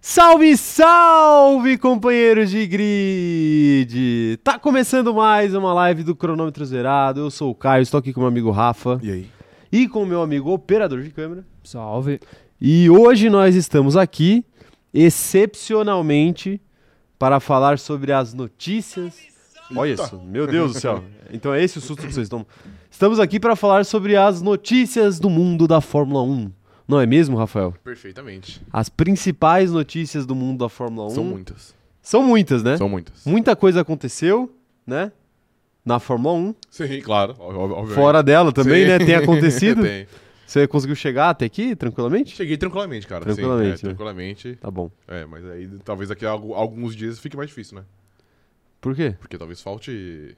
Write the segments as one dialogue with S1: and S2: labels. S1: Salve, salve, companheiros de grid! Tá começando mais uma live do Cronômetro Zerado. Eu sou o Caio, estou aqui com meu amigo Rafa
S2: E aí?
S1: e com meu amigo operador de câmera.
S3: Salve.
S1: E hoje nós estamos aqui, excepcionalmente, para falar sobre as notícias. Olha isso, meu Deus do céu. Então é esse o susto que vocês tomam. Estamos aqui para falar sobre as notícias do mundo da Fórmula 1. Não é mesmo, Rafael?
S2: Perfeitamente.
S1: As principais notícias do mundo da Fórmula 1
S2: São muitas.
S1: São muitas, né?
S2: São muitas.
S1: Muita coisa aconteceu, né? Na Fórmula 1.
S2: Sim, claro. ó- ó- obviamente.
S1: Fora dela também,
S2: Sim.
S1: né? Tem acontecido.
S2: Tem.
S1: Você conseguiu chegar até aqui tranquilamente?
S2: Cheguei tranquilamente, cara.
S1: Tranquilamente,
S2: Sim,
S1: né?
S2: é, tranquilamente.
S1: Tá bom.
S2: É, mas aí talvez daqui a algu- alguns dias fique mais difícil, né?
S1: Por quê?
S2: Porque talvez falte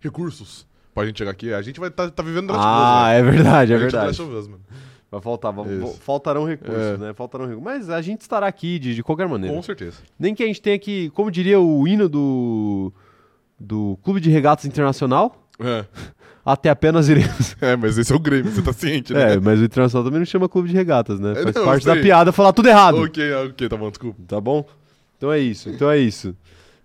S2: recursos pra gente chegar aqui. A gente vai tá, tá vivendo Last of Us,
S1: Ah,
S2: né?
S1: é verdade, é
S2: A gente tá
S1: verdade. É
S2: Last of Us, mano.
S1: Vai faltar, va-
S2: Isso.
S1: faltarão recursos,
S2: É.
S1: né? Faltarão recursos. Mas a gente estará aqui de, de qualquer maneira.
S2: Com certeza.
S1: Nem que a gente tenha que, como diria o hino do, do Clube de Regatas Internacional,
S2: É.
S1: até apenas iremos.
S2: É, mas esse é o Grêmio, você tá ciente, né?
S1: É, mas o Internacional também não chama Clube de Regatas, né?
S2: É,
S1: Faz
S2: não, eu
S1: parte da
S2: sei.
S1: piada falar tudo errado.
S2: Ok, ok, tá bom, desculpa.
S1: Tá bom? Então é isso, então é isso.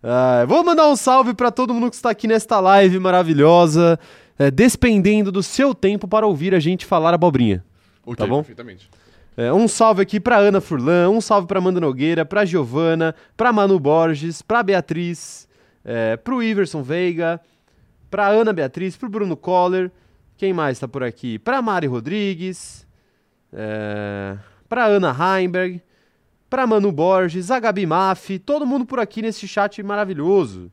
S1: Ah, vou mandar um salve pra todo mundo que está aqui nesta live maravilhosa, eh, despendendo do seu tempo para ouvir a gente falar abobrinha.
S2: Ok,
S1: Tá bom?
S2: perfeitamente.
S1: É, um salve aqui pra Ana Furlan, um salve pra Amanda Nogueira, pra Giovana, pra Manu Borges, pra Beatriz, é, pro Iverson Veiga, pra Ana Beatriz, pro Bruno Coller, quem mais tá por aqui? Pra Mari Rodrigues, é, pra Ana Heimberg, pra Manu Borges, a Gabi Maffi, todo mundo por aqui nesse chat maravilhoso.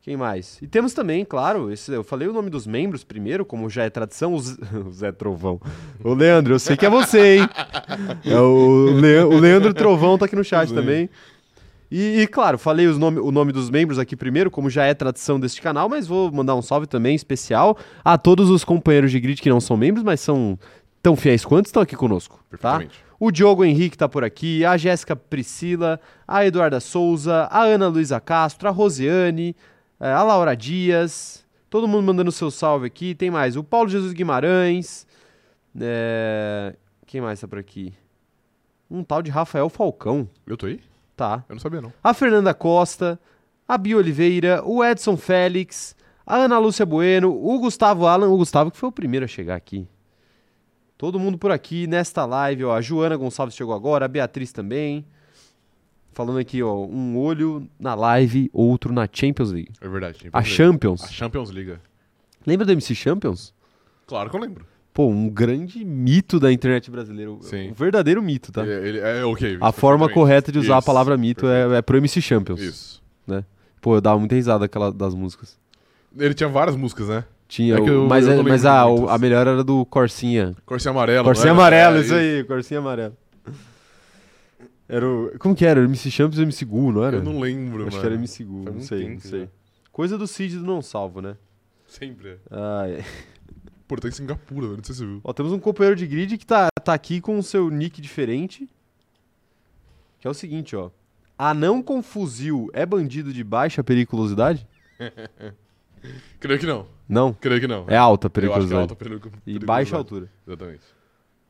S1: Quem mais? E temos também, claro, esse- eu falei o nome dos membros primeiro, como já é tradição, o Z- o Zé Trovão. Ô, Leandro, eu sei que é você, hein? É o, Le- o Leandro Trovão tá aqui no chat também. E, e, claro, falei os nome- o nome dos membros aqui primeiro, como já é tradição deste canal, mas vou mandar um salve também especial a todos os companheiros de grid que não são membros, mas são tão fiéis quanto estão aqui conosco. Tá?
S2: Perfeitamente.
S1: O Diogo Henrique tá por aqui, a Jéssica Priscila, a Eduarda Souza, a Ana Luísa Castro, a Rosiane, eh, a Laura Dias, todo mundo mandando seu salve aqui. Tem mais o Paulo Jesus Guimarães, eh, quem mais tá por aqui? Um tal de Rafael Falcão,
S2: Eu tô aí?
S1: tá.
S2: Eu não sabia, não.
S1: A Fernanda Costa, a Bia Oliveira, o Edson Félix, a Ana Lúcia Bueno, o Gustavo Alan, o Gustavo que foi o primeiro a chegar aqui. Todo mundo por aqui nesta live, ó. A Joana Gonçalves chegou agora, a Beatriz também. Falando aqui, ó, um olho na live, outro na Champions League.
S2: É verdade. tinha
S1: A
S2: que ver.
S1: Champions.
S2: A Champions League.
S1: Lembra do MC Champions?
S2: Claro que eu lembro.
S1: Pô, um grande mito da internet brasileira.
S2: Sim.
S1: Um verdadeiro mito, tá?
S2: É, ele- é, ok.
S1: A forma
S2: perfeitamente.
S1: correta de usar a
S2: Isso,
S1: palavra mito é, é pro MC Champions.
S2: Isso.
S1: Pô, eu dava muita risada aquela, das músicas.
S2: Ele tinha várias músicas, né?
S1: Tinha,
S2: É que
S1: o-
S2: eu-
S1: mas,
S2: eu
S1: é-
S2: não
S1: mas
S2: lembro
S1: a,
S2: muitas.
S1: o- a melhor era do Corsinha.
S2: Corsinha amarela.
S1: Corsinha
S2: não era?
S1: amarelo,
S2: É,
S1: isso aí, Corsinha amarelo. Era o, como que era? Era o MC Champs e o MC Gu, não era?
S2: Eu não lembro,
S1: Acho
S2: mano.
S1: que era MC Gu,
S2: Faz
S1: não
S2: muito
S1: sei, não
S2: tempo
S1: sei.
S2: já.
S1: Coisa do Cid do Não Salvo, né?
S2: Sempre. é.
S1: Ai.
S2: Pô, tá em Singapura, velho. Não sei se você viu.
S1: Ó, temos um companheiro de grid que tá, tá aqui com o seu nick diferente. Que é o seguinte, ó. Anão com fuzil é bandido de baixa periculosidade?
S2: Creio que não.
S1: Não,
S2: Creio que não.
S1: é alta
S2: Eu acho que é
S1: periculosidade.
S2: alta
S1: E
S2: perigo-
S1: é
S2: perigo-
S1: baixa altura.
S2: Exatamente.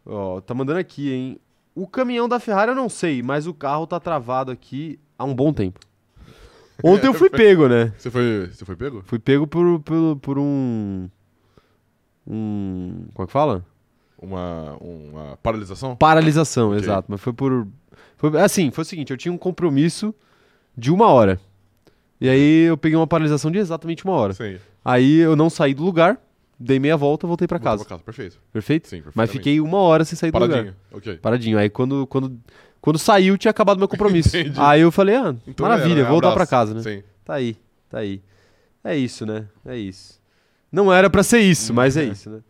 S1: Ó, tá mandando aqui, hein? O caminhão da Ferrari eu não sei, mas o carro tá travado aqui há um bom tempo. Ontem eu fui pego, né?
S2: Você foi, você foi pego?
S1: Fui pego por, por, por um. Um. Como é que fala?
S2: Uma, uma paralisação?
S1: Paralisação,
S2: Ok.
S1: exato. Mas foi por. Foi, assim, foi o seguinte: eu tinha um compromisso de uma hora. E aí eu peguei uma paralisação de exatamente uma hora.
S2: Sim.
S1: Aí eu não saí do lugar, dei meia volta, voltei pra
S2: Voltou
S1: casa.
S2: pra casa. Perfeito.
S1: Perfeito?
S2: Sim, perfeitamente.
S1: Mas fiquei uma hora sem sair do lugar.
S2: Paradinho. Ok.
S1: paradinho. Aí quando, quando, quando saiu, tinha acabado meu compromisso.
S2: Entendi.
S1: aí eu falei, ah,
S2: Então
S1: maravilha,
S2: era, né?
S1: vou voltar pra casa,
S2: Abraço.
S1: né?
S2: Sim.
S1: Tá aí, tá aí. É isso, né? É isso. Não era pra ser isso, mas
S2: Uhum.
S1: é isso, né?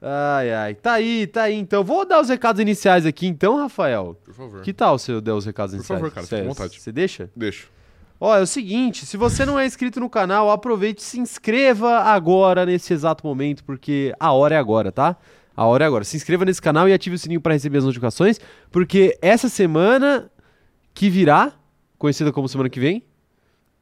S1: Ai, ai. Tá aí, tá aí. Então, vou dar os recados iniciais aqui, então, Rafael.
S2: Por favor.
S1: Que tal se eu der os recados
S2: Por
S1: iniciais?
S2: favor, cara, fica à vontade.
S1: Você deixa?
S2: Deixa.
S1: Ó, é o seguinte, se você não é inscrito no canal, aproveite e se inscreva agora, nesse exato momento, porque a hora é agora, tá? A hora é agora. Se inscreva nesse canal e ative o sininho para receber as notificações, porque essa semana que virá, conhecida como semana que vem,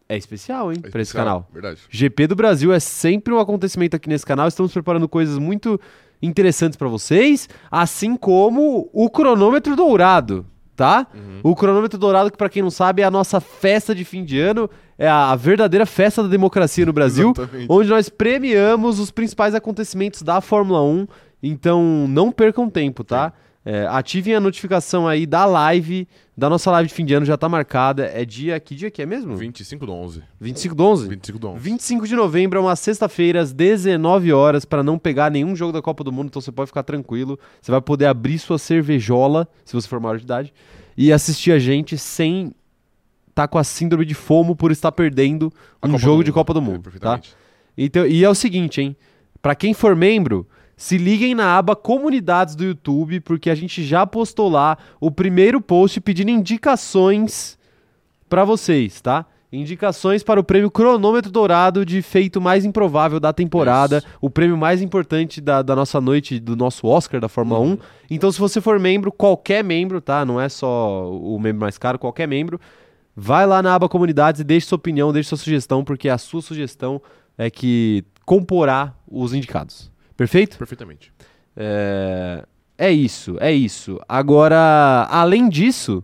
S1: é especial, hein,
S2: É
S1: pra esse
S2: especial,
S1: canal.
S2: Verdade.
S1: GP do Brasil é sempre um acontecimento aqui nesse canal. Estamos preparando coisas muito interessantes para vocês, assim como o cronômetro dourado, tá? O Cronômetro Dourado, que pra quem não sabe, é a nossa festa de fim de ano, é a verdadeira festa da democracia no Brasil,
S2: Exatamente.
S1: onde nós premiamos os principais acontecimentos da Fórmula 1. Então, não percam tempo, tá? É, ativem a notificação aí da live, da nossa live de fim de ano, já tá marcada. É dia. Que dia que é mesmo?
S2: 25 do 11.
S1: 25 do 11?
S2: 25 do 11.
S1: 25 de novembro, é uma sexta-feira, às 19 horas, para não pegar nenhum jogo da Copa do Mundo, então você pode ficar tranquilo. Você vai poder abrir sua cervejola, se você for maior de idade, e assistir a gente sem tá com a síndrome de fomo por estar perdendo
S2: A
S1: um
S2: Copa do
S1: jogo
S2: Mundo.
S1: de Copa do
S2: É,
S1: Mundo, tá?
S2: perfeitamente.
S1: Então, e é o seguinte, hein? Pra quem for membro, se liguem na aba Comunidades do YouTube, porque a gente já postou lá o primeiro post pedindo indicações pra vocês, tá? Indicações para o prêmio Cronômetro Dourado de feito mais improvável da temporada,
S2: Isso.
S1: o prêmio mais importante da, da nossa noite, do nosso Oscar da Fórmula 1. Então, se você for membro, qualquer membro, tá? Não é só o membro mais caro, qualquer membro. Vai lá na aba comunidades e deixe sua opinião, deixe sua sugestão, porque a sua sugestão é que comporá os indicados. Perfeito?
S2: Perfeitamente.
S1: É, é isso, é isso. Agora, além disso,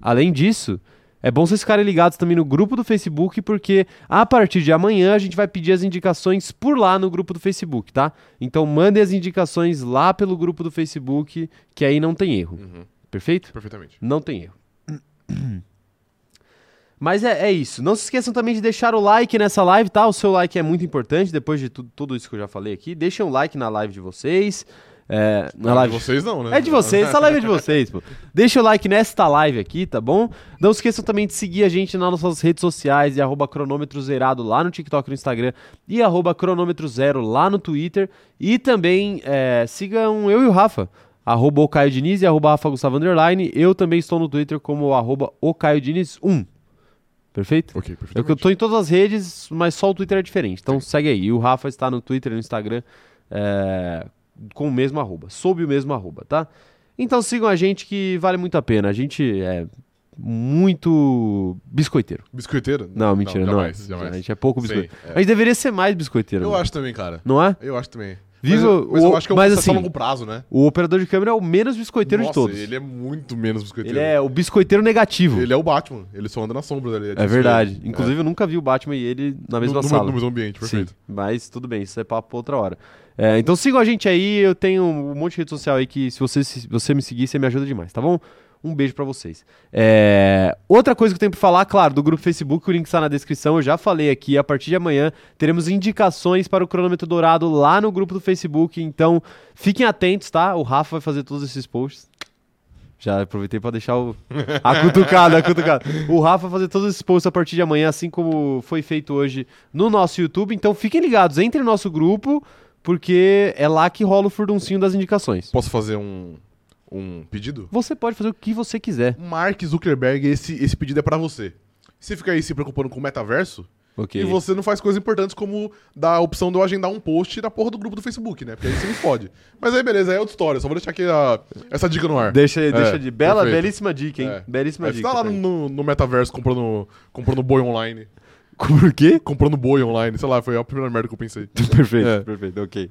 S1: além disso, é bom vocês ficarem ligados também no grupo do Facebook, porque a partir de amanhã a gente vai pedir as indicações por lá no grupo do Facebook, tá? Então mandem as indicações lá pelo grupo do Facebook, que aí não tem erro.
S2: Uhum.
S1: Perfeito?
S2: Perfeitamente.
S1: Não tem erro. Mas é, é isso. Não se esqueçam também de deixar o like nessa live, tá? O seu like é muito importante, depois de tu- tudo isso que eu já falei aqui. Deixem um like na live de vocês. É, na
S2: Não é
S1: live
S2: de vocês não, né?
S1: é de vocês, essa live é de vocês, pô. Deixa o like nesta live aqui, tá bom? Não esqueçam também de seguir a gente nas nossas redes sociais, é arroba cronômetro zerado lá no TikTok e no Instagram e arroba cronômetro zero lá no Twitter. E também é, sigam eu e o Rafa, arroba o Caio Diniz e arroba Rafa Gustavo Underline. Eu também estou no Twitter como arroba o Caio Diniz 1. Perfeito?
S2: Ok,
S1: Eu, É que eu
S2: perfeitamente.
S1: tô em todas as redes, mas só o Twitter é diferente. Então segue aí. E o Rafa está no Twitter e no Instagram é, com o mesmo arroba, sob o mesmo arroba, tá? Então sigam a gente que vale muito a pena. A gente é muito biscoiteiro.
S2: Biscoiteira?
S1: Não, mentira, não.
S2: Jamais,
S1: é.
S2: jamais.
S1: A gente é pouco
S2: Sei,
S1: biscoiteiro.
S2: é.
S1: A gente deveria ser mais biscoiteiro,
S2: Eu
S1: né?
S2: acho também, cara.
S1: não é?
S2: Eu acho também.
S1: Viva
S2: mas eu, mas
S1: o-
S2: eu acho que é uma
S1: mas
S2: processo a
S1: assim,
S2: longo prazo, né?
S1: O operador de câmera é o menos biscoiteiro
S2: Nossa,
S1: de todos. Ele
S2: ele é muito menos
S1: é...
S2: biscoiteiro.
S1: o biscoiteiro negativo.
S2: Ele é o Batman. Ele só anda na sombra dele.
S1: É
S2: disso
S1: verdade.
S2: que ele-
S1: Inclusive, eu nunca vi o Batman e ele na
S2: é.
S1: mesma
S2: no,
S1: sala.
S2: No mesmo ambiente, perfeito.
S1: Sim, mas tudo bem, isso é papo pra outra hora. É, então sigam a gente aí, eu tenho um monte de rede social aí que se você, se você me seguir, você me ajuda demais, tá bom? Um beijo pra vocês. É, outra coisa que eu tenho pra falar, claro, do grupo Facebook, o link está na descrição, eu já falei aqui, a partir de amanhã teremos indicações para o cronômetro dourado lá no grupo do Facebook, então fiquem atentos, tá? O Rafa vai fazer todos esses posts. Já aproveitei pra deixar o. A cutucada, a cutucada. O Rafa vai fazer todos esses posts a partir de amanhã, assim como foi feito hoje no nosso YouTube. Então fiquem ligados, entrem no nosso grupo, porque é lá que rola o furduncinho das indicações.
S2: Posso fazer um, um pedido?
S1: Você pode fazer o que você quiser.
S2: Mark Zuckerberg, esse, esse pedido é pra você. Você fica aí se preocupando com o metaverso
S1: Ok.
S2: e você não faz coisas importantes como dar a opção de eu agendar um post da porra do grupo do Facebook, né? Porque aí você me fode. Mas aí beleza, aí é outra história. Só vou deixar aqui a- essa dica no ar.
S1: Deixa, deixa de. Bela,
S2: perfeito.
S1: belíssima dica, hein?
S2: É.
S1: Belíssima
S2: Aí você
S1: dica.
S2: tá lá
S1: cara.
S2: no, no metaverso comprando, comprando boi online.
S1: Por quê?
S2: Comprando boi online, sei lá, foi a primeira merda que eu pensei.
S1: perfeito,
S2: É.
S1: perfeito, ok.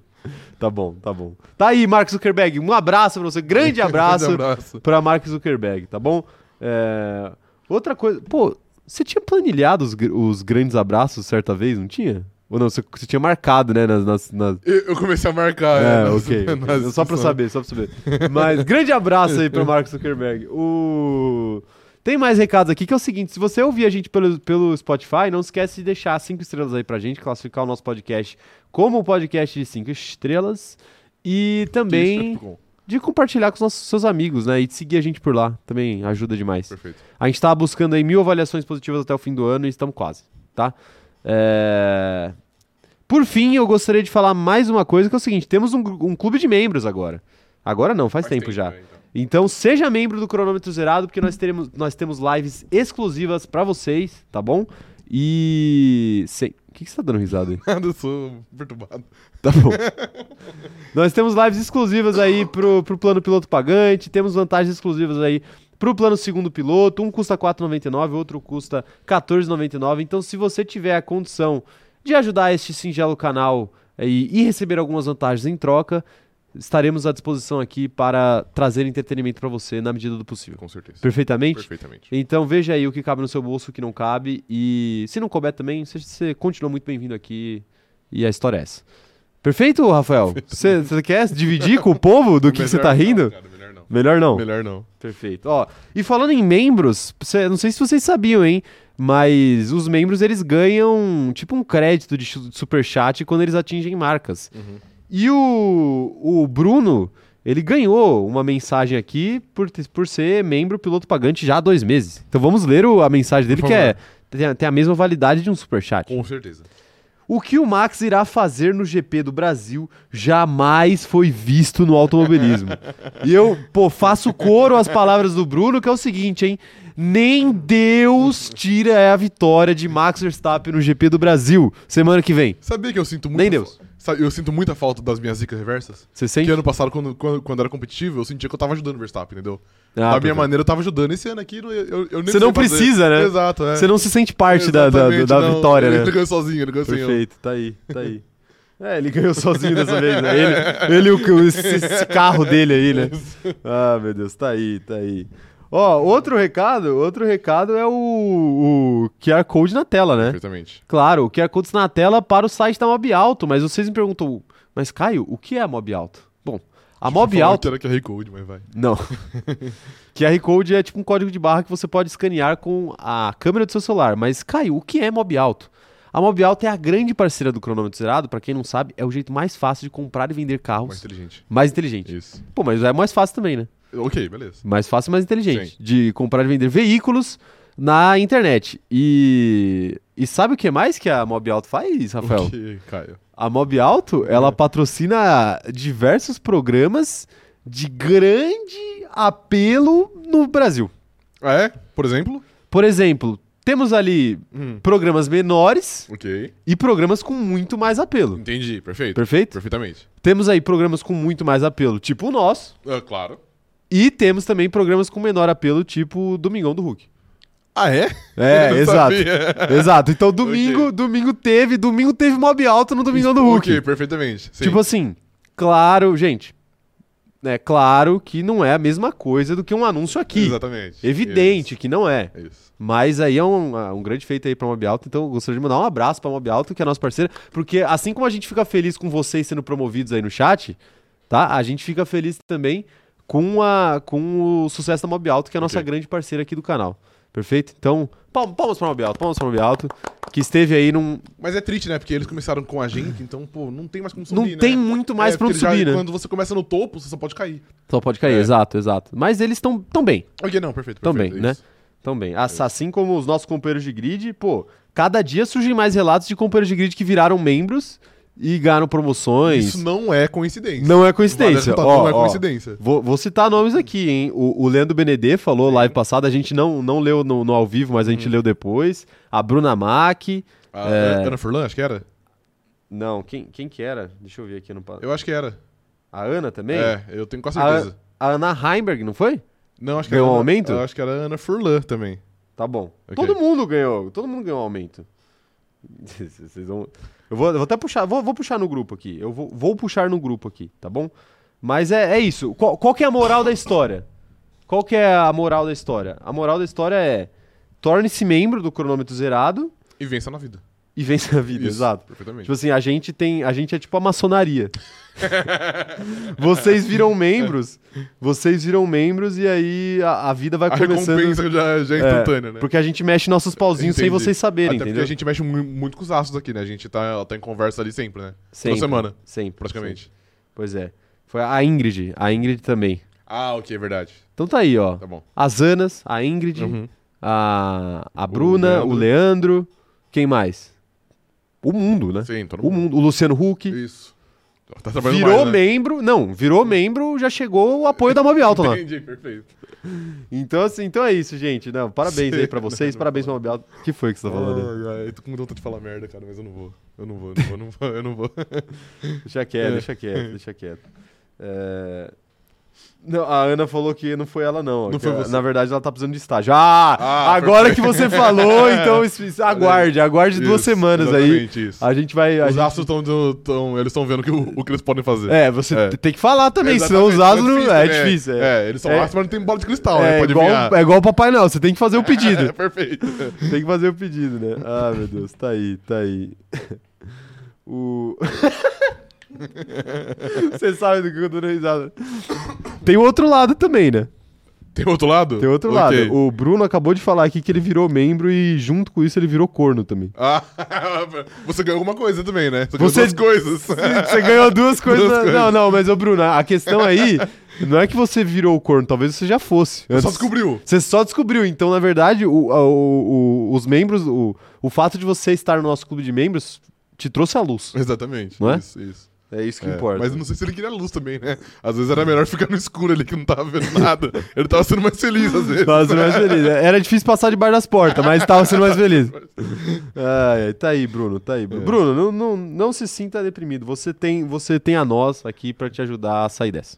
S1: Tá bom, tá bom. Tá aí, Mark Zuckerberg. Um abraço pra você, grande abraço.
S2: Grande abraço.
S1: pra Mark Zuckerberg, tá bom? É, Outra coisa. Pô, você tinha planilhado os, gr- os grandes abraços certa vez, não tinha? Ou não, você, você tinha marcado, né? Nas, nas, nas-
S2: Eu, eu comecei a marcar.
S1: É,
S2: né, nas-
S1: ok. ok.
S2: nas-
S1: Só pra eu saber, só pra eu saber. Mas grande abraço aí pra Mark Zuckerberg. O... Tem mais recados aqui que é o seguinte: se você ouvir a gente pelo, pelo Spotify, não esquece de deixar cinco estrelas aí pra gente, classificar o nosso podcast como um podcast de cinco estrelas. E
S2: é
S1: também de compartilhar com os nossos seus amigos, né? E de seguir a gente por lá. Também ajuda demais.
S2: Perfeito.
S1: A gente tá buscando aí mil avaliações positivas até o fim do ano e estamos quase, tá? É, Por fim, eu gostaria de falar mais uma coisa, que é o seguinte: temos um, gru- um clube de membros agora. Agora não, faz, tempo, já.
S2: né, então.
S1: Então seja membro do Cronômetro Zerado, porque nós, teremos, nós temos lives exclusivas pra vocês, tá bom? E. sem- O que, que você tá dando risada aí?
S2: né, então. eu sou perturbado.
S1: Tá bom. Nós temos lives exclusivas aí pro, pro plano piloto pagante, temos vantagens exclusivas aí pro plano segundo piloto. Um custa R$ 4,99, outro custa R$ 14,99. Então, se você tiver a eh, condição de ajudar este singelo canal aí e receber algumas vantagens em troca, estaremos à disposição aqui para trazer entretenimento para você na medida do possível.
S2: Com certeza.
S1: Perfeitamente?
S2: Perfeitamente.
S1: Então veja aí o que cabe no seu bolso, o que não cabe. E se não couber também, você, você continua muito bem-vindo aqui. E a história é essa. Perfeito, Rafael? Você você quer dividir com o povo do que que você tá
S2: Melhor não,
S1: rindo?
S2: cara, melhor não.
S1: Melhor não.
S2: Melhor não.
S1: Perfeito. Ó, e falando em membros, cê- não sei se vocês sabiam, hein? Mas os membros eles ganham tipo um crédito de chu- de superchat quando eles atingem marcas.
S2: Uhum.
S1: E o, o Bruno, ele ganhou uma mensagem aqui por, te- por ser membro piloto pagante já há dois meses. Então vamos ler o- a mensagem dele,
S2: Por
S1: que é,
S2: favor.
S1: tem, a- tem a mesma validade de um superchat.
S2: Com certeza.
S1: O que o Max irá fazer no GP do Brasil jamais foi visto no automobilismo. e eu, pô, faço coro às palavras do Bruno, que é o seguinte, hein? Nem Deus tira a vitória de Max Verstappen no GP do Brasil semana que vem.
S2: Sabia que eu sinto muito.
S1: Nem Deus.
S2: Eu sinto muita falta das minhas dicas reversas.
S1: Você sente?
S2: Que ano passado, quando, quando, quando era competitivo, eu sentia que eu tava ajudando o Verstappen, entendeu?
S1: Ah,
S2: da minha
S1: perfeito.
S2: maneira, eu tava ajudando. Esse ano aqui, eu, eu, eu nem
S1: Você
S2: sei
S1: não
S2: fazer.
S1: precisa, né?
S2: Exato, é.
S1: Você não se sente parte da, da-
S2: Exatamente,
S1: da
S2: não.
S1: vitória,
S2: Ele
S1: né?
S2: ganhou sozinho, ele ganhou sozinho.
S1: Perfeito, tá aí, tá aí. É, ele ganhou sozinho dessa vez, né? Ele, ele e o, esse, esse carro dele aí, né? Ah, meu Deus, tá aí, tá aí. Ó, outro recado, outro recado é o, o QR Code na tela, né?
S2: Perfeitamente.
S1: Claro, o QR Code na tela para o site da Mob Alto, mas vocês me perguntam, mas Caio, o que é a Mob Alto? Bom, a Mob
S2: Eu falava
S1: Alto...
S2: que Era que é Recode, mas vai.
S1: Não. QR Code é tipo um código de barra que você pode escanear com a câmera do seu celular. Mas, Caio, o que é Mob Alto? A Mob Alto é a grande parceira do cronômetro zerado. Pra quem não sabe, é o jeito mais fácil de comprar e vender carros
S2: Mais
S1: mais,
S2: inteligente.
S1: inteligente.
S2: Isso.
S1: Pô, mas é mais fácil também, né?
S2: Ok, beleza.
S1: Mais fácil e mais inteligente. De comprar e vender veículos na internet. E. E sabe o que mais que a Mob Alto faz, Rafael?
S2: Ok, Caio.
S1: A Mob Alto,
S2: É.
S1: ela patrocina diversos programas de grande apelo no Brasil.
S2: Ah, é? Por exemplo?
S1: Por exemplo, temos ali
S2: Hum.
S1: programas menores
S2: Ok.
S1: e programas com muito mais apelo.
S2: Entendi, perfeito.
S1: Perfeito?
S2: Perfeitamente.
S1: Temos aí programas com muito mais apelo, tipo o nosso,
S2: Ah, claro.
S1: e temos também programas com menor apelo, tipo o Domingão do Hulk.
S2: Ah, é?
S1: É,
S2: Eu não
S1: exato.
S2: sabia.
S1: Exato. Então domingo, domingo teve, domingo teve Mob Alto no Domingão do Hulk.
S2: Ok, perfeitamente. Sim.
S1: Tipo assim, claro, gente. É claro que não é a mesma coisa do que um anúncio aqui.
S2: Exatamente.
S1: Evidente que não é.
S2: Isso. Isso.
S1: Mas aí é um, ah, um grande feito aí pra Mob Alto, então eu gostaria de mandar um abraço pra Mob Alto, que é a nossa parceira, porque assim como a gente fica feliz com vocês sendo promovidos aí no chat, tá? A gente fica feliz também com, a, com o sucesso da Mob Alto, que é a nossa
S2: Ok.
S1: grande parceira aqui do canal. Perfeito? Então, palmas, palmas pra Mob Alto, palmas pra Mob Alto, que esteve aí num.
S2: Mas é triste, né? Porque eles começaram com a gente, então, pô, não tem mais como subir,
S1: Não
S2: né?
S1: tem muito mais
S2: É,
S1: pra
S2: porque
S1: onde
S2: já-
S1: subir, né?
S2: Quando você começa no topo, você só pode cair.
S1: Só pode cair,
S2: É.
S1: exato, exato. Mas eles estão tão bem.
S2: Ok, não, perfeito.
S1: Tão
S2: perfeito,
S1: bem, né?
S2: isso.
S1: Também. As- Assim como os nossos companheiros de grid, pô, cada dia surgem mais relatos de companheiros de grid que viraram membros e ganharam promoções.
S2: Isso não é coincidência.
S1: não é coincidência.
S2: Vale ressaltar,
S1: Ó,
S2: não é
S1: ó,
S2: coincidência.
S1: Vou, vou citar nomes aqui, hein? O, o Leandro Benedê falou live passada, a gente não, não leu no, no ao vivo, mas a gente leu depois. A Bruna Mack.
S2: A Ah,
S1: É.
S2: é Ana Furlan, acho que era?
S1: Não, quem, quem que era? Deixa eu ver aqui no pa-
S2: Eu acho que era.
S1: A Ana também?
S2: É, eu tenho quase
S1: a,
S2: certeza.
S1: a Ana Heimberg, não foi?
S2: Não, acho que
S1: Ganhou
S2: era
S1: um
S2: Ana-
S1: aumento?
S2: Eu acho que era Ana Furlan também.
S1: Tá bom.
S2: Ok.
S1: Todo mundo ganhou, todo mundo ganhou um aumento. Vocês vão... Eu vou, eu vou até puxar, vou, vou puxar no grupo aqui. Eu vou, vou puxar no grupo aqui, tá bom? Mas é, é isso. Qual, qual que é a moral da história? Qual que é a moral da história? A moral da história é torne-se membro do cronômetro zerado
S2: E vença na vida.
S1: e vença a vida.
S2: Isso,
S1: Exato.
S2: Perfeitamente.
S1: Tipo assim, a gente tem. A gente é tipo a maçonaria. vocês viram membros, vocês viram membros e aí a, a vida vai
S2: a
S1: tá começando.
S2: recompensa já, já é instantânea, né?
S1: Porque a gente mexe nossos pauzinhos sem
S2: Entendi.
S1: vocês saberem,
S2: Até porque
S1: entendeu?
S2: a gente mexe mu- muito com os astros aqui, né? A gente tá, tá em conversa ali sempre, né?
S1: Sempre,
S2: Toda semana,
S1: Sempre.
S2: praticamente.
S1: sempre. Pois é. Foi a Ingrid, a Ingrid também.
S2: Ah, ok, verdade.
S1: Então tá aí, ó.
S2: Tá bom.
S1: As Anas, a Ingrid, a, a Bruna, o Leandro.
S2: Uhum. Leandro.
S1: Quem mais? O mundo, né?
S2: Sim, todo
S1: O mundo. O Luciano Huck.
S2: Isso. Tá trabalhando
S1: Virou
S2: mais, né?
S1: membro. Não, virou membro, já chegou o apoio da Mob Alto lá.
S2: Entendi, perfeito.
S1: Então, assim, então é isso, gente. Não, parabéns aí pra vocês,
S2: Não, não
S1: parabéns pra Mob Alto. O que foi que você tá falando? aí?
S2: Ai, ai, eu tô com vontade de falar merda, cara, mas eu não vou. Eu não vou, eu não vou, eu não vou, eu não vou.
S1: Deixa quieto, deixa quieto, deixa quieto. É, Não, a Ana falou que não foi ela, não. Que
S2: Não foi
S1: ela-
S2: você.
S1: Na verdade, ela tá precisando de estágio. Ah!
S2: Ah,
S1: agora
S2: perfeito.
S1: que você falou, então es- es- aguarde, aguarde duas
S2: Isso,
S1: semanas aí.
S2: exatamente isso.
S1: A gente vai. a
S2: Os
S1: gente-
S2: astros estão. Eles estão vendo que o, o que eles podem fazer.
S1: É, você
S2: É.
S1: t- tem que falar também, senão os
S2: Exatamente,
S1: asas
S2: mas
S1: não. É difícil.
S2: né?
S1: É,
S2: É, eles são
S1: É.
S2: astros, mas não tem bola de cristal,
S1: É
S2: né? Pode
S1: igual,
S2: adivinhar.
S1: é igual o Papai Noel, você tem que fazer o pedido.
S2: É, perfeito.
S1: Tem que fazer o pedido, né? Ah, meu Deus, tá aí, tá aí. O. Você sabe do que eu tô dando risada. Tem o outro lado também, né?
S2: Tem outro lado?
S1: Tem outro
S2: Ok.
S1: lado. O Bruno acabou de falar aqui que ele virou membro e, junto com isso, ele virou corno também.
S2: Ah, você ganhou alguma coisa também, né? Você ganhou
S1: Você-
S2: duas coisas.
S1: Você ganhou duas coisas.
S2: Duas coisas.
S1: Não, não, mas ô Bruno, a questão aí não é que você virou o corno, talvez você já fosse.
S2: Você só
S1: Antes-
S2: descobriu.
S1: Você só descobriu. Então, na verdade, o, a- o- o- os membros, o, o fato de você estar no nosso clube de membros te trouxe à luz.
S2: Exatamente.
S1: Não é?
S2: Isso, isso.
S1: É isso que
S2: É,
S1: importa.
S2: Mas não sei se ele queria luz também, né? Às vezes era melhor ficar no escuro ali que não tava vendo nada. Ele tava sendo mais feliz, às vezes.
S1: Tava sendo mais feliz. Era difícil passar debaixo das portas, mas tava sendo mais feliz. Ai, ai, tá aí, Bruno, tá aí. Bruno,
S2: É.
S1: Bruno não, não, não se sinta deprimido. Você tem, você tem a nós aqui pra te ajudar a sair dessa.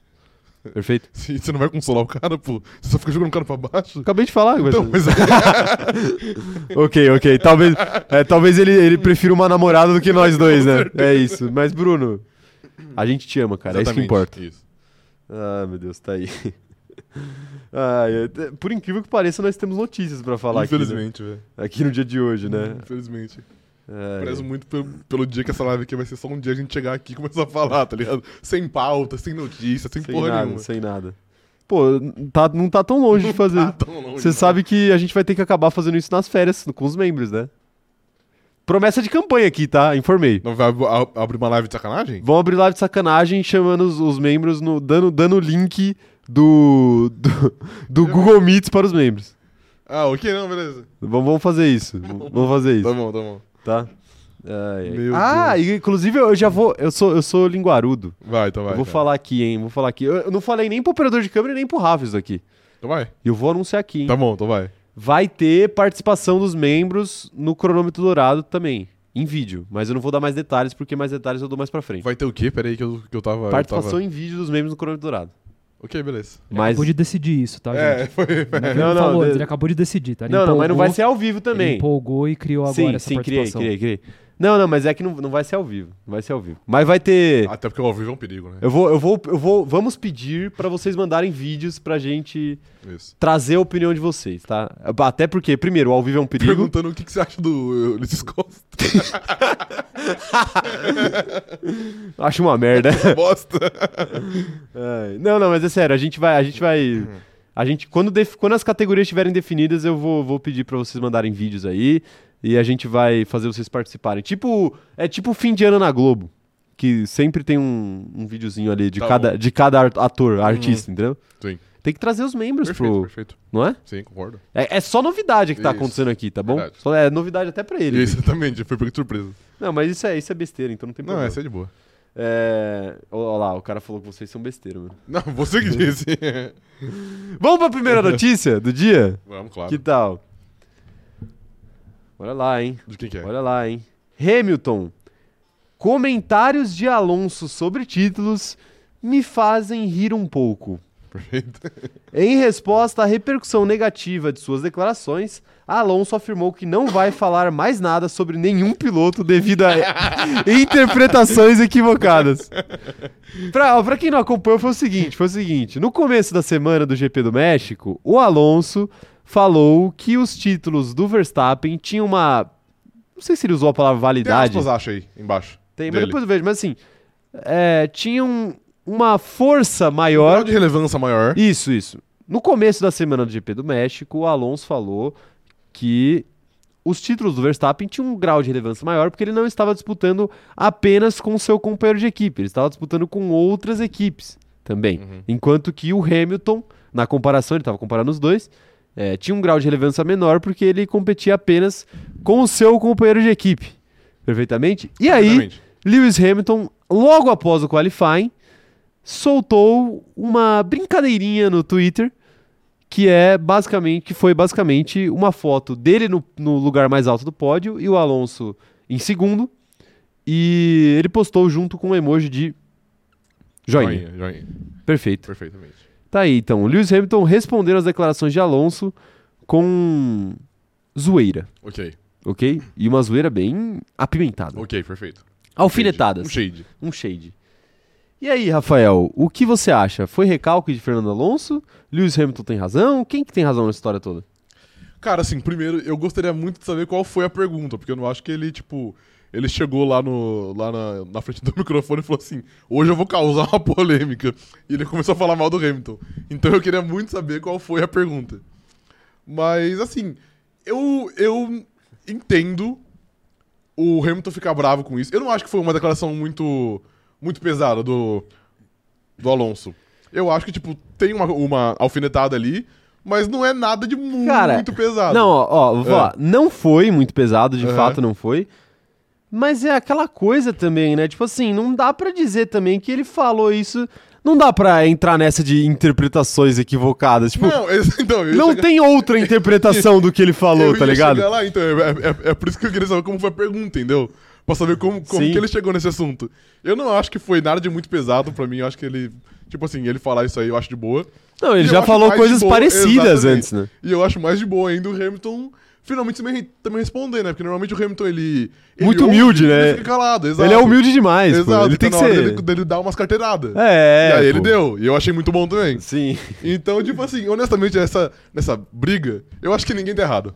S1: Perfeito?
S2: Sim, Você não vai consolar o cara, pô. Você só fica jogando o cara pra baixo.
S1: Acabei de falar, mas...
S2: Então, mas
S1: Ok, ok. Talvez, é, talvez ele, ele prefira uma namorada do que nós dois, né? É isso. Mas, Bruno, a gente te ama, cara. É isso que
S2: Exatamente,
S1: importa.
S2: isso.
S1: Ah, meu Deus, tá aí. Ai, é, por incrível que pareça, nós temos notícias pra falar aqui, né?
S2: Infelizmente, velho.
S1: aqui no dia de hoje, né? É.
S2: Infelizmente.
S1: Ai,
S2: Prezo muito pelo, pelo dia que essa live aqui vai ser só um dia a gente chegar aqui e começar a falar, tá ligado? Sem pauta, sem notícia, sem,
S1: sem
S2: porra
S1: nada,
S2: nenhuma.
S1: sem nada. Pô, n- tá, não tá tão longe de fazer.
S2: Ah, tão longe.
S1: Você sabe que a gente vai ter que acabar fazendo isso nas férias com os membros, né? Promessa de campanha aqui, tá? Informei.
S2: Não vai ab- ab- abrir uma live de sacanagem?
S1: Vão abrir live de sacanagem chamando os, os membros, no, dando, dando o link do, do, do Google Meets para os membros.
S2: Ah, ok, não, beleza.
S1: Vamos, vamos fazer isso. Vamos fazer
S2: Tá
S1: isso,
S2: bom, tá bom.
S1: tá? Ai, ai.
S2: Meu
S1: ah, e, inclusive eu já vou. Eu sou, eu sou linguarudo.
S2: Vai, então vai.
S1: eu vou
S2: cara.
S1: falar aqui, hein? Vou falar aqui. Eu, eu não falei nem pro operador de câmera nem pro Raves aqui.
S2: Então vai.
S1: E eu vou anunciar aqui, hein?
S2: Tá bom, então vai.
S1: Vai ter participação dos membros no cronômetro dourado também, em vídeo. Mas eu não vou dar mais detalhes, porque mais detalhes eu dou mais pra frente.
S2: Vai ter o quê? Peraí que eu, que eu tava... eu
S1: Participação
S2: tava-
S1: em vídeo dos membros no cronômetro dourado.
S2: Ok, beleza.
S1: Mas...
S3: Acabou de decidir isso, tá, gente?
S2: É, foi...
S3: Ele
S1: Não,
S3: não,
S1: não,
S3: falou,
S1: de-
S3: ele acabou de decidir, tá? Ele
S1: Não, não, mas não vai
S3: empolgou-
S1: ser ao vivo
S3: Ele
S1: também.
S3: empolgou e criou agora
S1: Sim,
S3: essa
S1: sim, criei,
S3: participação.
S1: criei, criei. Não, não, mas é que não, não vai ser ao vivo. Não vai ser ao vivo. Mas vai ter.
S2: Até porque o ao vivo é um perigo, né?
S1: Eu vou, eu vou, eu vou. Vamos pedir pra vocês mandarem vídeos pra gente
S2: Isso.
S1: trazer a opinião de vocês, tá? Até porque, primeiro, ao vivo é um perigo.
S2: Perguntando o que, que você acha do eh, Ulisses Costa.
S1: Acho uma merda.
S2: Bosta.
S1: Ai, não, não, mas é sério, a gente vai, a gente vai, a gente quando, def- quando as categorias estiverem definidas, eu vou, vou pedir pra vocês mandarem vídeos aí e a gente vai fazer vocês participarem. Tipo, é tipo fim de ano na Globo, que sempre tem um, um videozinho ali de
S2: Tá
S1: cada
S2: bom. Uhum.
S1: de cada ar- ator, artista, entendeu?
S2: Sim.
S1: Tem que trazer os membros
S2: Perfeito,
S1: pro,
S2: perfeito.
S1: não é?
S2: Sim, concordo.
S1: é? é só novidade que tá
S2: Isso.
S1: acontecendo aqui, tá bom?
S2: Verdade.
S1: Só- é novidade até pra ele.
S2: Isso, exatamente. Foi pego de surpresa.
S1: Não, mas isso é, isso é besteira, então não tem
S2: Não,
S1: problema.
S2: essa é de boa.
S1: É, Olha lá, o cara falou que vocês são besteira, mano.
S2: Não, você que disse.
S1: Vamos pra primeira notícia do dia?
S2: Vamos, claro.
S1: Que tal? Olha lá, hein?
S2: De quem que é?
S1: Olha lá, hein? Hamilton. Comentários de Alonso sobre títulos me fazem rir um pouco.
S2: Perfeito.
S1: Em resposta à repercussão negativa de suas declarações, Alonso afirmou que não vai falar mais nada sobre nenhum piloto devido a interpretações equivocadas. Pra, ó, pra quem não acompanhou, foi o seguinte: foi o seguinte: no começo da semana do GP do México, o Alonso falou que os títulos do Verstappen tinham uma. Não sei se ele usou a palavra
S2: Tem
S1: validade.
S2: aspas acha aí, embaixo.
S1: Tem, mas
S2: dele.
S1: depois eu vejo. Mas assim, é, tinham uma força maior.
S2: Grau de relevância maior.
S1: Isso, isso. No começo da semana do GP do México, o Alonso falou que os títulos do Verstappen tinham um grau de relevância maior porque ele não estava disputando apenas com seu companheiro de equipe, ele estava disputando com outras equipes também.
S2: Uhum.
S1: Enquanto que o Hamilton, na comparação, ele estava comparando os dois, eh, tinha um grau de relevância menor porque ele competia apenas com o seu companheiro de equipe. Perfeitamente? E aí.
S2: Exatamente.
S1: Lewis Hamilton, logo após o qualifying, soltou uma brincadeirinha no Twitter que é basicamente que foi basicamente uma foto dele no, no lugar mais alto do pódio e o Alonso em segundo e ele postou junto com um emoji de joinha.
S2: Joinha, joinha.
S1: Perfeito.
S2: Perfeitamente.
S1: Tá aí, então. Lewis Hamilton respondendo às declarações de Alonso com zoeira,
S2: Ok,
S1: ok? E uma zoeira bem apimentada.
S2: ok, perfeito.
S1: Alfinetadas.
S2: Um shade.
S1: Um shade. E aí, Rafael, o que você acha? Foi recalque de Fernando Alonso? Lewis Hamilton tem razão? Quem que tem razão nessa história toda?
S2: Cara, assim, primeiro, eu gostaria muito de saber qual foi a pergunta, porque eu não acho que ele, tipo, ele chegou lá, no, lá na, na frente do microfone e falou assim: hoje eu vou causar uma polêmica. E ele começou a falar mal do Hamilton. Então eu queria muito saber qual foi a pergunta. Mas, assim, eu, eu entendo o Hamilton ficar bravo com isso. Eu não acho que foi uma declaração muito, muito pesada do, do Alonso. Eu acho que, tipo, tem uma, uma alfinetada ali, mas não é nada de muito
S1: Cara,
S2: pesado.
S1: Não, ó, ó, vou
S2: É.
S1: falar. Não foi muito pesado, de
S2: Aham.
S1: fato não foi. Mas é aquela coisa também, né? Tipo assim, não dá pra dizer também que ele falou isso. Não dá pra entrar nessa de interpretações equivocadas. Tipo,
S2: não, esse- então, eu ia
S1: não
S2: chegar-
S1: tem outra interpretação do que ele falou,
S2: eu
S1: tá
S2: ia
S1: ligado?
S2: chegar lá, então, é, é- é por isso que eu queria saber como foi a pergunta, entendeu? Pra saber como, como
S1: Sim.
S2: que ele chegou nesse assunto. Eu não acho que foi nada de muito pesado pra mim, eu acho que ele... Tipo assim, ele falar isso aí eu acho de boa.
S1: Não, ele
S2: E eu
S1: já
S2: acho
S1: falou
S2: mais
S1: coisas
S2: de boa-
S1: parecidas
S2: exatamente.
S1: antes, né?
S2: E eu acho mais de boa ainda o Hamilton finalmente também, também responder, né? Porque normalmente o Hamilton, ele... ele
S1: Muito
S2: ouve
S1: humilde,
S2: e
S1: né?
S2: Ele fica calado, exato.
S1: Ele é humilde demais, pô.
S2: Exato,
S1: Ele tem que
S2: então na hora
S1: ser.
S2: Dele, dele dar umas carteiradas.
S1: É.
S2: e aí ele
S1: pô.
S2: deu, e eu achei muito bom também.
S1: Sim.
S2: Então, tipo assim, honestamente, essa, nessa briga, eu acho que ninguém tá errado.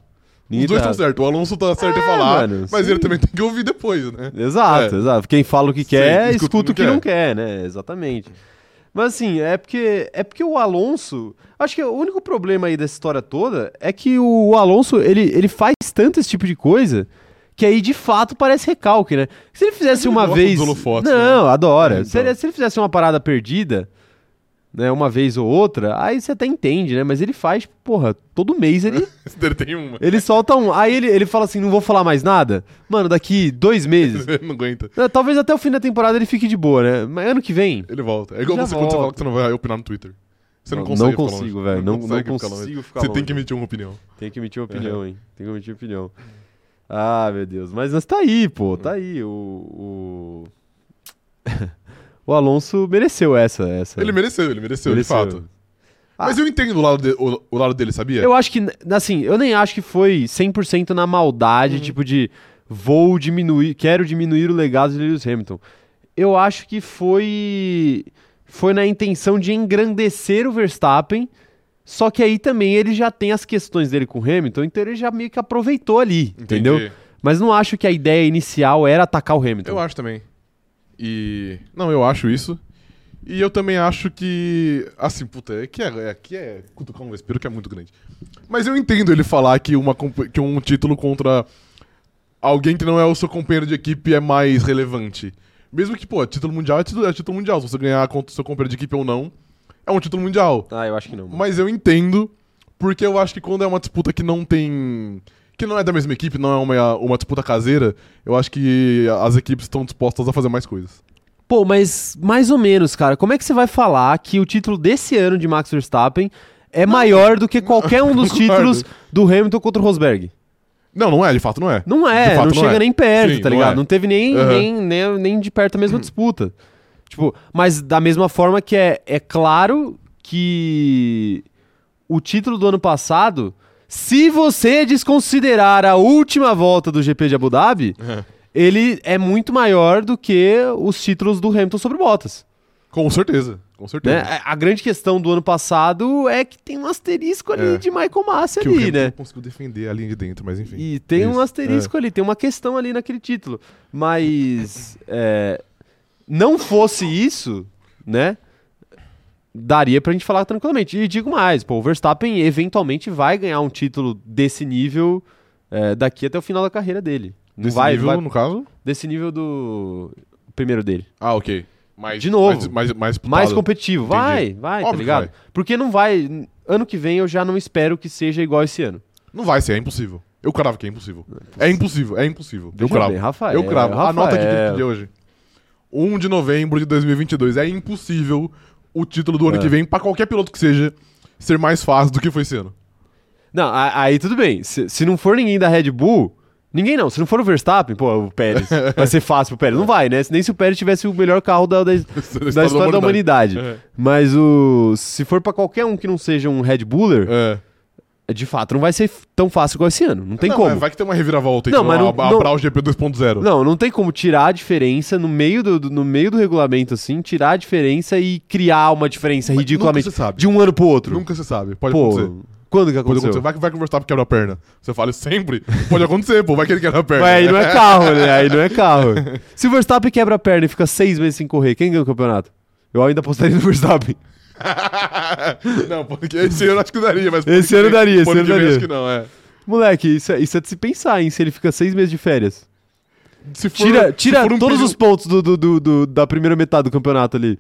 S1: Ninguém
S2: Os dois
S1: tá-
S2: estão certos. O Alonso tá certo
S1: É,
S2: em falar,
S1: mano,
S2: mas
S1: sim.
S2: ele também tem que ouvir depois, né?
S1: Exato,
S2: É.
S1: exato. Quem fala o que
S2: Sim,
S1: quer,
S2: escuta
S1: escuta
S2: o
S1: o
S2: que
S1: que não quer, né? Exatamente. Mas assim, é porque é porque o Alonso, acho que o único problema aí dessa história toda é que o Alonso, ele, ele faz tanto esse tipo de coisa que aí de fato parece recalque, né? Se ele fizesse
S2: ele
S1: uma
S2: gosta
S1: vez,
S2: dos holofotes,
S1: não, adora.
S2: É, então.
S1: se, ele, se ele fizesse uma parada perdida, né, uma vez ou outra, aí você até entende, né? Mas ele faz, tipo, porra, todo mês ele
S2: Ele tem uma.
S1: ele solta um. Aí ele, ele fala assim: não vou falar mais nada. Mano, daqui dois meses.
S2: Ele não aguenta.
S1: Não, É, Talvez até o fim da temporada ele fique de boa, né? Mas ano que vem.
S2: Ele volta. É igual
S1: Já
S2: você quando você
S1: volta.
S2: fala que você não vai opinar no Twitter. Você não,
S1: Não-
S2: consegue
S1: não
S2: ficar
S1: consigo,
S2: longe.
S1: velho. Não- não
S2: consegue ficar
S1: consigo
S2: longe.
S1: ficar
S2: Você
S1: longe.
S2: tem que É. emitir uma opinião.
S1: Tem que emitir uma opinião, hein? Tem que emitir uma opinião. Ah, meu Deus. Mas, mas tá aí, pô. Tá aí. O. O, o Alonso mereceu essa. essa.
S2: Ele mereceu, ele mereceu,
S1: Tá. Mereceu.
S2: de fato.
S1: Ah.
S2: Mas eu entendo o lado, de- o, o lado dele, sabia?
S1: Eu acho que, assim, eu nem acho que foi 100% na maldade, tipo de vou diminuir, quero diminuir o legado de Lewis Hamilton. Eu acho que foi foi na intenção de engrandecer o Verstappen, só que aí também ele já tem as questões dele com o Hamilton, então ele já meio que aproveitou ali,
S2: Entendi.
S1: entendeu? Mas não acho que a ideia inicial era atacar o Hamilton.
S2: Eu acho também. E. Não, eu acho isso. E eu também acho que. Assim, puta, aqui é, é, aqui é cutucar um vespero que é muito grande. Mas eu entendo ele falar que, uma, comp- que um título contra alguém que não é o seu companheiro de equipe é mais relevante. Mesmo que, pô, título mundial é título, é título mundial. Se você ganhar contra o seu companheiro de equipe ou não, é um título mundial.
S1: Ah, eu acho que não. mano.
S2: Mas eu entendo, porque eu acho que quando é uma disputa que não tem. que não é da mesma equipe, não é uma, uma disputa caseira, eu acho que as equipes estão dispostas a fazer mais coisas.
S1: Pô, mas mais ou menos, cara. Como é que você vai falar que o título desse ano de Max Verstappen é maior do que qualquer um dos
S2: concordo.
S1: títulos do Hamilton contra o Rosberg?
S2: Não, não é, de fato não é.
S1: Não é,
S2: De fato,
S1: não
S2: não
S1: chega
S2: é.
S1: nem perto,
S2: Sim,
S1: tá
S2: não
S1: ligado? Não,
S2: é.
S1: teve nem,
S2: Aham. Uhum.
S1: nem, nem, nem de perto a mesma disputa. Tipo, mas da mesma forma que é, é claro que o título do ano passado, se você desconsiderar a última volta do GP de Abu Dhabi, ele é muito maior do que os títulos do Hamilton sobre o Bottas.
S2: Com certeza, com
S1: Né?
S2: certeza.
S1: A- A grande questão do ano passado é que tem um asterisco ali
S2: É.
S1: de Michael Massa
S2: Que o
S1: ali,
S2: Hamilton
S1: né?
S2: não conseguiu defender a linha de dentro, mas enfim.
S1: E tem um
S2: Isso, é.
S1: asterisco ali, tem uma questão ali naquele título. Mas é, não fosse isso, né? Daria pra gente falar tranquilamente. E digo mais, pô, o Verstappen eventualmente vai ganhar um título desse nível é, daqui até o final da carreira dele. Não
S2: Desse
S1: vai,
S2: nível,
S1: vai-
S2: no caso?
S1: desse nível do primeiro dele.
S2: Ah, ok. Mais,
S1: De novo.
S2: Mais, mais, mais disputado.
S1: Mais competitivo.
S2: Entendi.
S1: Vai, vai,
S2: Óbvio
S1: tá
S2: que
S1: ligado?
S2: vai.
S1: Porque não vai. Ano que vem eu já não espero que seja igual esse ano.
S2: Não vai ser, é impossível. Eu cravo que é impossível. É impossível, é impossível. Eu
S1: Veja
S2: cravo.
S1: bem, Rafael,
S2: eu cravo. Anota aqui
S1: Rafael.
S2: de hoje. 1 de novembro de 2022. É impossível o título do ano
S1: É.
S2: que vem, pra qualquer piloto que seja, ser mais fácil do que foi esse ano.
S1: Não, a- aí tudo bem. Se, se não for ninguém da Red Bull, Ninguém não. Se não for o Verstappen, pô, o Pérez. vai ser fácil pro Pérez. Não vai, né? Nem se o Pérez tivesse o melhor carro da, da, da
S2: história
S1: história da humanidade.
S2: É.
S1: Mas o. Se for pra qualquer um que não seja um Red Buller,
S2: É.
S1: de fato não vai ser f- tão fácil igual esse ano. Não tem
S2: Não, é
S1: como.
S2: mas Vai que tem uma reviravolta,
S1: Não,
S2: então,
S1: mas não-
S2: a, a
S1: não-
S2: Brau GP 2.0.
S1: Não, não tem como tirar a diferença no meio do, do- no meio do regulamento, assim, tirar a diferença e criar uma diferença
S2: Mas
S1: ridiculamente
S2: nunca se sabe.
S1: de um ano pro outro.
S2: Nunca se sabe. Pode
S1: Pô,
S2: acontecer.
S1: quando que
S2: Pode
S1: aconteceu?
S2: acontecer. Vai que vai que o Verstappen quebra a perna. Você fala isso sempre. Pode acontecer, pô. Vai que ele quebra a perna.
S1: Mas aí não é carro, né? Aí não é carro. Se o Verstappen quebra a perna e fica seis meses sem correr, quem ganha o campeonato? Eu ainda apostaria no Verstappen.
S2: não, porque esse ano acho que daria, mas.
S1: Esse
S2: porque-
S1: ano daria, esse
S2: porque
S1: ano
S2: vem
S1: daria.
S2: Acho que não, é.
S1: Moleque, isso é, isso é de se pensar, hein? Se ele fica seis meses de férias.
S2: Se for-
S1: Tira,
S2: se
S1: tira
S2: for um
S1: todos
S2: período-
S1: os pontos do, do- do- do- da primeira metade do campeonato ali.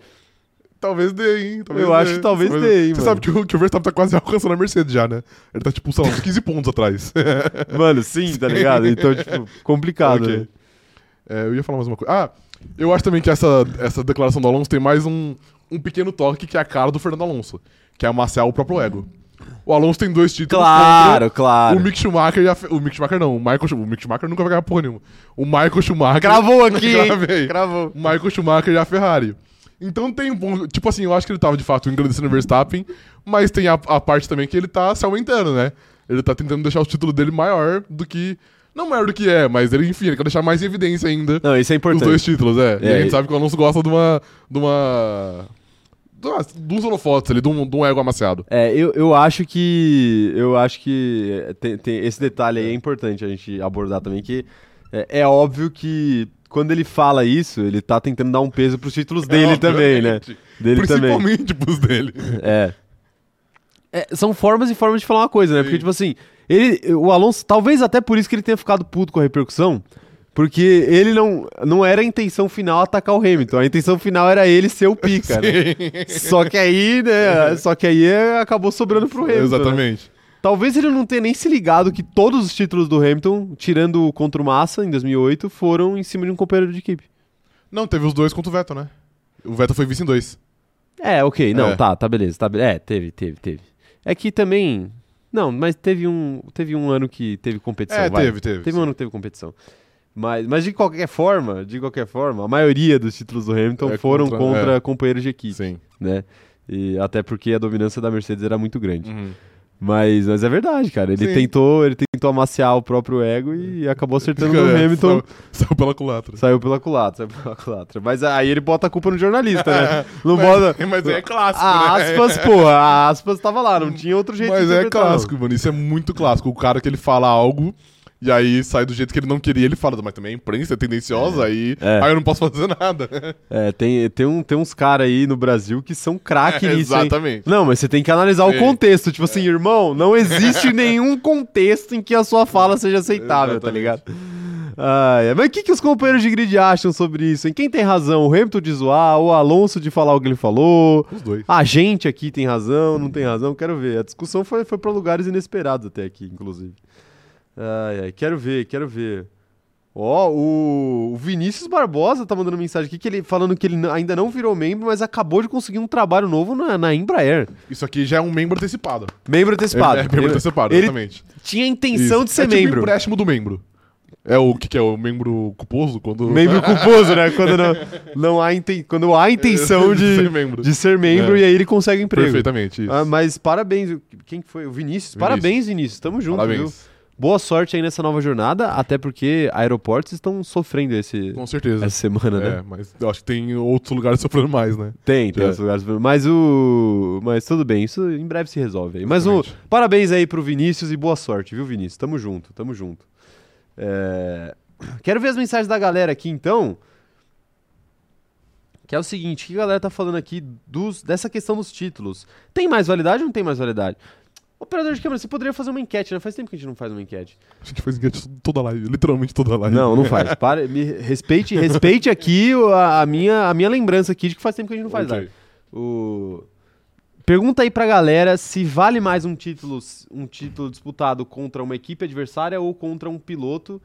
S2: Talvez dê, hein? Talvez
S1: Eu
S2: dê.
S1: acho que talvez dê, hein,
S2: Você
S1: mano.
S2: sabe que o, que o Verstappen tá quase alcançando a Mercedes já, né? Ele tá, tipo, sei lá, uns 15 pontos atrás.
S1: Mano, sim, tá ligado? Então, tipo, complicado.
S2: Ok.
S1: né?
S2: É, eu ia falar mais uma coisa. Ah, eu acho também que essa, essa declaração do Alonso tem mais um, um pequeno toque que é a cara do Fernando Alonso, que é amaciar o próprio ego. O Alonso tem dois títulos.
S1: Claro,
S2: contra
S1: claro.
S2: O Mick Schumacher e a, Fe- O Mick Schumacher não, o Michael Schumacher. O Mick Schumacher nunca vai ganhar porra nenhuma. O Michael Schumacher.
S1: Cravou aqui, hein?
S2: Cravei.
S1: Cravou.
S2: O Michael Schumacher e a Ferrari. Então tem um bom. Tipo assim, eu acho que ele tava de fato engrandecendo o Verstappen, mas tem a, a parte também que ele tá se aumentando, né? Ele tá tentando deixar o título dele maior do que. Não maior do que é, mas ele, enfim, ele quer deixar mais em evidência ainda.
S1: Não, isso é
S2: Os
S1: importante.
S2: dois títulos, é. E
S1: É,
S2: a gente
S1: e-
S2: sabe que o Alonso gosta de uma. de uma. de uma- de uns holofotes ali, de um, de um ego amaciado.
S1: É, eu, eu acho que. Eu acho que é, tem, tem- esse detalhe aí é importante a gente abordar também, que é, é óbvio que quando ele fala isso, ele tá tentando dar um peso pros
S2: É
S1: títulos dele também, né?
S2: Obviamente.
S1: Dele também.
S2: Principalmente pros dele.
S1: É. É, São formas e formas de falar uma coisa, né? Porque,
S2: Sim.
S1: tipo assim, ele, o Alonso, talvez até por isso que ele tenha ficado puto com a repercussão, porque ele não, não era a intenção final atacar o Hamilton. A intenção final era ele ser o pica, né? Só que aí, né? Só que aí é, acabou sobrando pro Hamilton. né?
S2: Exatamente.
S1: Talvez ele não tenha nem se ligado que todos os títulos do Hamilton, tirando o contra o Massa em 2008, foram em cima de um companheiro de equipe.
S2: Não, teve os dois contra o Vettel, né? O Vettel foi vice em dois.
S1: É, ok, não,
S2: É.
S1: tá, tá beleza, tá, be- é, teve, teve, teve. É que também, não, mas teve um, teve um ano que teve competição,
S2: É,
S1: vai.
S2: teve, teve.
S1: um ano que teve competição. Mas, mas de qualquer forma, de qualquer forma, a maioria dos títulos do Hamilton
S2: É
S1: foram
S2: contra-
S1: contra,
S2: é.
S1: companheiros de equipe,
S2: Sim.
S1: né? E até porque a dominância da Mercedes era muito grande. Mas, mas é verdade, cara. Ele
S2: Sim.
S1: tentou, ele tentou amaciar o próprio ego e acabou acertando no então-
S2: É,
S1: Hamilton.
S2: Saiu, saiu pela culatra.
S1: Saiu pela culatra, saiu pela culatra. Mas aí ele bota a culpa no jornalista, né? Não bota.
S2: mas é clássico,
S1: A
S2: né?
S1: Ah, aspas, porra, a aspas tava lá, não tinha outro jeito
S2: Mas
S1: de
S2: é
S1: interpretar, não.
S2: clássico, mano. Isso é muito clássico. O cara que ele fala algo e aí sai do jeito que ele não queria, ele fala, mas também a imprensa é tendenciosa, aí,
S1: É.
S2: aí eu não posso fazer nada.
S1: É, tem, tem, um, tem uns caras aí no Brasil que são craque
S2: É,
S1: nisso. hein?
S2: exatamente.
S1: Não, mas você tem que analisar
S2: Sim. É.
S1: o contexto. Tipo assim, irmão, não existe nenhum contexto em que a sua fala seja aceitável, tá
S2: Exatamente.
S1: ligado? Ah, é. Mas o que, que os companheiros de grid acham sobre isso? Hein? Quem tem razão? O Hamilton de zoar, o Alonso de falar o que ele falou?
S2: Os dois.
S1: Ah, A gente aqui tem razão, não tem razão, quero ver. A discussão foi, foi para lugares inesperados até aqui, inclusive. Ai, ai, quero ver, quero ver. Ó, o, o Vinícius Barbosa tá mandando mensagem aqui que ele, falando que ele n- ainda não virou membro, mas acabou de conseguir um trabalho novo na, na Embraer.
S2: Isso aqui já é um membro antecipado.
S1: Membro antecipado.
S2: É, é membro
S1: Ele-
S2: antecipado,
S1: ele
S2: exatamente.
S1: tinha a intenção
S2: Isso.
S1: de ser
S2: é tipo
S1: membro.
S2: o empréstimo do membro. É o que, que é? O membro culposo? Quando...
S1: Membro culposo, né? Quando, não, não há, inten- quando há intenção de, de
S2: ser
S1: ser
S2: membro. É.
S1: membro, e aí ele consegue um emprego.
S2: Perfeitamente, isso.
S1: Ah, mas parabéns, o- quem que foi? O Vinícius. Parabéns, Vinícius. Tamo junto, viu?
S2: Parabéns.
S1: Boa sorte aí nessa nova jornada, até porque aeroportos estão sofrendo esse,
S2: Com certeza.
S1: essa semana, né?
S2: É, mas eu acho que tem outros lugares sofrendo mais, né?
S1: Tem, tem
S2: É.
S1: outros lugares. Mas o. Mas tudo bem, isso em breve se resolve aí. Mas o.
S2: Exatamente.
S1: Parabéns aí pro Vinícius e boa sorte, viu, Vinícius? Tamo junto, tamo junto. É, Quero ver as mensagens da galera aqui, então. Que é o seguinte, o que a galera tá falando aqui dos, dessa questão dos títulos? Tem mais validade ou não tem mais validade? Operador de câmera, você poderia fazer uma enquete, né? Faz tempo que a gente não faz uma enquete.
S2: A gente fez enquete toda live, literalmente toda live. É.
S1: Não, não faz. Para, me respeite, respeite aqui o- a, a minha, a minha lembrança aqui de que faz tempo que a gente não faz
S2: Ok.
S1: nada. O... Pergunta aí pra galera se vale mais um título, um título disputado contra uma equipe adversária ou contra um piloto,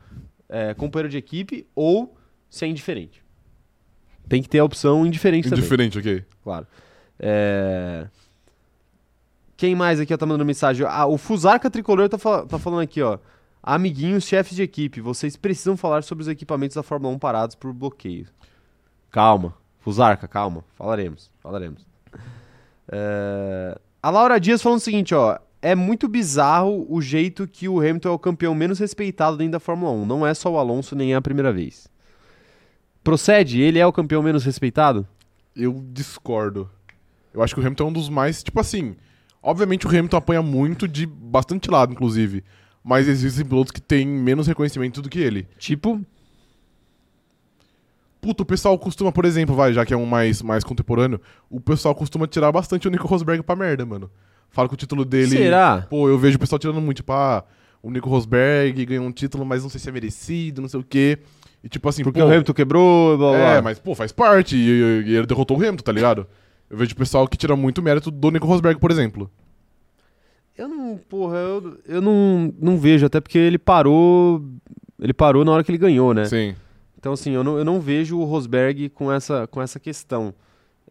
S1: é, companheiro de equipe, ou se é indiferente. Tem que ter a opção indiferente, também,
S2: Indiferente, ok.
S1: claro. É, Quem mais aqui ó, tá mandando mensagem? Ah, o Fusarca Tricolor tá, fa- tá falando aqui, ó. Amiguinhos, chefes de equipe, vocês precisam falar sobre os equipamentos da Fórmula 1 parados por bloqueio. Calma, Fusarca, calma. Falaremos, falaremos. É, A Laura Dias falando o seguinte, ó. É muito bizarro o jeito que o Hamilton é o campeão menos respeitado dentro da Fórmula 1. Não é só o Alonso, nem é a primeira vez. Procede, ele é o campeão menos respeitado?
S2: Eu discordo. Eu acho que o Hamilton é um dos mais, tipo assim. Obviamente o Hamilton apanha muito de bastante lado, inclusive. Mas existem pilotos que têm menos reconhecimento do que ele.
S1: Tipo,
S2: Puta, o pessoal costuma, por exemplo, vai, já que é um mais, mais contemporâneo, o pessoal costuma tirar bastante o Nico Rosberg pra merda, mano. Fala que o título dele.
S1: será?
S2: Pô, eu vejo o pessoal tirando muito, tipo, ah, o Nico Rosberg ganhou um título, mas não sei se é merecido, não sei o quê. E tipo assim,
S1: Porque
S2: pô,
S1: o Hamilton tá quebrou, blá blá.
S2: É,
S1: blá.
S2: mas, pô, faz parte. E, e- e ele derrotou o Hamilton, tá ligado? Eu vejo o pessoal que tira muito mérito do Nico Rosberg, por exemplo.
S1: Eu não, porra, eu, eu não, não vejo, até porque ele parou. Ele parou na hora que ele ganhou, né?
S2: Sim.
S1: Então, assim, eu não, eu não vejo o Rosberg com essa, com essa questão.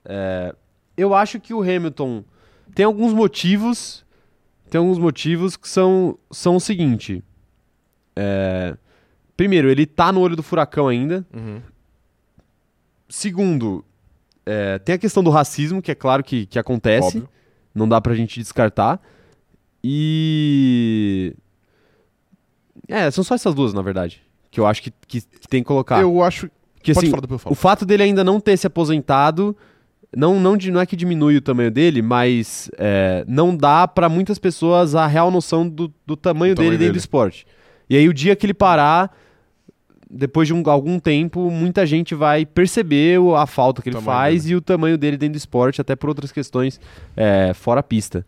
S1: É, eu acho que o Hamilton tem alguns motivos. Tem alguns motivos que são, são o seguinte. É, primeiro, ele tá no olho do furacão ainda. Segundo, é, tem a questão do racismo, que é claro que, que acontece.
S2: Óbvio.
S1: Não dá pra gente descartar. E. É, são só essas duas, na verdade. Que eu acho que, que, que tem que colocar.
S2: Eu acho.
S1: que,
S2: Pode
S1: assim,
S2: falar do que eu falo.
S1: o fato dele ainda não ter se aposentado. Não, não, di- não é que diminui o tamanho dele, mas é, não dá pra muitas pessoas a real noção do, do tamanho
S2: Do tamanho
S1: dele dentro
S2: dele.
S1: do esporte. E aí, o dia que ele parar, depois de um- algum tempo, muita gente vai perceber o- a falta que ele
S2: tamanho
S1: faz e o tamanho dele dentro do esporte, até por outras questões é, fora a pista.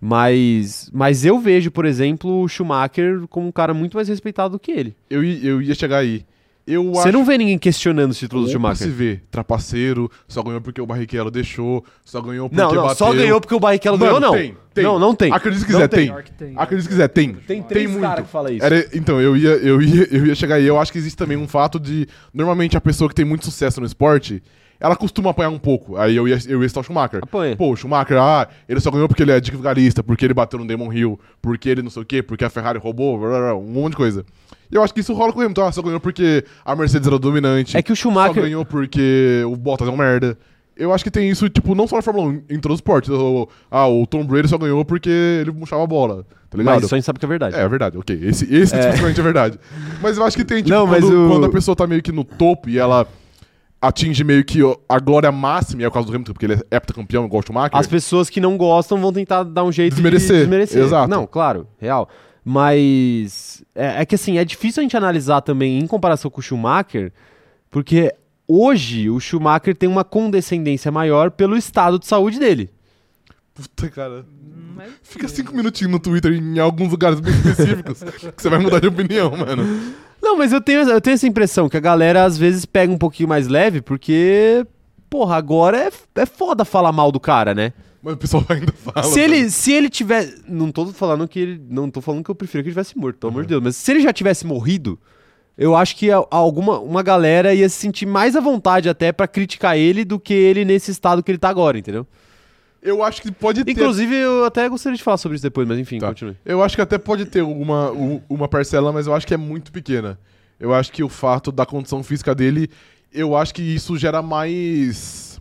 S1: Mas, mas eu vejo, por exemplo, o Schumacher como um cara muito mais respeitado do que ele.
S2: Eu, i- eu ia chegar aí. Eu
S1: Você
S2: acho
S1: não vê ninguém questionando o título do
S2: Opa,
S1: Schumacher.
S2: se vê, trapaceiro, só ganhou porque o Barrichello deixou, só ganhou porque
S1: Não, não,
S2: bateu.
S1: só ganhou porque o Barrichello
S2: Mano,
S1: ganhou, não.
S2: tem, tem.
S1: Não, não tem.
S2: Acredite se quiser,
S1: Não tem.
S2: tem.
S3: Pior que tem.
S2: Acredite se quiser, tem.
S1: Tem É,
S2: três muito.
S1: caras
S2: cara
S1: que falam isso.
S2: Era- então, eu ia, eu, ia, eu ia chegar aí. Eu acho que existe também um fato de. Normalmente a pessoa que tem muito sucesso no esporte, ela costuma apanhar um pouco. Aí eu ia, eu ia citar o Schumacher.
S1: Apanha.
S2: Pô, o Schumacher, ah, ele só ganhou porque ele é advergarista, porque ele bateu no Demon Hill, porque ele não sei o quê, porque a Ferrari roubou, blá, blá, blá, um monte de coisa. E eu acho que isso rola com o Hamilton. Ah, só ganhou porque a Mercedes era dominante.
S1: É que o
S2: Só
S1: Schumacher.
S2: ganhou porque o Bottas é um merda. Eu acho que tem isso, tipo, não só na Fórmula 1, em todos os esportes. O- Ah, o Tom Brady só ganhou porque ele murchava a bola, tá ligado?
S1: Mas só a gente sabe que é verdade.
S2: É, é verdade, ok. Esse, esse especificamente é verdade. Mas eu acho que tem, tipo,
S1: Não, mas
S2: quando,
S1: o-
S2: quando a pessoa tá meio que no topo e ela atinge meio que ó, a glória máxima, e é o caso do Hamilton, porque ele é heptacampeão, igual o Schumacher.
S1: As pessoas que não gostam vão tentar dar um jeito de
S2: Desmerecer,
S1: desmerecer.
S2: exato.
S1: Não, claro, real. Mas é, é que assim, é difícil a gente analisar também em comparação com o Schumacher, porque hoje o Schumacher tem uma condescendência maior pelo estado de saúde dele.
S2: Puta, cara. Fica cinco minutinhos no Twitter em alguns lugares bem específicos que você vai mudar de opinião, mano.
S1: Não, mas eu tenho, eu tenho essa impressão que a galera às vezes pega um pouquinho mais leve, porque, porra, agora é, é foda falar mal do cara, né?
S2: Mas o pessoal ainda fala.
S1: se ele, se ele tiver, não tô falando que ele, não tô falando que eu prefiro que ele tivesse morto, pelo amor de Deus, mas se ele já tivesse morrido, eu acho que a- alguma uma galera ia se sentir mais à vontade até pra criticar ele do que ele nesse estado que ele tá agora, entendeu?
S2: Eu acho que pode ter
S1: Inclusive eu até gostaria de falar sobre isso depois, mas enfim,
S2: Tá.
S1: continue.
S2: Eu acho que até pode ter uma, u- uma parcela, mas eu acho que é muito pequena. Eu acho que o fato da condição física dele, eu acho que isso gera mais.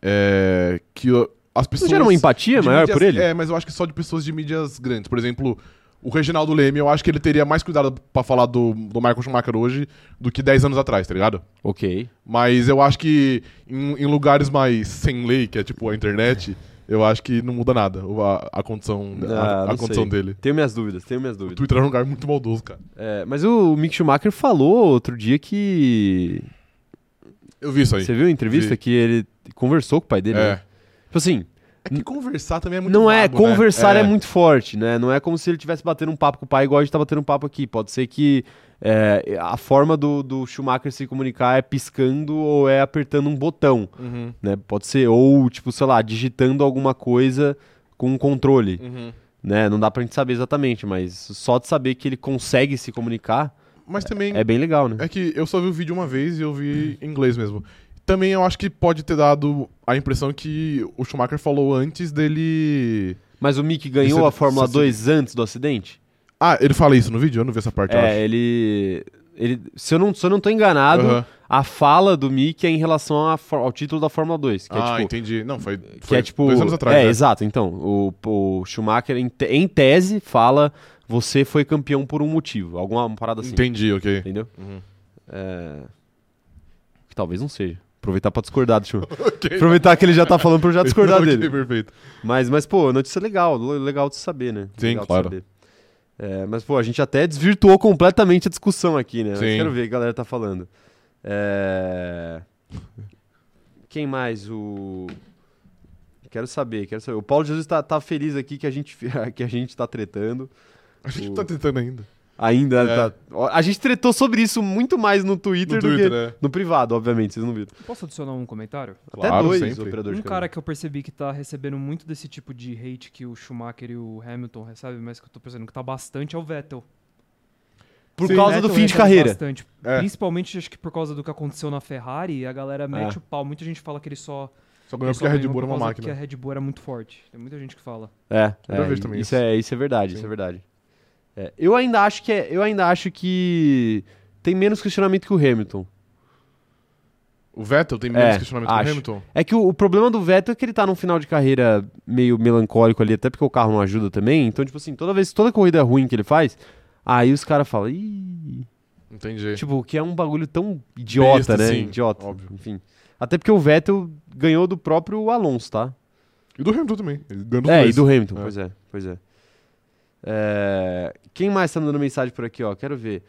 S2: É, que o- as
S1: Não
S2: pessoas.
S1: gera uma empatia
S2: de
S1: maior
S2: mídias-
S1: por ele?
S2: É, mas eu acho que só de pessoas de mídias grandes. Por exemplo, o Reginaldo Leme, eu acho que ele teria mais cuidado pra falar do, do Michael Schumacher hoje do que 10 anos atrás, tá ligado?
S1: OK.
S2: Mas eu acho que em, em lugares mais sem lei, que é tipo a internet, eu acho que não muda nada o- a, a condição,
S1: Ah,
S2: a, a
S1: não
S2: condição
S1: sei.
S2: dele.
S1: Tenho minhas dúvidas, tenho minhas dúvidas.
S2: Twitter é um lugar muito maldoso, cara.
S1: É, mas o Mick Schumacher falou outro dia que
S2: Eu vi isso aí.
S1: você viu a entrevista
S2: Vi.
S1: que ele conversou com o pai dele, né?
S2: É.
S1: Tipo assim,
S2: é que conversar também é muito
S1: Não é,
S2: vago, né?
S1: conversar é. muito forte, né? Não é como se ele tivesse batendo um papo com o pai igual a gente tá batendo um papo aqui. Pode ser que é, a forma do, do Schumacher se comunicar é piscando ou é apertando um botão,
S2: Uhum,
S1: né? Pode ser, ou, tipo, sei lá, digitando alguma coisa com um controle,
S2: uhum.
S1: né? Não dá pra gente saber exatamente, mas só de saber que ele consegue se comunicar
S2: Mas também
S1: é
S2: é...
S1: bem legal, né?
S2: que eu só vi o vídeo uma vez e eu vi em inglês mesmo. Também eu acho que pode ter dado a impressão que o Schumacher falou antes dele.
S1: Mas o Mick ganhou
S2: Isso é-
S1: a Fórmula
S2: isso é-
S1: 2 antes do acidente?
S2: Ah, ele fala isso no vídeo? Eu não vi essa parte, eu acho.
S1: É, ele. ele se, eu não, se eu não tô enganado,
S2: Aham.
S1: a fala do Mickey é em relação à for- ao título da Fórmula 2. Que é,
S2: ah,
S1: tipo,
S2: entendi. Não, foi,
S1: que
S2: foi
S1: é tipo.
S2: dois anos atrás.
S1: é,
S2: né?
S1: exato. Então, o, o Schumacher, em, te- em tese, fala: você foi campeão por um motivo, alguma parada assim.
S2: Entendi, ok.
S1: Entendeu?
S2: Uhum.
S1: É, Que talvez não seja. Aproveitar pra discordar do Schumacher.
S2: Ok.
S1: Aproveitar que ele já tá falando pra eu já discordar
S2: Ok,
S1: dele.
S2: perfeito.
S1: Mas, mas, pô, notícia legal, le- legal de saber, né?
S2: Sim,
S1: legal de
S2: claro.
S1: saber. É, mas, pô, a gente até desvirtuou completamente a discussão aqui, né? Mas
S2: Sim.
S1: quero ver o que a galera tá falando. É... Quem mais? O. Quero saber, quero saber. O Paulo Jesus tá, tá feliz aqui que a gente, que a gente tá tretando.
S2: A gente
S1: O-
S2: tá tentando ainda.
S1: Ainda
S2: É.
S1: tá. Ó, A gente tretou sobre isso muito mais no Twitter
S2: No
S1: do
S2: Twitter,
S1: que.
S2: né?
S1: No privado, obviamente, vocês não viram.
S3: Posso adicionar um comentário?
S1: Até
S2: Claro,
S1: dois
S2: sempre.
S1: operadores
S3: Um
S1: de
S3: cara que eu percebi que tá recebendo muito desse tipo de hate que o Schumacher e o Hamilton recebem, mas que eu tô percebendo que tá bastante, é o Vettel.
S1: Por
S2: Sim.
S1: causa do
S3: Vettel
S1: fim de
S3: recebe
S1: carreira.
S3: Bastante.
S2: É.
S3: Principalmente, acho que por causa do que aconteceu na Ferrari, a galera
S1: É.
S3: mete o pau. Muita gente fala que ele só.
S2: Só
S3: ele
S2: ganhou
S3: só
S2: porque a Red
S3: ganhou
S2: Bull
S3: por
S2: era uma
S3: causa Que a
S2: máquina.
S3: Red Bull era muito forte. Tem muita gente que fala.
S1: É,
S2: Primeira
S1: é,
S2: vez também
S1: isso
S2: isso.
S1: é isso é verdade,
S2: Sim.
S1: isso é verdade. É, eu ainda acho que é- eu ainda acho que tem menos questionamento que o Hamilton.
S2: O Vettel tem menos
S1: É,
S2: questionamento que
S1: acho.
S2: o Hamilton.
S1: É que o, o problema do Vettel é que ele tá num final de carreira meio melancólico ali, até porque o carro não ajuda também. Então, tipo assim, toda vez, toda corrida ruim que ele faz, aí os caras falam, "Ih",
S2: Entendi.
S1: tipo, que é um bagulho tão idiota,
S2: Besta,
S1: né?
S2: sim,
S1: idiota.
S2: óbvio.
S1: Enfim. Até porque o Vettel ganhou do próprio Alonso, tá?
S2: E do Hamilton também. Ele ganhou dos
S1: É,
S2: dois.
S1: e do Hamilton,
S2: É.
S1: pois é, pois é. É, Quem mais tá mandando mensagem por aqui, ó? Quero ver.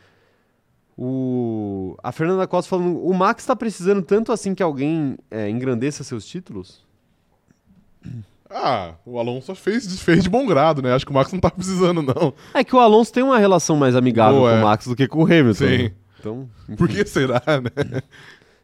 S1: O... A Fernanda Costa falando, o Max tá precisando tanto assim que alguém é, engrandeça seus títulos?
S2: Ah, o Alonso fez, fez de bom grado, né? Acho que o Max não tá precisando, não.
S1: É que o Alonso tem uma relação mais amigável
S2: Boa,
S1: com
S2: é.
S1: o Max do que com o Hamilton. né?
S2: Sim.
S1: Então,
S2: Por que será, né?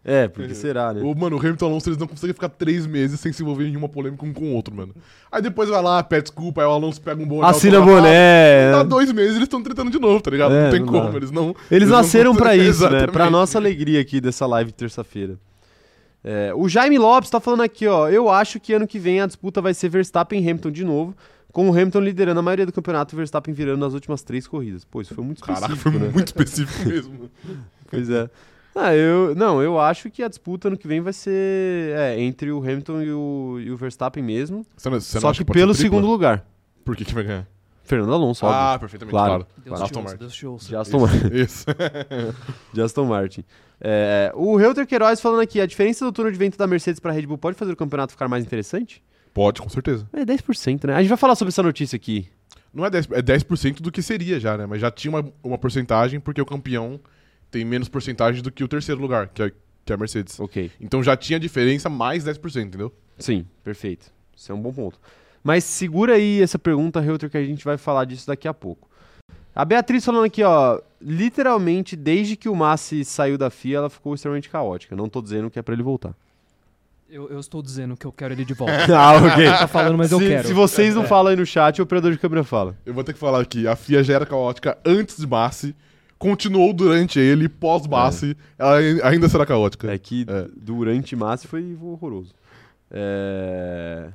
S1: é, porque será, né?
S2: Ô, mano, Uhum. o Hamilton e o Alonso eles não conseguem ficar três meses sem se envolver em nenhuma polêmica um com o outro, mano. Aí depois vai lá, pede desculpa, aí o tá- Alonso pega um boné.
S1: Assina
S2: autografado,
S1: boné. né?
S2: Dá dois meses eles estão tretando de novo, tá ligado?
S1: É,
S2: não tem
S1: não dá.
S2: como, eles não.
S1: Eles
S2: não
S1: nasceram
S2: conseguem-
S1: pra isso, né?
S2: Exatamente.
S1: Pra nossa alegria aqui dessa live de terça-feira. É, o Jaime Lopes tá falando aqui, ó. Eu acho que ano que vem a disputa vai ser Verstappen e Hamilton de novo, com o Hamilton liderando a maioria do campeonato e o Verstappen virando nas últimas três corridas. Pô, isso foi muito específico,
S2: Caraca, foi
S1: né?
S2: muito específico mesmo.
S1: Pois é. Ah, eu, não, eu acho que a disputa ano que vem vai ser é, entre o Hamilton e o, e o Verstappen mesmo.
S2: Você não- você não
S1: só
S2: acha
S1: que
S2: pode ser
S1: pelo
S2: tripla?
S1: segundo lugar.
S2: Por que, que vai ganhar?
S1: Fernando Alonso,
S2: Ah,
S1: óbvio.
S2: perfeitamente,
S1: Claro.
S2: claro.
S1: Deus Aston
S2: te ouça, Martin.
S3: Deus te ouça.
S1: De Aston Martin.
S2: Isso.
S1: de Aston Martin. É, o Reuter Queiroz falando aqui, a diferença do turno de vento da Mercedes para Red Bull pode fazer o campeonato ficar mais interessante?
S2: Pode, com certeza.
S1: É 10%, né? A gente vai falar sobre essa notícia aqui.
S2: Não é 10%, é 10% do que seria já, né? Mas já tinha uma, uma porcentagem, porque o campeão tem menos porcentagem do que o terceiro lugar, que é, que é a Mercedes.
S1: Ok.
S2: Então já tinha diferença mais 10%, entendeu?
S1: Sim, perfeito. Isso é um bom ponto. Mas segura aí essa pergunta, Reuter, que a gente vai falar disso daqui a pouco. A Beatriz falando aqui, ó, literalmente desde que o Massi saiu da FIA, ela ficou extremamente caótica. Não tô dizendo que é pra ele voltar.
S3: Eu, eu estou dizendo que eu quero ele de volta.
S1: ah, ok.
S3: Ele tá falando, mas eu
S1: se,
S3: quero. É.
S1: se vocês não falam aí no chat, o operador de câmera fala.
S2: Eu vou ter que falar aqui, a FIA já era caótica antes de Massi, continuou durante ele, pós-Massi, ela ai- ainda será caótica.
S1: É que
S2: É.
S1: durante Massi foi horroroso. É...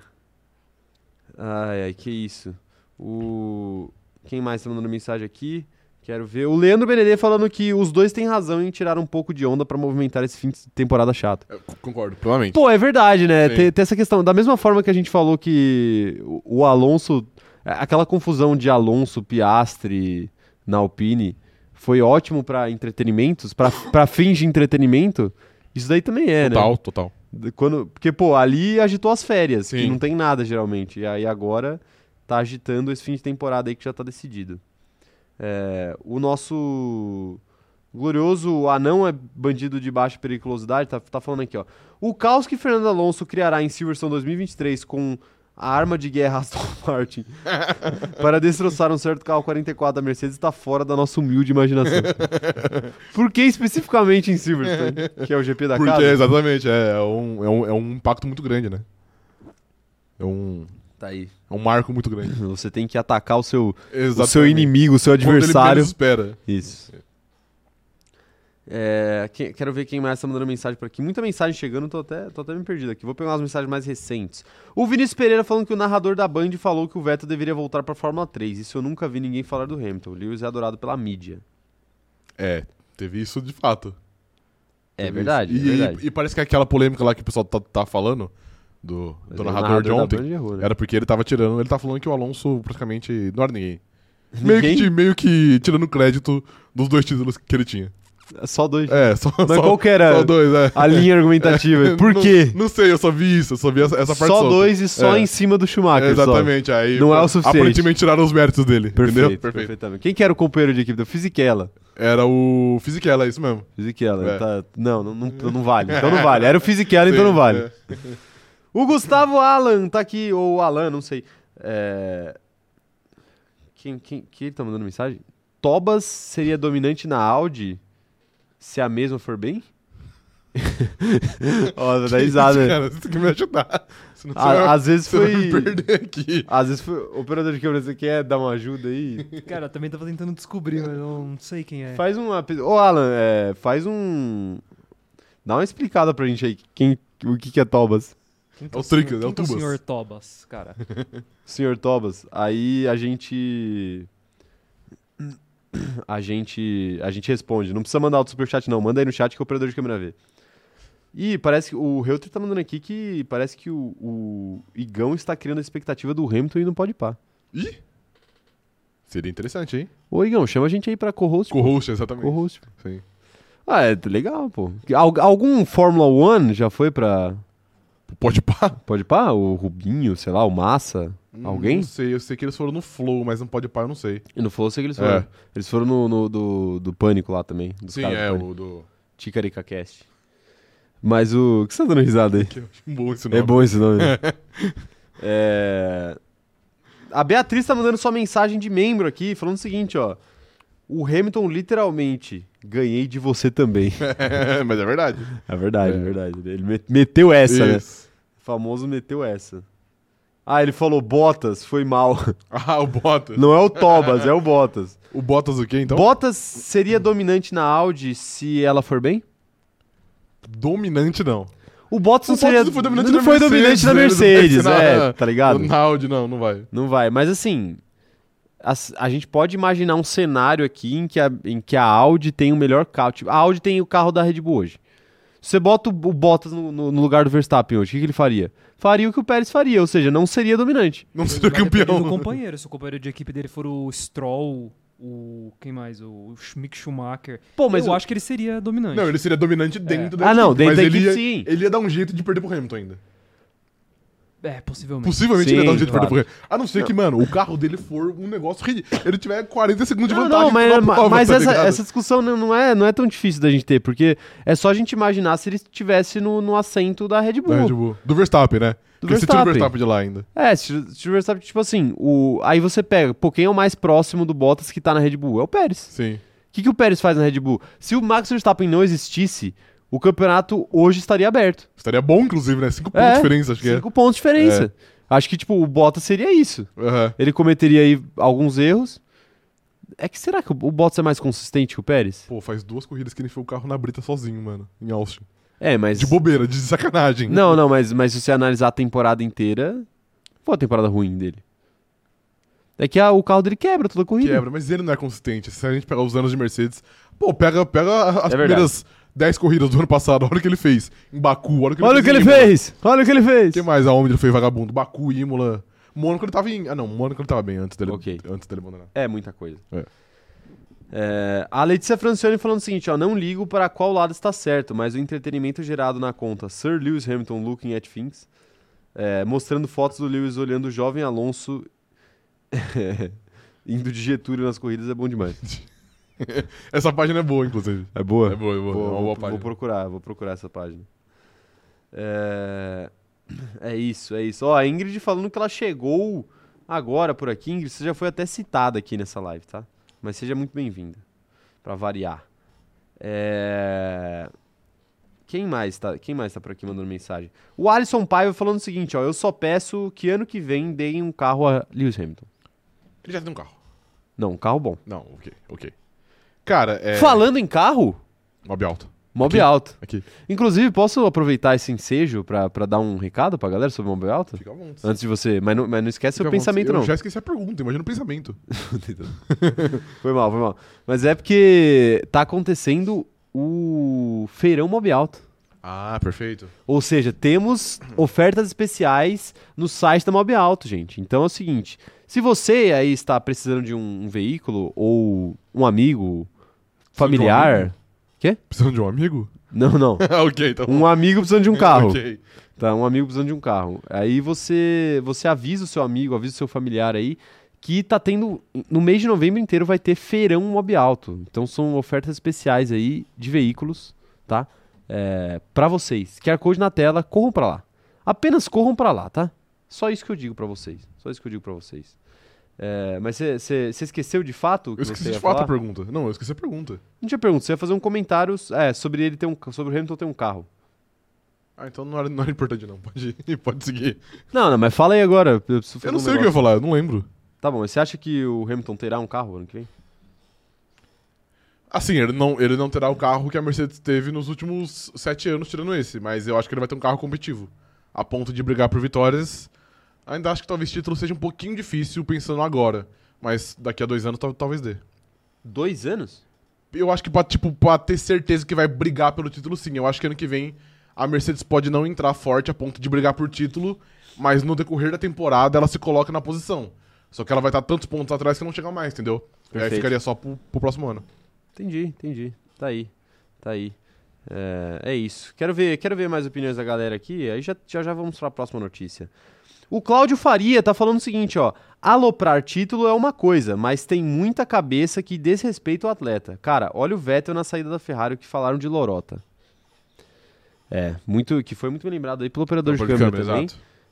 S1: Ai, ai, que isso. O... Quem mais tá mandando mensagem aqui? Quero ver. O Leandro Benedê falando que os dois têm razão em tirar um pouco de onda pra movimentar esse fim de temporada chato.
S2: Eu c- concordo, provavelmente.
S1: Pô, é verdade, né?
S2: Sim.
S1: Tem, tem essa questão. Da mesma forma que a gente falou que o- o Alonso. a- Aquela confusão de Alonso, Piastre na Alpine foi ótimo pra entretenimentos, pra pra fins de entretenimento. Isso daí também é, né?
S2: Total, total.
S1: D- Quando, porque, pô, ali agitou as férias, que
S2: Sim.
S1: não tem nada geralmente. E aí agora tá agitando esse fim de temporada aí que já tá decidido. É, o nosso glorioso anão é bandido de baixa periculosidade, tá, tá falando aqui, ó. O caos que Fernando Alonso criará em Silverstone 2023 com a arma de guerra Aston Martin para destroçar um certo carro 44 da Mercedes está fora da nossa humilde imaginação. Por que especificamente em Silverstone, que é o GP da
S2: Porque,
S1: casa?
S2: exatamente, é, é um, é, um, é um impacto muito grande, né? É um,
S1: Tá aí.
S2: é um marco muito grande.
S1: Você tem que atacar o seu, o
S2: Exatamente.
S1: seu inimigo, o seu
S2: Quando ele menos
S1: adversário.
S2: espera.
S1: Isso. É, que- quero ver quem mais tá mandando mensagem por aqui. Muita mensagem chegando, tô até, tô até me perdido aqui. Vou pegar umas mensagens mais recentes. O Vinícius Pereira falando que o narrador da Band falou que o Vettel deveria voltar pra Fórmula 3. Isso eu nunca vi ninguém falar do Hamilton. O Lewis é adorado pela mídia.
S2: É, teve isso de fato.
S1: É
S2: Teve
S1: verdade,
S2: isso.
S1: é
S2: E-
S1: verdade.
S2: E, e parece que aquela polêmica lá que o pessoal tá, tá falando do,
S1: Mas
S2: do
S1: aí o
S2: narrador de
S1: da
S2: ontem.
S1: Band errou, né?
S2: Era porque ele tava tirando, ele tá falando que o Alonso praticamente não era ninguém. Meio
S1: Ninguém?
S2: que, meio que tirando crédito dos dois títulos que ele tinha.
S1: Só dois.
S2: É, só,
S1: Mas
S2: só,
S1: qual que era
S2: só dois, é.
S1: a linha argumentativa? Por
S2: Não-
S1: quê?
S2: Não, sei, eu só vi isso, eu só vi essa, essa parte
S1: só
S2: solta.
S1: dois e só
S2: É.
S1: em cima do Schumacher.
S2: É,
S1: só.
S2: Exatamente, aí
S1: Não é o suficiente.
S2: aparentemente tiraram os méritos dele, entendeu?
S1: Perfeito, perfeitamente. Quem que era o companheiro de equipe do Fisichella?
S2: Era o Fisichella, é isso mesmo.
S1: Fisichella,
S2: É.
S1: tá... não, não, não, não vale. Então não vale. Era o Fisichella, então não
S2: Sim,
S1: vale.
S2: é.
S1: O Gustavo Alan tá aqui, ou Alan, não sei. É... Quem, quem, quem tá mandando mensagem? Tobas seria dominante na Audi se a mesma for bem? Ó, dá risada.
S2: Isso,
S1: né?
S2: Cara, você tem que me ajudar. Senão você vai,
S1: À- Às vezes
S2: você vai me
S1: foi.
S2: perder aqui.
S1: Às vezes foi. Operador de câmera, você quer dar uma ajuda aí?
S3: Cara, eu também tava tentando descobrir, mas eu não sei quem é.
S1: Faz uma. Ô, Alan, é, faz um. Dá uma explicada pra gente aí. Quem, o que, que é Tobas?
S3: Quem
S2: É o
S3: o senhor-
S2: Tricas, é
S3: quem
S2: o
S3: que
S2: Tubas.
S3: senhor Tobas, cara?
S1: Senhor Tobas, aí a gente. A gente. A gente responde. Não precisa mandar outro superchat, não. Manda aí no chat que o operador de câmera vê. E parece que. O Reuter tá mandando aqui que parece que o, o Igão está criando a expectativa do Hamilton e não pode pá.
S2: Ih! Seria interessante, hein?
S1: Ô, Igão, chama a gente aí pra co-host. pô.
S2: Co-host, exatamente.
S1: Co-host.
S2: Sim.
S1: Ah, é legal, pô. Al- algum Fórmula One já foi pra.
S2: Pode pá?
S1: Pode pá? O Rubinho, sei lá, o Massa? Hum, Alguém?
S2: Não sei, eu sei que eles foram no Flow, mas não pode pá, eu não sei.
S1: E não fosse que eles
S2: É.
S1: foram. Eles foram no, no- do, do Pânico lá também. Dos
S2: Sim,
S1: caras do
S2: é,
S1: Pânico.
S2: o do.
S1: Ticarica Cast. Mas o. O que você tá dando risada aí?
S2: Que eu acho bom esse nome.
S1: É bom esse nome. né? É. A Beatriz tá mandando sua mensagem de membro aqui, falando o seguinte, ó. O Hamilton literalmente ganhei de você também.
S2: mas é verdade.
S1: É verdade, é,
S2: É.
S1: verdade. Ele me- meteu essa, né?
S2: Isso.
S1: O famoso meteu essa. Ah, ele falou Bottas, foi mal.
S2: Ah, o Bottas.
S1: Não é o Tobas, é o Bottas.
S2: O Bottas o quê, então?
S1: Bottas seria dominante na Audi se ela for bem?
S2: Dominante, não.
S1: O Bottas
S2: O
S1: não seria.
S2: Bottas não foi dominante
S1: não
S2: da
S1: foi dominante
S2: Mercedes,
S1: da
S2: né? Ele não vai
S1: Mercedes,
S2: ensinar-
S1: é, tá ligado?
S2: Na Audi, não, não vai.
S1: Não vai, mas assim. as- A, gente pode imaginar um cenário aqui em que, a, em que a Audi tem o melhor carro. Tipo, a Audi tem o carro da Red Bull hoje. Se você bota o, o Bottas no, no- no lugar do Verstappen hoje, o que, que ele faria? Faria o que o Pérez faria, ou seja, não seria dominante.
S2: Não seria
S3: Vai depender do
S2: campeão.
S3: companheiro. Se o companheiro de equipe dele for o Stroll, o. Quem mais? O Sch- Mick Schumacher.
S1: Pô, mas
S3: eu
S1: o-
S3: acho que ele seria dominante.
S2: Não, ele seria dominante dentro da
S1: Ah, não, dentro
S2: mas
S1: da
S2: ele
S1: equipe,
S2: ia,
S1: sim.
S2: Ele ia dar um jeito de perder pro Hamilton ainda.
S3: É, possivelmente.
S2: Possivelmente
S1: Sim,
S2: ele ia dar um jeito
S1: claro.
S2: de perder pro Hamilton. A não ser que, mano, o carro dele for um negócio ridículo. Ele tiver 40 segundos de
S1: Não,
S2: vantagem.
S1: não, mas,
S2: toda a
S1: ma-
S2: prova,
S1: mas
S2: tá
S1: essa,
S2: ligado?
S1: essa discussão não não é, não é tão difícil da gente ter, porque é só a gente imaginar se ele estivesse no, no assento da Red Bull.
S2: Da Red Bull. é Do Verstappen, né?
S1: Do
S2: Porque você tira o
S1: Verstappen.
S2: Verstappen de lá ainda.
S1: É, se se o Verstappen, tipo assim, o, aí você pega, pô, quem é o mais próximo do Bottas que tá na Red Bull? É o Pérez.
S2: Sim.
S1: O que, que o Pérez faz na Red Bull? Se o Max Verstappen não existisse, o campeonato hoje estaria aberto.
S2: Estaria bom, inclusive, né? Cinco
S1: É,
S2: pontos de diferença, acho que
S1: Cinco pontos de diferença. Acho que, tipo, o Bottas seria isso.
S2: é. Aham.
S1: Ele cometeria aí alguns erros. É que será que o o Bottas é mais consistente que o Pérez?
S2: Pô, faz duas corridas que ele enfiou o carro na brita sozinho, mano. Em Austin.
S1: É, mas.
S2: De bobeira, de sacanagem.
S1: Não, não, mas, mas se você analisar a temporada inteira, foi a temporada ruim dele. É que a- o carro dele quebra toda a corrida.
S2: Quebra, mas ele não é consistente. Se a gente pegar os anos de Mercedes, pô, pega, pega as
S1: É verdade.
S2: primeiras 10 corridas do ano passado, olha o que ele fez. Em Baku, olha o que
S1: Olha o
S2: ele
S1: que ele
S2: em Imola.
S1: fez! Olha o que ele fez!
S2: O que mais aonde ele fez vagabundo? Baku, Imola. Mônaco ele tava em. Ah, não, Mônaco ele tava bem antes dele,
S1: Ok.
S2: antes dele abandonar.
S1: É muita coisa.
S2: É.
S1: É, a Letícia Francione falando o seguinte, ó, não ligo para qual lado está certo, mas o entretenimento gerado na conta Sir Lewis Hamilton looking at things, é, mostrando fotos do Lewis olhando o jovem Alonso indo de Getúlio nas corridas é bom demais.
S2: Essa página é boa, inclusive.
S1: É boa?
S2: É boa, é boa.
S1: Vou,
S2: é
S1: vou-
S2: uma boa
S1: vou
S2: página.
S1: procurar, vou procurar essa página. É, é isso, é isso. Ó, a Ingrid falando que ela chegou agora por aqui. Ingrid, você já foi até citada aqui nessa live, tá? Mas seja muito bem-vinda, Pra variar. É, Quem mais, tá, quem mais tá por aqui mandando mensagem? O Alisson Paiva falando o seguinte, ó. Eu só peço que ano que vem deem um carro a Lewis Hamilton.
S2: Ele já tem um carro.
S1: Não, um carro bom.
S2: Não, ok, ok. Cara, é.
S1: Falando em carro,
S2: Mob alto.
S1: Mob
S2: Aqui.
S1: alto.
S2: Aqui.
S1: Inclusive, posso aproveitar esse ensejo pra, pra dar um recado pra galera sobre mob alto?
S2: Fica à vontade.
S1: Antes de você. Mas não, mas não esquece
S3: Fica
S1: seu
S3: à vontade.
S1: pensamento,
S2: eu
S1: não.
S2: já esqueci a pergunta, imagina o pensamento.
S1: Foi mal, foi mal. Mas é porque tá acontecendo o feirão mob alto.
S2: Ah, perfeito.
S1: Ou seja, temos ofertas especiais no site da Mob Alto, gente. Então é o seguinte: se você aí está precisando de um, um veículo ou um amigo
S3: um
S1: familiar.
S2: Precisando de um amigo?
S1: Não, não.
S2: ok, então.
S1: Um amigo precisando de um carro.
S2: Ok.
S1: Tá, um amigo precisando de um carro. Aí você, você avisa o seu amigo, avisa o seu familiar aí que tá tendo no mês de novembro inteiro vai ter feirão mob alto. Então são ofertas especiais aí de veículos, tá? É, para vocês. QR code na tela, corram pra lá. Apenas corram pra lá, tá? Só isso que eu digo pra vocês. Só isso que eu digo pra vocês. É, mas você esqueceu de fato? o que
S2: Eu esqueci
S1: você
S2: de
S1: ia
S2: fato
S1: falar?
S2: a pergunta. Não, eu esqueci a pergunta.
S1: Não tinha pergunta. Você ia fazer um comentário é, sobre ele ter um, sobre o Hamilton ter um carro.
S2: Ah, então não era, não era importante, não. Pode, ir, pode seguir.
S1: Não, não, mas fala aí agora. Eu, preciso fazer
S2: Eu não
S1: um
S2: sei o que eu
S1: negócio.
S2: ia falar, eu não lembro.
S1: Tá bom, mas você acha que o Hamilton terá um carro ano que vem?
S2: Assim, ele não, ele não terá o carro que a Mercedes teve nos últimos sete anos, tirando esse, mas eu acho que ele vai ter um carro competitivo. A ponto de brigar por vitórias. Ainda acho que talvez título seja um pouquinho difícil pensando agora. Mas daqui a dois anos tal- talvez dê.
S1: Dois anos?
S2: Eu acho que pra, tipo, pra ter certeza que vai brigar pelo título, sim. Eu acho que ano que vem a Mercedes pode não entrar forte a ponto de brigar por título, mas no decorrer da temporada ela se coloca na posição. Só que ela vai estar tantos pontos atrás que não chega mais, entendeu? E aí
S1: Perfeito.
S2: ficaria só pro, pro próximo ano.
S1: Entendi, entendi. Tá aí, tá aí. É, é isso. Quero ver, quero ver mais opiniões da galera aqui. Aí já já, já vamos para a próxima notícia. O Cláudio Faria tá falando o seguinte, ó. Aloprar título é uma coisa, mas tem muita cabeça que desrespeita o atleta. Cara, olha o Vettel na saída da Ferrari o que falaram de Lorota. É, muito que foi muito bem lembrado aí pelo operador de
S2: Pode
S1: câmera,
S2: câmera,
S1: também.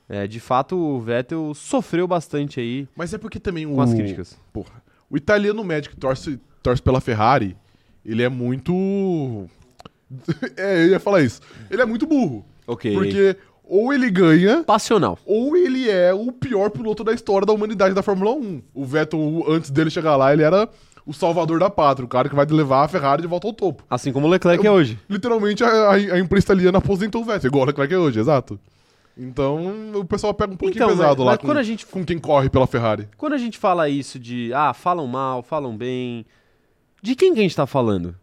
S1: É, de fato, o Vettel sofreu bastante aí
S2: Mas é porque também o.
S1: com as críticas.
S2: Porra. O italiano médico que torce, torce pela Ferrari, ele é muito. é, eu ia falar isso. Ele é muito burro.
S1: Ok.
S2: Porque ou ele ganha,
S1: Passional.
S2: ou ele é o pior piloto da história da humanidade da Fórmula 1. O Vettel, o- antes dele chegar lá, ele era o salvador da pátria, o cara que vai levar a Ferrari de volta ao topo.
S1: Assim como o Leclerc é
S2: um
S1: hoje.
S2: Literalmente, a, a- a imprensa italiana aposentou o Vettel, igual o Leclerc é hoje, exato. Então, o pessoal pega um pouquinho
S1: Então,
S2: pesado
S1: mas-
S2: lá
S1: mas
S2: com,
S1: quando a gente-
S2: com quem corre pela Ferrari.
S1: Quando a gente fala isso de, ah, falam mal, falam bem, de quem que a gente tá falando?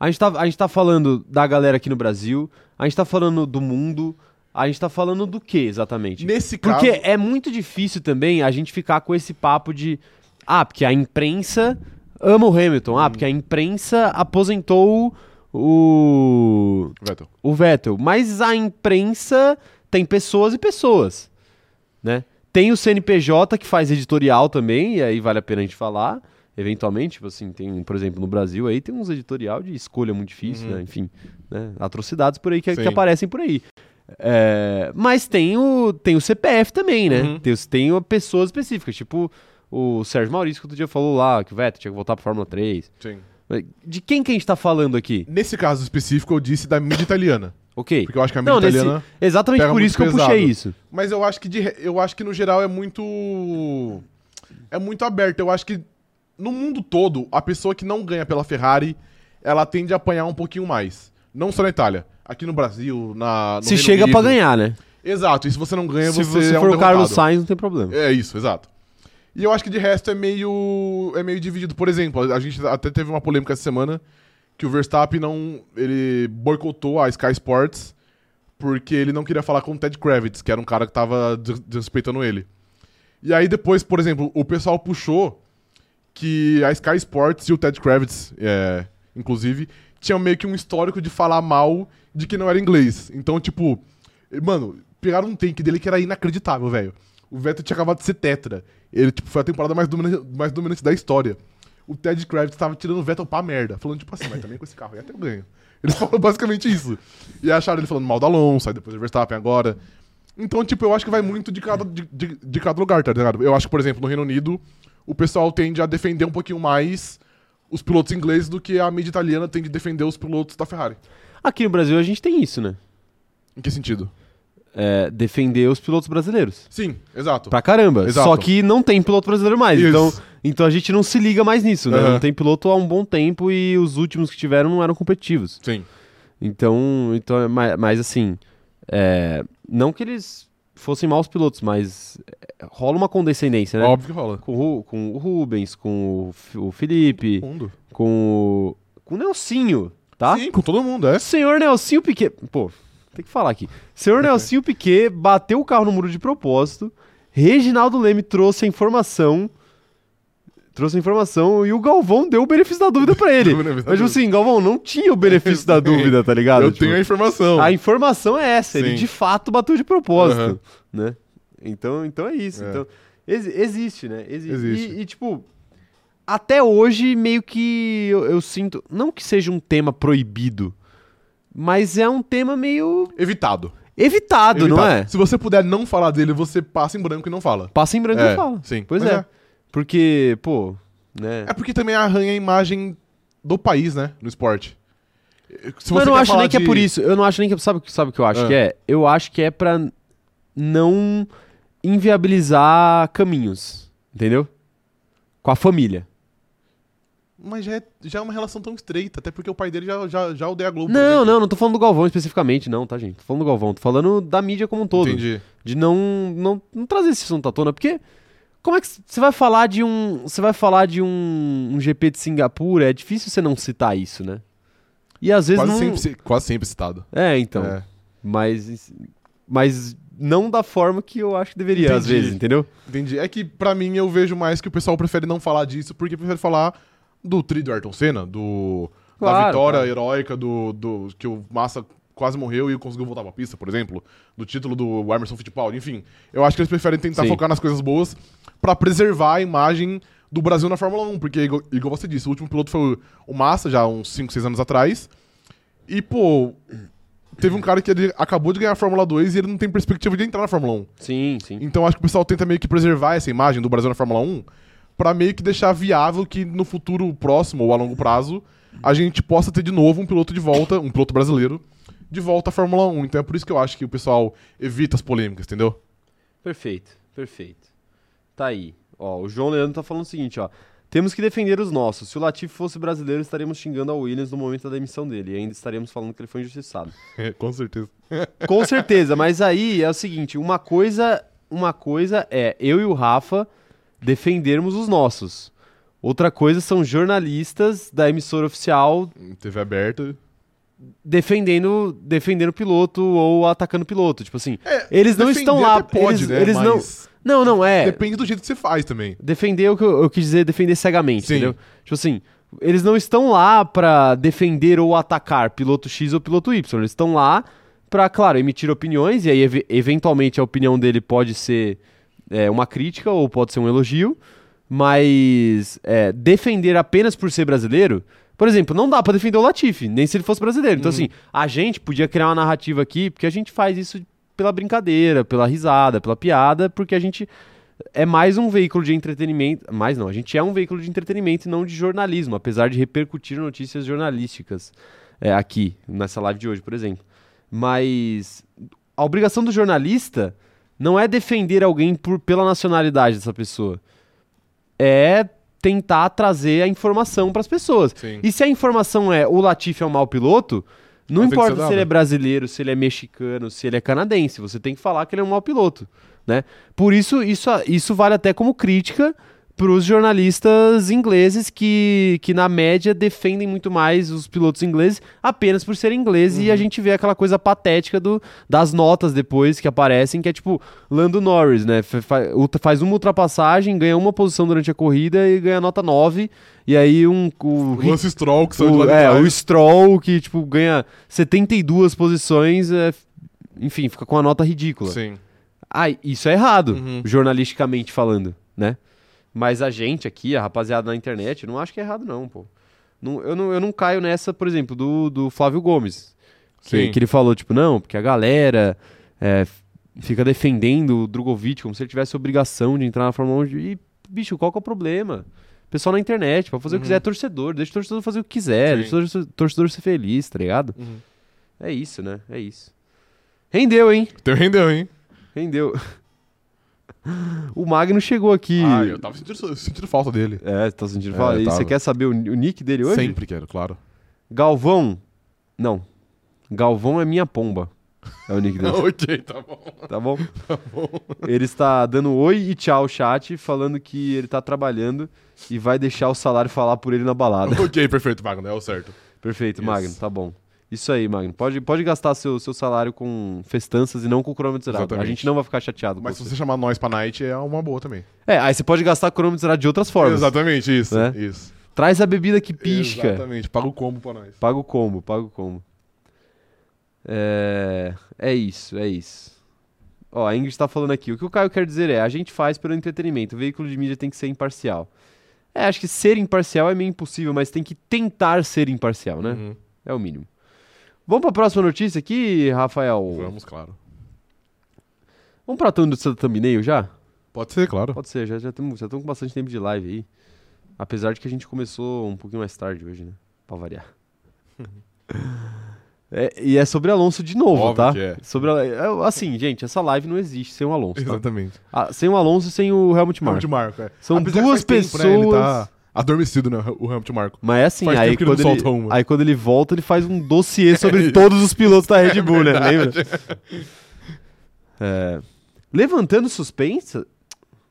S1: A gente tá, a gente tá falando da galera aqui no Brasil, a gente tá falando do mundo, a gente tá falando do que exatamente?
S2: Nesse caso...
S1: Porque é muito difícil também a gente ficar com esse papo de, ah, porque a imprensa ama o Hamilton,
S2: Hum.
S1: ah, porque a imprensa aposentou o
S2: Vettel.
S1: o Vettel. Mas a imprensa tem pessoas e pessoas, né? Tem o CNPJ que faz editorial também, e aí vale a pena a gente falar. Eventualmente, tipo assim, tem, por exemplo, no Brasil aí tem uns editorial de escolha muito difícil, né? Enfim, né? atrocidades por aí que, que
S2: Uhum. Sim.
S1: aparecem por aí. É, mas tem o, tem o CPF também, né?
S2: Uhum.
S1: Tem, os- tem uma pessoa específica, tipo o Sérgio Maurício que outro dia falou lá que o Vettel tinha que voltar pra Fórmula 3.
S2: Sim.
S1: De quem que a gente tá falando aqui?
S2: Nesse caso específico, eu disse da mídia italiana.
S1: Ok.
S2: Porque eu acho que a mídia
S1: Não, nesse-
S2: italiana.
S1: exatamente
S2: pega
S1: por
S2: muito
S1: isso que eu
S2: pesado.
S1: puxei isso.
S2: Mas eu acho que de re- eu acho que no geral é muito é muito aberto. Eu acho que no mundo todo a pessoa que não ganha pela Ferrari, ela tende a apanhar um pouquinho mais. Não só na Itália, aqui no Brasil, na Tá no
S1: Se
S2: Reino
S1: chega pra
S2: Unido.
S1: ganhar, né?
S2: Exato. E se você não ganha,
S1: Se
S2: você,
S1: você
S2: é um
S1: for o Carlos
S2: derrotado.
S1: Sainz, não tem problema.
S2: É isso, exato. E eu acho que de resto é meio é meio dividido. Por exemplo, a gente até teve uma polêmica essa semana que o Verstappen não ele boicotou a Sky Sports porque ele não queria falar com o Ted Kravitz, que era um cara que tava des- desrespeitando ele. E aí depois, por exemplo, o pessoal puxou que a Sky Sports e o Ted Kravitz, é, inclusive, tinham meio que um histórico de falar mal de que não era inglês. Então, tipo, mano, pegaram um take dele que era inacreditável, velho. O Vettel tinha acabado de ser tetra. Ele, tipo, foi a temporada mais dominante, mais dominante da história. O Ted Kravitz tava tirando o Vettel pra merda. Falando, tipo assim, mas também com esse carro aí até eu ganho. Eles falaram basicamente isso. E acharam ele falando mal do Alonso, aí depois do Verstappen agora. Então, tipo, eu acho que vai muito de cada, de, de- de cada lugar, tá ligado? Eu acho que, por exemplo, no Reino Unido, o pessoal tende a defender um pouquinho mais os pilotos ingleses do que a mídia italiana tende a defender os pilotos da Ferrari.
S1: Aqui no Brasil a gente tem isso, né?
S2: Em que sentido?
S1: é, defender os pilotos brasileiros.
S2: Sim, exato.
S1: Pra caramba.
S2: Exato.
S1: Só que não tem piloto brasileiro mais.
S2: Isso.
S1: Então, então a gente não se liga mais nisso, né?
S2: Aham.
S1: Não tem piloto há um bom tempo e os últimos que tiveram não eram competitivos.
S2: Sim.
S1: Então, então é ma- mas, assim, é, não que eles fossem maus pilotos, mas é, rola uma condescendência, né?
S2: Óbvio que rola.
S1: Com, o Ru- com o Rubens, com o, F- o Felipe,
S2: mundo.
S1: com o, com o Nelsinho, tá?
S2: Sim, com todo mundo, é.
S1: Senhor Nelsinho Piquet. Pô, tem que falar aqui. Senhor Nelsinho Piquet bateu o carro no muro de propósito. Reginaldo Leme trouxe a informação. Trouxe a informação e o Galvão deu o benefício da dúvida pra ele.
S2: Deu o benefício da
S1: Mas, tipo
S2: dúvida.
S1: assim, Galvão não tinha o benefício da dúvida, tá ligado?
S2: Eu
S1: Tipo,
S2: tenho a informação.
S1: a informação é essa, ele
S2: Então, Sim.
S1: de fato bateu de propósito, né? Então, então é isso.
S2: É.
S1: Então, exi- existe, né? Exi-
S2: Existe.
S1: E, e, tipo, até hoje meio que eu, eu sinto, não que seja um tema proibido, mas é um tema meio
S2: Evitado.
S1: evitado, não
S2: Evitado.
S1: é?
S2: Se você puder não falar dele, você passa em branco e não fala.
S1: Passa em branco
S2: É,
S1: e fala.
S2: sim.
S1: Pois
S2: Mas
S1: é.
S2: é.
S1: Porque, pô, né?
S2: É porque também arranha a imagem do país, né? No esporte. Se
S1: Mas eu não
S2: quer
S1: acho
S2: falar
S1: nem que é
S2: de-
S1: por isso. Eu não acho nem que. Sabe, o que- sabe o que eu acho
S2: Ah.
S1: que é? Eu acho que é pra não inviabilizar caminhos. Entendeu? Com a família.
S2: Mas já é, já é uma relação tão estreita, até porque o pai dele já, já, já odeia a Globo. por
S1: Não,
S2: exemplo.
S1: não, não tô falando do Galvão especificamente, não, tá, gente? Tô falando do Galvão, tô falando da mídia como um todo.
S2: Entendi.
S1: De não, não, não trazer esse assunto à tona, porque. Como é que você vai falar de um. Você vai falar de um, um GP de Singapura? É difícil você não citar isso, né? E às vezes
S2: Quase,
S1: não.
S2: sempre, ci- quase sempre citado.
S1: É, então.
S2: É.
S1: Mas, mas não da forma que eu acho que deveria, às
S2: Entendi.
S1: vezes, entendeu?
S2: Entendi. É que pra mim eu vejo mais que o pessoal prefere não falar disso, porque prefere falar do tri do Ayrton Senna, do da
S1: Claro,
S2: vitória
S1: claro.
S2: heróica, do, do que o Massa quase morreu e conseguiu voltar pra pista, por exemplo, do título do Emerson Fittipaldi, enfim. Eu acho que eles preferem tentar
S1: Sim.
S2: focar nas coisas boas pra preservar a imagem do Brasil na Fórmula 1, porque igual, igual você disse, o último piloto foi o- o Massa já uns 5, 6 anos atrás. E pô, teve um cara que ele acabou de ganhar a Fórmula 2 e ele não tem perspectiva de entrar na Fórmula 1.
S1: Sim, sim.
S2: Então acho que o pessoal tenta meio que preservar essa imagem do Brasil na Fórmula 1 pra meio que deixar viável que no futuro próximo ou a longo prazo a gente possa ter de novo um piloto de volta, um piloto brasileiro, de volta à Fórmula 1. Então é por isso que eu acho que o pessoal evita as polêmicas, entendeu?
S1: Perfeito, perfeito. Tá aí. Ó, o João Leandro tá falando o seguinte, ó. Temos que defender os nossos. Se o Latifi fosse brasileiro, estaríamos xingando a Williams no momento da demissão dele. E ainda estaríamos falando que ele foi injustiçado.
S2: É, Com certeza.
S1: Com certeza, mas aí é o seguinte, uma coisa, uma coisa é eu e o Rafa defendermos os nossos. Outra coisa são jornalistas da emissora oficial
S2: TV aberta.
S1: defendendo defendendo o piloto ou atacando o piloto. Tipo assim,
S2: É,
S1: eles não
S2: defender
S1: estão lá.
S2: até pode,
S1: eles
S2: né,
S1: eles não.
S2: mas
S1: Não, não, é.
S2: Depende do jeito que você faz também.
S1: Defender é o que eu, eu quis dizer defender cegamente,
S2: Sim.
S1: entendeu? Tipo assim, eles não estão lá pra defender ou atacar piloto X ou piloto Y. Eles estão lá pra, claro, emitir opiniões, e aí ev- eventualmente a opinião dele pode ser é, uma crítica ou pode ser um elogio, mas é, defender apenas por ser brasileiro. Por exemplo, não dá pra defender o Latifi, nem se ele fosse brasileiro. Então, assim, a gente podia criar uma narrativa aqui, porque a gente faz isso pela brincadeira, pela risada, pela piada, porque a gente é mais um veículo de entretenimento. Mais não, a gente é um veículo de entretenimento e não de jornalismo, apesar de repercutir notícias jornalísticas é, aqui, nessa live de hoje, por exemplo. Mas a obrigação do jornalista não é defender alguém por, pela nacionalidade dessa pessoa. É tentar trazer a informação para as pessoas.
S2: Sim.
S1: E se a informação é o Latifi é um mau piloto, não
S2: Vai ter que ser
S1: importa
S2: dado.
S1: se ele é brasileiro, se ele é mexicano, se ele é canadense, você tem que falar que ele é um mau piloto, né? Por isso, isso, isso vale até como crítica para os jornalistas ingleses que, que, na média, defendem muito mais os pilotos ingleses apenas por serem ingleses
S2: Uhum.
S1: e a gente vê aquela coisa patética do, das notas depois que aparecem, que é tipo Lando Norris, né? Fa- fa- ultra- Faz uma ultrapassagem, ganha uma posição durante a corrida e ganha nota 9, e aí um, o
S2: O Lance Stroll, que saiu de lá
S1: o,
S2: de
S1: é,
S2: trás.
S1: o Stroll, que, tipo, ganha 72 posições, é, f- enfim, fica com uma nota ridícula.
S2: Sim.
S1: Ah, isso é errado,
S2: Uhum.
S1: jornalisticamente falando, né? Mas a gente aqui, a rapaziada na internet, eu não acho que é errado, não, pô. Não, eu, não, eu não caio nessa, por exemplo, do, do Flávio Gomes. Que,
S2: Sim.
S1: que ele falou, tipo, não, porque a galera é, f- fica defendendo o Drogovic como se ele tivesse obrigação de entrar na Fórmula 1. E, bicho, qual que é o problema? Pessoal na internet, pra fazer o que quiser, é torcedor. Deixa o torcedor fazer o que quiser,
S2: Uhum. Sim.
S1: deixa o torce- torcedor ser feliz, tá ligado?
S2: Uhum.
S1: É isso, né? É isso. Rendeu, hein?
S2: Então rendeu, hein?
S1: Rendeu. O Magno chegou aqui.
S2: Ah, eu tava sentindo, sentindo falta dele.
S1: É, tá sentindo
S2: É,
S1: falar. E
S2: tava.
S1: você quer saber o, o nick dele hoje?
S2: Sempre quero, claro.
S1: Galvão. Não. Galvão é minha pomba. É o nick dele,
S2: ok, tá bom.
S1: tá bom? Ele está dando oi e tchau chat, falando que ele tá trabalhando e vai deixar o salário falar por ele na balada.
S2: ok, perfeito, Magno, é o certo.
S1: Perfeito,
S2: Isso.
S1: Magno, tá bom. Isso aí, Magno. Pode, pode gastar seu, seu salário com festanças e não com cronômetro zerado. A
S2: Exatamente.
S1: gente não vai ficar chateado
S2: Mas
S1: com
S2: se
S1: você.
S2: você chamar nós pra night, é uma boa também.
S1: É, aí você pode gastar cronômetro zerado de outras formas.
S2: Exatamente, isso.
S1: Né?
S2: Isso.
S1: Traz a bebida que pisca.
S2: Exatamente, paga o combo pra nós.
S1: Paga o combo, paga o combo. É, é isso, é isso. Ó, a Ingrid tá falando aqui. O que o Caio quer dizer é, a gente faz pelo entretenimento. O veículo de mídia tem que ser imparcial. É, acho que ser imparcial é meio impossível, mas tem que tentar ser imparcial, né?
S2: Uhum.
S1: É o mínimo. Vamos pra próxima notícia aqui, Rafael?
S2: Vamos, claro.
S1: Vamos pra thumb- do thumbnail já?
S2: Pode ser, claro.
S1: Pode ser, já já estamos já tamo com bastante tempo de live aí. Apesar de que a gente começou um pouquinho mais tarde hoje, né? Pra variar. É, e é sobre Alonso de novo,
S2: Óbvio
S1: tá?
S2: que é.
S1: Sobre a- é, assim, gente, essa live não existe sem o Alonso. tá?
S2: Exatamente.
S1: Ah, sem o Alonso e sem o Helmut Marko.
S2: Helmut Marco, é.
S1: São
S2: Apesar que
S1: duas
S2: faz tempo, né, ele
S1: pessoas-
S2: tá adormecido, né, o Helmut Marco.
S1: Mas é assim,
S2: Faz
S1: aí
S2: tempo que ele não
S1: quando, ele,
S2: solta uma. É
S1: aí quando ele volta, ele faz um dossiê sobre
S2: isso.
S1: todos os pilotos da Red Bull, né? Lembra? É, levantando suspeitas.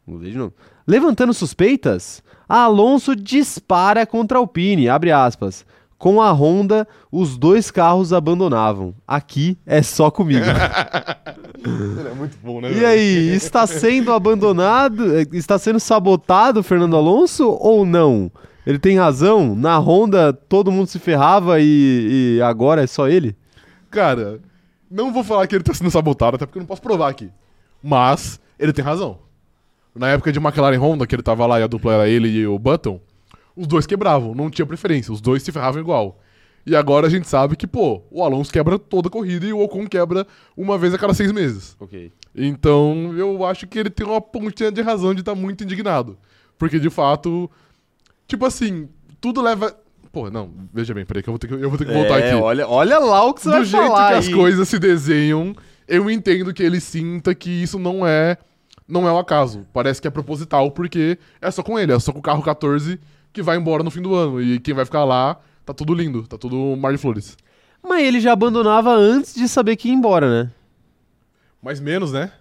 S1: Mudei de novo. Levantando suspeitas, Alonso dispara contra a Alpine, abre aspas. Com a Honda, os dois carros abandonavam. Aqui é só comigo.
S2: Ele é muito bom, né?
S1: E
S2: velho?
S1: aí, está sendo abandonado, eh, está sendo sabotado o Fernando Alonso ou não? Ele tem razão? Na Honda todo mundo se ferrava e, e agora é só ele?
S2: Cara, não vou falar que ele tá sendo sabotado, até porque eu não posso provar aqui. Mas, ele tem razão. Na época de McLaren e Honda, que ele tava lá e a dupla era ele e o Button, os dois quebravam, não tinha preferência, os dois se ferravam igual. E agora a gente sabe que, pô, o Alonso quebra toda a corrida e o Ocon quebra uma vez a cada seis meses.
S1: Ok.
S2: Então, eu acho que ele tem uma pontinha de razão de estar muito indignado. Porque, de fato, tipo assim, tudo leva... Pô, não, veja bem, peraí que eu vou ter que, eu vou ter que voltar aqui
S1: É, olha, olha lá o que você
S2: do jeito que as coisas se desenham, eu entendo que ele sinta que isso não é não é um acaso. Parece que é proposital, porque é só com ele, é só com o carro 14 que vai embora no fim do ano. E quem vai ficar lá, tá tudo lindo, tá tudo um mar de flores.
S1: Mas ele já abandonava antes de saber que ia embora, né?
S2: Mas menos, né?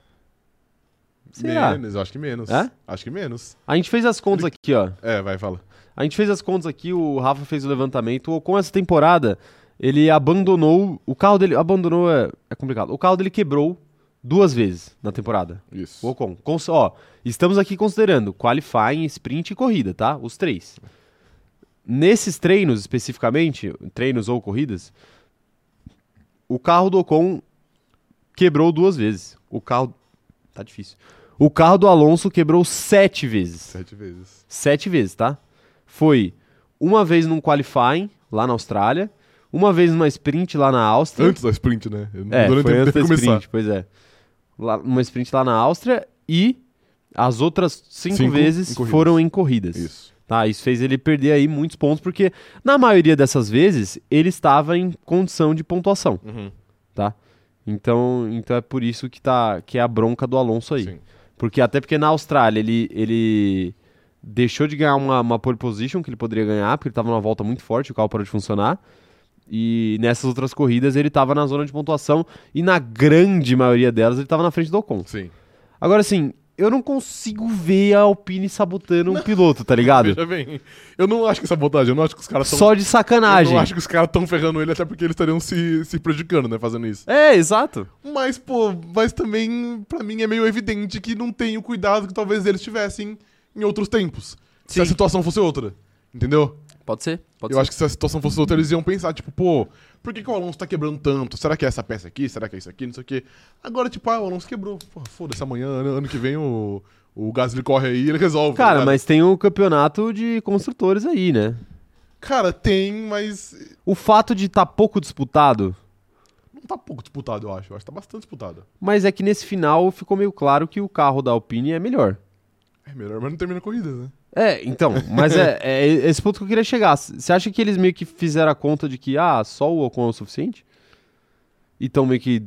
S1: Será?
S2: Menos, eu acho que menos.
S1: Hã?
S2: Acho que menos.
S1: A gente fez as contas aqui, ó.
S2: É, vai, fala.
S1: A gente fez as contas aqui, o Rafa fez o levantamento. O Ocon essa temporada, ele abandonou. O carro dele. Abandonou é, é complicado. O carro dele quebrou duas vezes na temporada.
S2: Isso.
S1: O Ocon. Cons- ó, estamos aqui considerando qualifying, sprint e corrida, tá? Os três. Nesses treinos, especificamente, treinos ou corridas, o carro do Ocon quebrou duas vezes. O carro. Tá difícil. O carro do Alonso quebrou sete vezes.
S2: Sete vezes.
S1: Sete vezes, tá? Foi uma vez num qualifying, lá na Austrália, uma vez numa sprint lá na Áustria.
S2: Antes da sprint, né?
S1: É,
S2: Durante
S1: foi
S2: o
S1: antes
S2: tempo
S1: da
S2: de começar.
S1: sprint, pois é. Lá- uma sprint lá na Áustria e as outras cinco,
S2: Cinco
S1: vezes
S2: em corridas.
S1: foram em corridas.
S2: Isso.
S1: Tá, isso fez ele perder aí muitos pontos, porque na maioria dessas vezes ele estava em condição de pontuação,
S2: Uhum.
S1: tá? Então, então é por isso que, tá, que é a bronca do Alonso aí.
S2: Sim.
S1: Porque até porque na Austrália ele, ele deixou de ganhar uma, uma pole position que ele poderia ganhar, porque ele estava numa volta muito forte, o carro parou de funcionar. E nessas outras corridas ele estava na zona de pontuação e na grande maioria delas ele estava na frente do Ocon.
S2: Sim.
S1: Agora assim, eu não consigo ver a Alpine sabotando um piloto, tá ligado?
S2: Veja bem, eu não acho que essa botagem, eu não acho que os caras são
S1: Só de
S2: Eu
S1: sacanagem.
S2: não acho que os caras estão ferrando ele, até porque eles estariam se, se prejudicando, né, fazendo isso.
S1: É, exato.
S2: Mas, pô, mas também, pra mim, é meio evidente que não tem o cuidado que talvez eles tivessem em outros tempos. Se a
S1: Sim.
S2: situação fosse outra, entendeu?
S1: Pode ser, pode
S2: Eu acho que se a situação fosse outra, eles iam pensar, tipo, pô, por que, que o Alonso tá quebrando tanto? Será que é essa peça aqui? Será que é isso aqui? Não sei o quê. Agora, tipo, ah, o Alonso quebrou. Porra, foda-se, amanhã, ano, ano que vem, o, o Gasly corre aí e ele resolve. tá
S1: Cara,
S2: ligado?
S1: mas tem o campeonato de construtores aí, né?
S2: Cara, tem, mas
S1: O fato de estar pouco disputado
S2: não tá pouco disputado, eu acho. Eu acho que tá bastante disputado.
S1: Mas é que nesse final ficou meio claro que o carro da Alpine é melhor.
S2: É melhor, mas não termina a corrida, né?
S1: É, então, mas é, é esse ponto que eu queria chegar. C- Você acha que eles meio que fizeram a conta de que, ah, só o Ocon é o suficiente? E estão meio que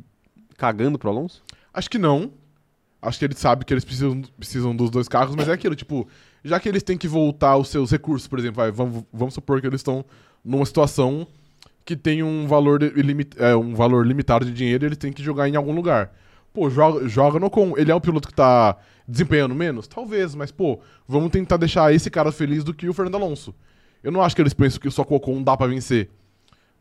S1: cagando pro Alonso?
S2: Acho que não. Acho que ele sabe que eles precisam, precisam dos dois carros, mas é aquilo, tipo, já que eles têm que voltar os seus recursos, por exemplo, vai, vamos, vamos supor que eles estão numa situação que tem um valor, de- ilimi- é, um valor limitado de dinheiro e eles têm que jogar em algum lugar. Pô, joga, joga no com. Ele é um piloto que tá desempenhando menos? Talvez, mas, pô, vamos tentar deixar esse cara feliz do que o Fernando Alonso. Eu não acho que eles pensam que só com o Ocon dá pra vencer.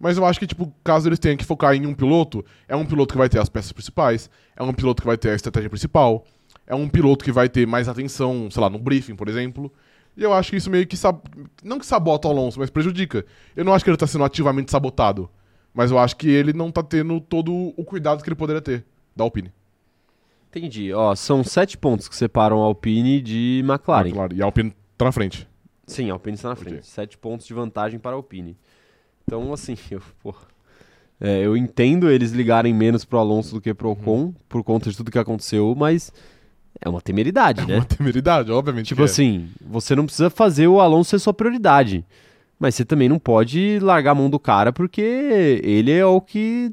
S2: Mas eu acho que, tipo, caso eles tenham que focar em um piloto, é um piloto que vai ter as peças principais, é um piloto que vai ter a estratégia principal, é um piloto que vai ter mais atenção, sei lá, no briefing, por exemplo. E eu acho que isso meio que. sab- Não que sabota o Alonso, mas prejudica. Eu não acho que ele tá sendo ativamente sabotado. Mas eu acho que ele não tá tendo todo o cuidado que ele poderia ter, da Alpine.
S1: Entendi. Ó, são sete pontos que separam a Alpine de McLaren.
S2: Claro. E a Alpine tá na frente.
S1: Sim, a Alpine está na frente.
S2: Ok.
S1: Sete pontos de vantagem para a Alpine. Então, assim, eu, porra. É, eu entendo eles ligarem menos pro Alonso do que pro Ocon, por conta de tudo que aconteceu, mas é uma temeridade, né?
S2: Uma temeridade, obviamente.
S1: Tipo
S2: que é.
S1: assim, você não precisa fazer o Alonso ser sua prioridade. Mas você também não pode largar a mão do cara, porque ele é o que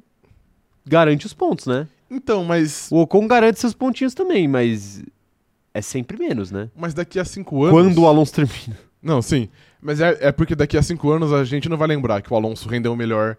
S1: garante os pontos, né?
S2: Então, mas.
S1: O Ocon garante seus pontinhos também, mas é sempre menos, né?
S2: Mas daqui a cinco anos.
S1: Quando o Alonso termina.
S2: Não, sim. Mas é, é porque daqui a cinco anos a gente não vai lembrar que o Alonso rendeu melhor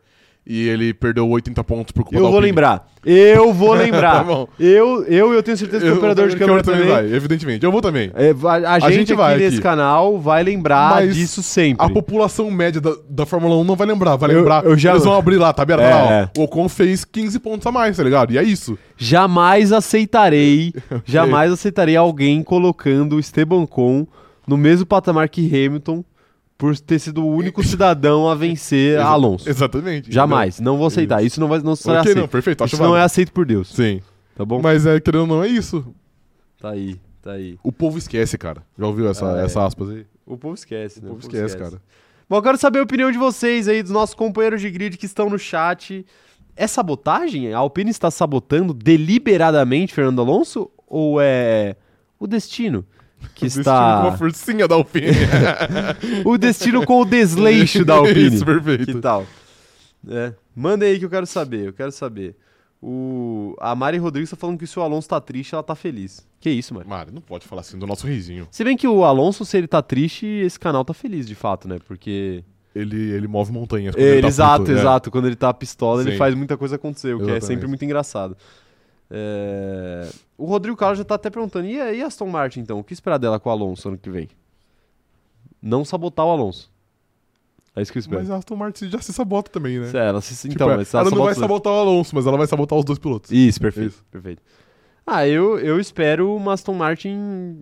S2: e ele perdeu 80 pontos por culpa
S1: Eu
S2: da
S1: vou
S2: Alpine.
S1: lembrar. Eu vou
S2: tá
S1: lembrar.
S2: bom.
S1: eu, eu, eu tenho certeza que o operador de câmera também.
S2: vai, evidentemente. Eu vou também.
S1: É, vai- a,
S2: A
S1: gente
S2: gente
S1: aqui
S2: vai
S1: nesse
S2: aqui.
S1: canal vai lembrar
S2: Mas
S1: disso sempre.
S2: A população média da, da Fórmula 1 não vai lembrar, vai
S1: Eu-
S2: lembrar.
S1: eu já-
S2: Eles vão abrir lá, tá vendo? Tá lá, ó.
S1: É.
S2: O Ocon fez 15 pontos a mais, tá ligado? E é isso.
S1: Jamais aceitarei, jamais aceitarei alguém colocando o Esteban Con no mesmo patamar que Hamilton por ter sido o único cidadão a vencer a
S2: Exa-
S1: É, Alonso.
S2: Exatamente.
S1: Jamais, não vou aceitar. Isso não vai não será
S2: Entendeu? Ok, não,
S1: aceito.
S2: perfeito, acho
S1: Isso não é
S2: válido.
S1: aceito por Deus,
S2: Sim.
S1: tá bom?
S2: Mas é, querendo ou não, é isso.
S1: Tá aí, tá aí.
S2: O povo esquece, cara. Já ouviu essa,
S1: Ah, é.
S2: essa aspas aí?
S1: O povo esquece,
S2: O
S1: né?
S2: povo esquece, cara.
S1: Bom, eu quero saber a opinião de vocês aí, dos nossos companheiros de grid que estão no chat. É sabotagem? A Alpine está sabotando deliberadamente Fernando Alonso? Ou é o destino que
S2: Desse time com uma
S1: está...
S2: forcinha da Alpine.
S1: o destino com o desleixo da Alpine?
S2: Isso,
S1: Que
S2: perfeito.
S1: tal? É. Manda aí que eu quero saber, eu quero saber. O... A Mari Rodrigues tá falando que se o Alonso tá triste, ela tá feliz. Que isso, Mari?
S2: Mari, não pode falar assim do nosso risinho.
S1: Se bem que o Alonso, se ele tá triste, esse canal tá feliz, de fato, né? Porque...
S2: Ele, ele move montanhas. quando
S1: É,
S2: ele tá
S1: exato,
S2: puto, né?
S1: exato. Quando ele tá pistola, ele
S2: Sim.
S1: faz muita coisa acontecer, o que é
S2: Exatamente.
S1: sempre muito engraçado. É, O Rodrigo Carlos já tá até perguntando: e, a- e a Aston Martin, então? O que esperar dela com o Alonso ano que vem? Não sabotar o Alonso. É isso que eu espero.
S2: Mas a Aston Martin já se sabota também, né?
S1: Se ela se-
S2: Tipo,
S1: então,
S2: é,
S1: mas se
S2: ela não vai
S1: os dois-
S2: sabotar o Alonso, mas ela vai sabotar os dois pilotos.
S1: Isso, perfeito.
S2: Isso.
S1: perfeito. Ah, eu, eu espero uma Aston Martin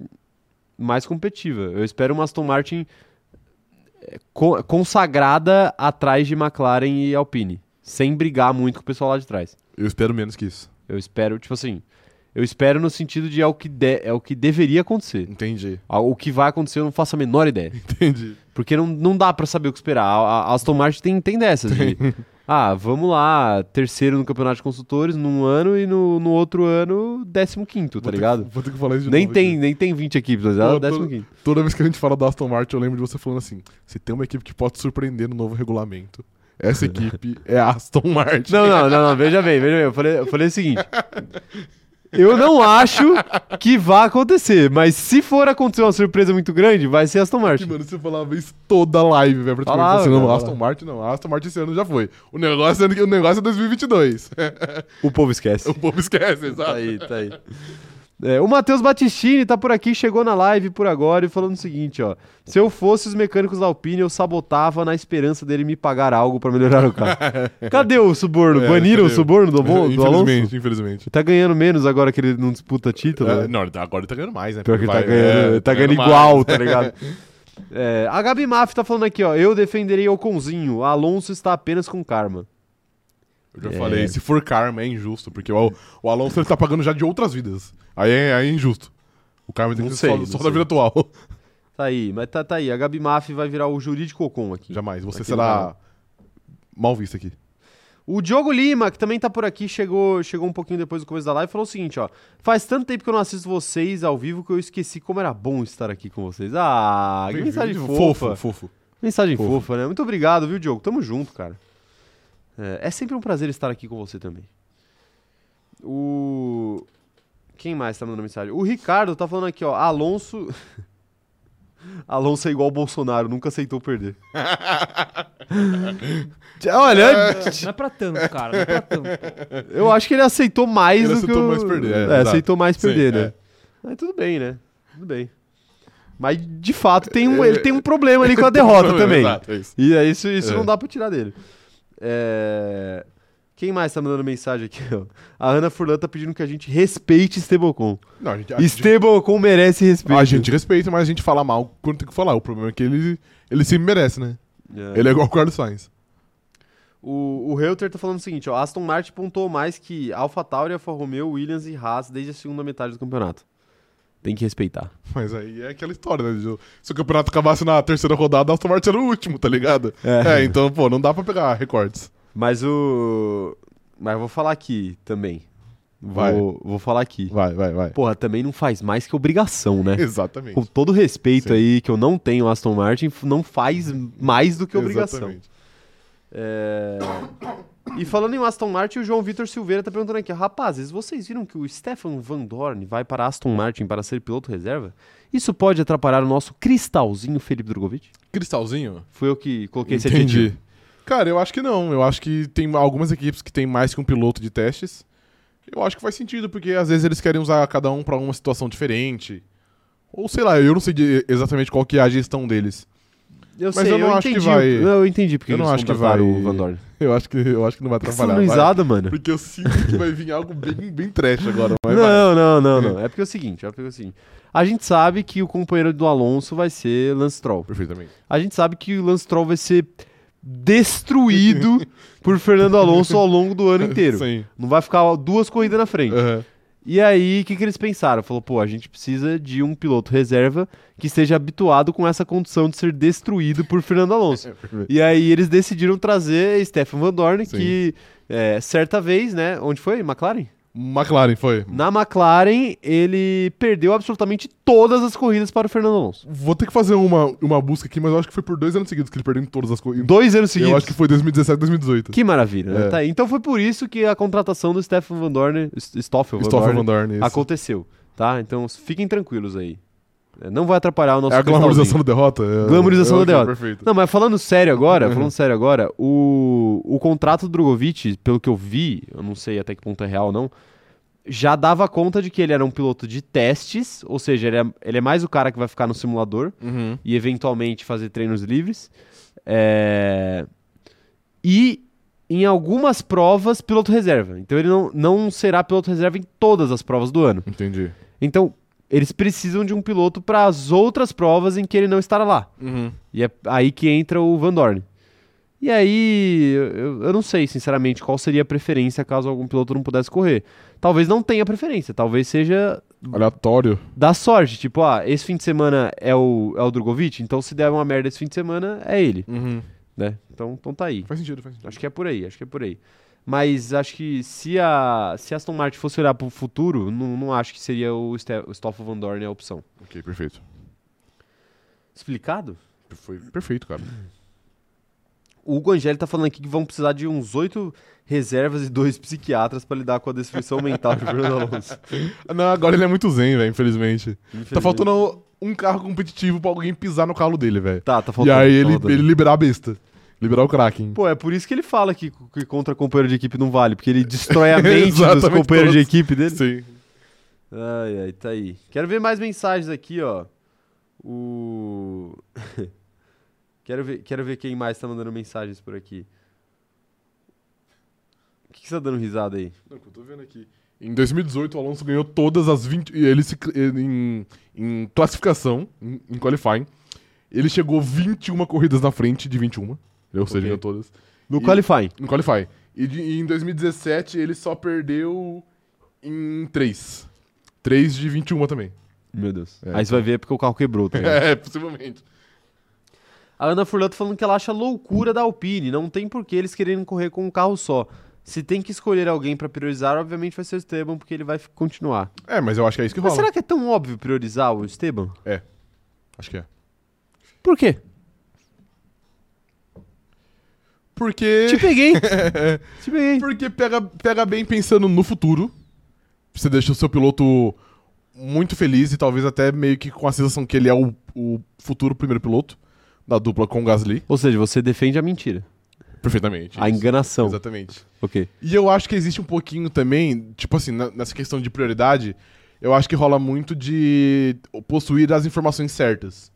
S1: mais competitiva. Eu espero uma Aston Martin eh, co- consagrada atrás de McLaren e Alpine. Sem brigar muito com o pessoal lá de trás.
S2: Eu espero menos que isso.
S1: Eu espero, tipo assim, eu espero no sentido de é o que, de- é o que deveria acontecer.
S2: Entendi.
S1: Ah, O que vai acontecer eu não faço a menor ideia.
S2: Entendi.
S1: Porque não, não dá pra saber o que esperar. A, a Aston Martin tem, tem dessas de, ah, vamos lá, terceiro no campeonato de construtores num ano e no, no outro ano, décimo quinto, tá
S2: Vou ter que-
S1: ligado?
S2: vou ter que falar isso de
S1: Nem
S2: novo
S1: tem, nem tem 20 equipes, mas ela é
S2: Pô,
S1: o décimo
S2: todo-
S1: quinto.
S2: aqui. Toda vez que a gente fala da Aston Martin, eu lembro de você falando assim: se tem uma equipe que pode surpreender no novo regulamento, essa equipe é a Aston Martin.
S1: Não, não, não, não, veja bem, veja bem. Eu falei, eu falei o seguinte. Eu não acho que vá acontecer, mas se for acontecer uma surpresa muito grande, vai ser Aston
S2: Que,
S1: Martin.
S2: mano, você falava isso toda live, velho. Praticamente
S1: Falava,
S2: assim, não,
S1: cara,
S2: Aston Martin não, a Aston Martin esse ano já foi. O negócio é, o negócio é 2022.
S1: O povo esquece.
S2: o povo esquece, exato.
S1: Tá aí, tá aí. É, o Matheus Batistini tá por aqui, chegou na live por agora e falando o seguinte, ó. Se eu fosse os mecânicos da Alpine, eu sabotava na esperança dele me pagar algo pra melhorar o carro. Cadê o suborno?
S2: É,
S1: Baniram o
S2: cadê o-
S1: suborno do, Alon- do Alonso?
S2: Infelizmente, infelizmente.
S1: Tá ganhando menos agora que ele não disputa título,
S2: É,
S1: né?
S2: não, ele tá- agora ele tá ganhando mais, né?
S1: Pior que ele tá
S2: Vai-
S1: ganhando,
S2: é,
S1: ele tá ganhando
S2: mais.
S1: igual, tá ligado? É, a Gabi Maff tá falando aqui, ó. Eu defenderei o Conzinho. Alonso está apenas com karma.
S2: Eu já
S1: É.
S2: falei, se for karma é injusto, porque o, o Alonso ele tá pagando já de outras vidas. Aí é, aí é injusto. O karma tem
S1: Não
S2: que
S1: sei,
S2: ser
S1: não
S2: só, só
S1: sei.
S2: da vida atual.
S1: Tá aí, mas tá, tá aí. A Gabi Maff vai virar o jurídico Ocon aqui.
S2: Jamais, você
S1: Aqui
S2: será mal visto aqui.
S1: O Diogo Lima, que também tá por aqui, chegou, chegou um pouquinho depois do começo da live, falou o seguinte, ó. Faz tanto tempo que eu não assisto vocês ao vivo que eu esqueci como era bom estar aqui com vocês. Ah, que
S2: Bem-vindo.
S1: mensagem fofa.
S2: Fofo, fofo.
S1: Mensagem
S2: Fofo.
S1: fofa, né? Muito obrigado, viu, Diogo? Tamo junto, cara. É, é sempre um prazer estar aqui com você também. O. Quem mais tá mandando mensagem? O Ricardo tá falando aqui, ó. Alonso. Alonso é igual o Bolsonaro, nunca aceitou perder. Olha,
S3: Não é pra tanto, cara. Não é pra tanto.
S1: eu acho que ele aceitou mais
S2: Ele
S1: do que.
S2: aceitou
S1: o-
S2: mais perder, é,
S1: É,
S2: exato.
S1: aceitou mais
S2: Sim,
S1: perder, né?
S2: é.
S1: Mas tudo bem, né? Tudo bem. Mas, de fato, tem
S2: É.
S1: um, ele tem um problema ali com a derrota também.
S2: Exato, é isso.
S1: E é isso, isso
S2: É.
S1: não dá pra tirar dele. É, Quem mais tá mandando mensagem aqui? ó? A Ana Furlan tá pedindo que a gente respeite Estebocon.
S2: Não, a gente, a gente-
S1: Estebocon merece respeito.
S2: a gente respeita, mas a gente fala mal quando tem que falar. O problema é que ele, ele se merece, né?
S1: É.
S2: Ele é igual o Carlos Sainz.
S1: O, o Reuter tá falando o seguinte, ó. Aston Martin pontuou mais que AlphaTauri, Alfa Romeo, Williams e Haas desde a segunda metade do campeonato. Tem que respeitar.
S2: Mas aí é aquela história, né? de- Se o campeonato acabasse na terceira rodada, a Aston Martin era o último, tá ligado? É, então, pô, não dá pra pegar recordes.
S1: Mas o... Mas eu vou falar aqui também.
S2: Vai.
S1: Vou, vou falar aqui.
S2: Vai, vai, vai.
S1: Porra, também não faz mais que obrigação, né?
S2: Exatamente.
S1: Com todo respeito
S2: Sim.
S1: aí que eu não tenho Aston Martin, f- não faz mais do que obrigação.
S2: Exatamente.
S1: É, E falando em Aston Martin, o João Vitor Silveira tá perguntando aqui, rapazes, vocês viram que o Stefan Van Dorn vai para Aston Martin para ser piloto reserva? Isso pode atrapalhar o nosso cristalzinho Felipe Drogovic?
S2: Cristalzinho?
S1: Fui eu que coloquei esse adjetivo.
S2: Entendi. Cara, eu acho que não. Eu acho que tem algumas equipes que tem mais que um piloto de testes. Eu acho que faz sentido, porque às vezes eles querem usar cada um pra uma situação diferente. Ou sei lá, eu não sei de- exatamente qual que é a gestão deles.
S1: Eu
S2: Mas eu não acho que
S1: entendi,
S2: vai-
S1: o- Eu entendi porque
S2: eu não
S1: eles
S2: acho que
S1: contrataram
S2: vai
S1: o Van Dorn.
S2: Eu acho que, eu acho que não vai atrapalhar. vai.
S1: Sincronizada, é mano.
S2: Porque eu sinto que vai vir algo bem, bem trash agora. Mas vai.
S1: Não, não, não, não. É porque é o seguinte, é porque é o seguinte. A gente sabe que o companheiro do Alonso vai ser Lance Stroll.
S2: Perfeitamente.
S1: A gente sabe que o Lance Stroll vai ser destruído por Fernando Alonso ao longo do ano inteiro.
S2: Sim. É.
S1: Não vai ficar duas corridas na frente.
S2: Aham.
S1: E aí, o que, que eles pensaram? Falou, pô, a gente precisa de um piloto reserva que esteja habituado com essa condição de ser destruído por Fernando Alonso.
S2: É
S1: E aí, eles decidiram trazer Stefan Van Dorn,
S2: Sim.
S1: que é, certa vez, né? Onde foi? McLaren?
S2: McLaren foi.
S1: Na McLaren, ele perdeu absolutamente todas as corridas para o Fernando Alonso.
S2: Vou ter que fazer uma, uma busca aqui, mas eu acho que foi por dois anos seguidos que ele perdeu em todas as coisas.
S1: Dois anos seguidos.
S2: Eu acho que foi 2017, 2018.
S1: Que maravilha, né?
S2: É.
S1: Tá aí. Então foi por isso que a contratação do Stefan Van Dorn, S- Stoffel Van
S2: Stoffel Van
S1: Dorn,
S2: Dorn, isso. É
S1: aconteceu, tá? Então fiquem tranquilos aí. É, Não vai atrapalhar o nosso
S2: É a glamorização
S1: cristalzinho.
S2: da derrota? É,
S1: Glamorização
S2: eu
S1: da
S2: acho
S1: derrota.
S2: Perfeito.
S1: Não, mas falando sério agora,
S2: Uhum.
S1: falando sério agora, o, o contrato do Drogovic, pelo que eu vi, eu não sei até que ponto é real ou não, já dava conta de que ele era um piloto de testes, ou seja, ele é, ele é mais o cara que vai ficar no simulador
S2: Uhum.
S1: e eventualmente fazer treinos livres. É, E em algumas provas, piloto reserva. Então ele não, não será piloto reserva em todas as provas do ano.
S2: Entendi.
S1: Então eles precisam de um piloto para as outras provas em que ele não estará lá.
S2: Uhum.
S1: E é aí que entra o Van Dorn. E aí, eu- eu, eu não sei, sinceramente, qual seria a preferência caso algum piloto não pudesse correr. Talvez não tenha preferência, talvez seja
S2: Aleatório.
S1: da sorte. Tipo, ah, esse fim de semana é o, é o Drogovic, então se der uma merda esse fim de semana, é ele,
S2: Uhum.
S1: né? Então, então tá aí.
S2: Faz sentido, faz sentido.
S1: Acho que é por aí, acho que é por aí. Mas acho que se a, se a Aston Martin fosse olhar pro futuro, não, não acho que seria o, Ste- o Stoffel Van Dorn a opção.
S2: Ok, perfeito.
S1: Explicado?
S2: Foi perfeito, cara.
S1: O Hugo Angeli tá falando aqui que vão precisar de uns oito reservas e dois psiquiatras pra lidar com a destruição mental de Bruno Alonso.
S2: Não, agora ele é muito zen, velho, infelizmente. Tá
S1: Infelizmente.
S2: faltando um carro competitivo pra alguém pisar no calo dele, velho.
S1: Tá, tá
S2: E
S1: faltando.
S2: aí
S1: tá
S2: ele,
S1: faltando.
S2: ele liberar a besta. Liberar o Kraken.
S1: Pô, é por isso que ele fala que, que contra companheiro de equipe não vale, porque ele destrói a mente dos
S2: Exatamente,
S1: companheiros de
S2: todos.
S1: equipe dele.
S2: Sim.
S1: Ai, ai, tá aí. Quero ver mais mensagens aqui, ó. O. quero, ver, quero ver quem mais tá mandando mensagens por aqui. O que, que você tá dando risada aí?
S2: Não, que eu tô vendo aqui. Em 2018, o Alonso ganhou todas as 20. e Ele se, cl- ele em, em classificação, em, em qualifying, ele chegou 21 corridas na frente de 21. Ou seja,
S1: Ok.
S2: ganhou todas.
S1: No
S2: E-
S1: qualifying.
S2: No qualify. E, de- e em 2017, ele só perdeu em 3. 3 de 21 também.
S1: Meu Deus.
S2: É,
S1: aí você vai ver é porque o carro quebrou, tá ligado?
S2: É, possivelmente.
S1: A Ana Furlato falando que ela acha loucura da Alpine. Não tem por que eles quererem correr com um carro só. Se tem que escolher alguém pra priorizar, obviamente vai ser o Esteban, porque ele vai f- continuar.
S2: É, mas eu acho que é isso que rola.
S1: Mas será que é tão óbvio priorizar o Esteban?
S2: Acho que é.
S1: Por quê?
S2: Porque.
S1: Te peguei. Te peguei.
S2: Porque pega, pega bem pensando no futuro. você deixa o seu piloto muito feliz e talvez até meio que com a sensação que ele é o, o futuro primeiro piloto da dupla com o Gasly.
S1: Ou seja, você defende a mentira,
S2: Perfeitamente.
S1: a
S2: isso.
S1: enganação.
S2: Exatamente.
S1: Ok.
S2: E eu acho que existe um pouquinho também, tipo assim, na- nessa questão de prioridade, eu acho que rola muito de possuir as informações certas.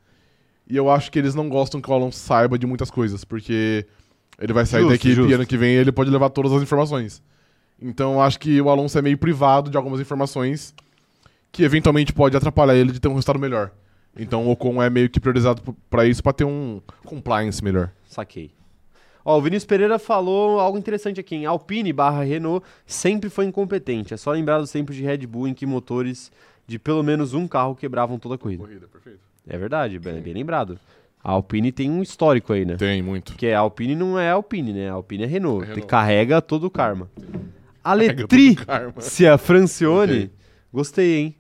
S2: E eu acho que eles não gostam que o Alonso saiba de muitas coisas, porque ele vai sair
S1: Justo,
S2: daqui
S1: justo.
S2: e ano que vem ele pode levar todas as informações. Então eu acho que o Alonso é meio privado de algumas informações que eventualmente pode atrapalhar ele de ter um resultado melhor. Então o Ocon é meio que priorizado p- pra isso, pra ter um compliance melhor.
S1: Saquei. Ó, o Vinícius Pereira falou algo interessante aqui, hein? Alpine barra Renault sempre foi incompetente. É só lembrar dos tempos de Red Bull em que motores de pelo menos um carro quebravam toda a corrida.
S2: Corrida, perfeito.
S1: É verdade, bem, bem lembrado. A Alpine tem um histórico aí, né?
S2: Tem, muito.
S1: Porque a Alpine não é a Alpine, né? A Alpine é Renault.
S2: É Renault.
S1: Carrega todo o karma. A
S2: Pega
S1: Letri,
S2: pro karma.
S1: se a Francione...
S2: Ok.
S1: Gostei, hein?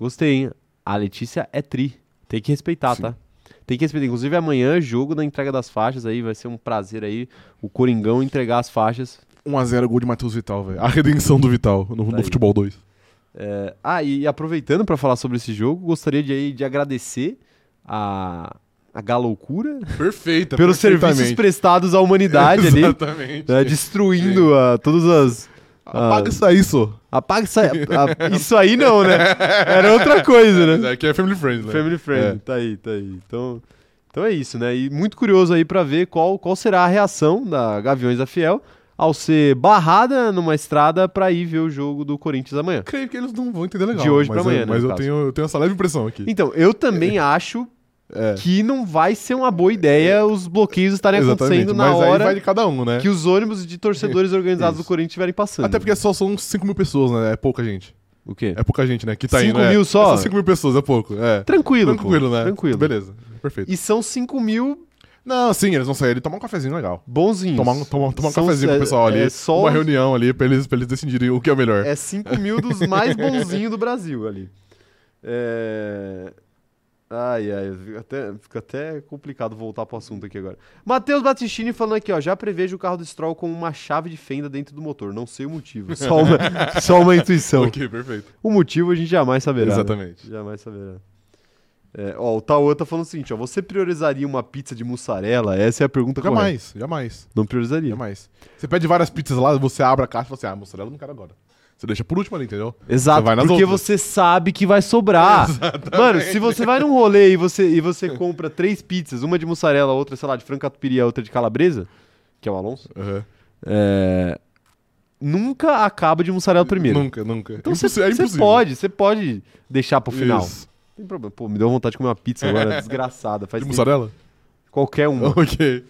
S1: Gostei, hein? A Letícia é tri. Tem que respeitar,
S2: Sim.
S1: tá? Tem que respeitar. Inclusive, amanhã, é jogo da entrega das faixas aí. Vai ser um prazer aí o Coringão entregar as faixas.
S2: 1x0 gol de Matheus Vital, velho. A redenção do Vital no, no
S1: Tá aí.
S2: futebol 2.
S1: É, Ah, e aproveitando pra falar sobre esse jogo, gostaria de, aí de agradecer a, a Galoucura
S2: Perfeita,
S1: pelos serviços prestados à humanidade ali.
S2: Exatamente.
S1: né, destruindo a, todas as.
S2: Apaga isso aí, só.
S1: Apaga isso aí. a- isso aí não, né? Era outra coisa, né?
S2: Mas Aqui é family friend, né?
S1: Family friend,
S2: É.
S1: tá aí, tá aí. Então, então é isso, né? E muito curioso aí pra ver qual, qual será a reação da Gaviões da Fiel ao ser barrada numa estrada pra ir ver o jogo do Corinthians amanhã.
S2: Creio que eles não vão entender legal.
S1: De hoje
S2: mas
S1: pra amanhã,
S2: eu,
S1: né,
S2: Mas
S1: no
S2: eu
S1: caso.
S2: tenho, eu tenho essa leve impressão aqui.
S1: Então, eu também acho
S2: É.
S1: que não vai ser uma boa ideia os bloqueios estarem é acontecendo na
S2: mas aí vai
S1: hora
S2: de cada um, né?
S1: que os ônibus de torcedores organizados
S2: Isso.
S1: do Corinthians estiverem passando.
S2: Até porque é só são 5 mil pessoas, né? É pouca gente.
S1: O quê?
S2: É pouca gente, né? Que tá
S1: 5
S2: indo. né?
S1: mil só?
S2: São 5 mil pessoas, é pouco. É.
S1: Tranquilo, pô.
S2: Tranquilo, né?
S1: Tranquilo.
S2: Beleza. Perfeito.
S1: E são 5 mil
S2: Não, sim, eles vão sair e tomar um cafezinho legal.
S1: bonzinhos.
S2: Tomar, um- tomar, tomar um
S1: São-
S2: cafezinho pro
S1: é-
S2: pessoal ali.
S1: É, só
S2: Uma
S1: os-
S2: reunião ali pra eles, pra eles decidirem o que é o melhor.
S1: é 5 mil dos mais bonzinhos do Brasil ali. É... Ai, ai, fica até, fica até complicado voltar pro assunto aqui agora. Matheus Battistini falando aqui, ó. Já prevejo o carro do Stroll com uma chave de fenda dentro do motor. Não sei o motivo. Só uma, só uma intuição.
S2: Ok, perfeito.
S1: O motivo a gente jamais saberá. Então, né?
S2: Exatamente.
S1: Jamais saberá. É, ó, o Tauan tá falando o seguinte, ó. Você priorizaria uma pizza de mussarela? Essa é a pergunta correta.
S2: Jamais, jamais,
S1: Não priorizaria.
S2: jamais. Você pede várias pizzas lá, você abre a caixa e fala assim, ah, mussarela eu não quero agora. Você deixa por último ali, entendeu?
S1: Exato,
S2: Você vai nas
S1: porque
S2: outras.
S1: você sabe que vai sobrar. Mano, se você vai num rolê e você, e você compra três pizzas, uma de mussarela, outra, sei lá, de frango catupiry, a outra de calabresa, que é o Alonso,
S2: Aham.
S1: é, nunca acaba de mussarela primeiro.
S2: Nunca, nunca.
S1: Então você
S2: Impossi- é
S1: você
S2: impossível.
S1: pode, você pode deixar pro final.
S2: Isso.
S1: Não tem problema. Pô, me deu vontade de comer uma pizza agora, desgraçada. Faz
S2: De
S1: tempo.
S2: mussarela?
S1: qualquer uma.
S2: ok.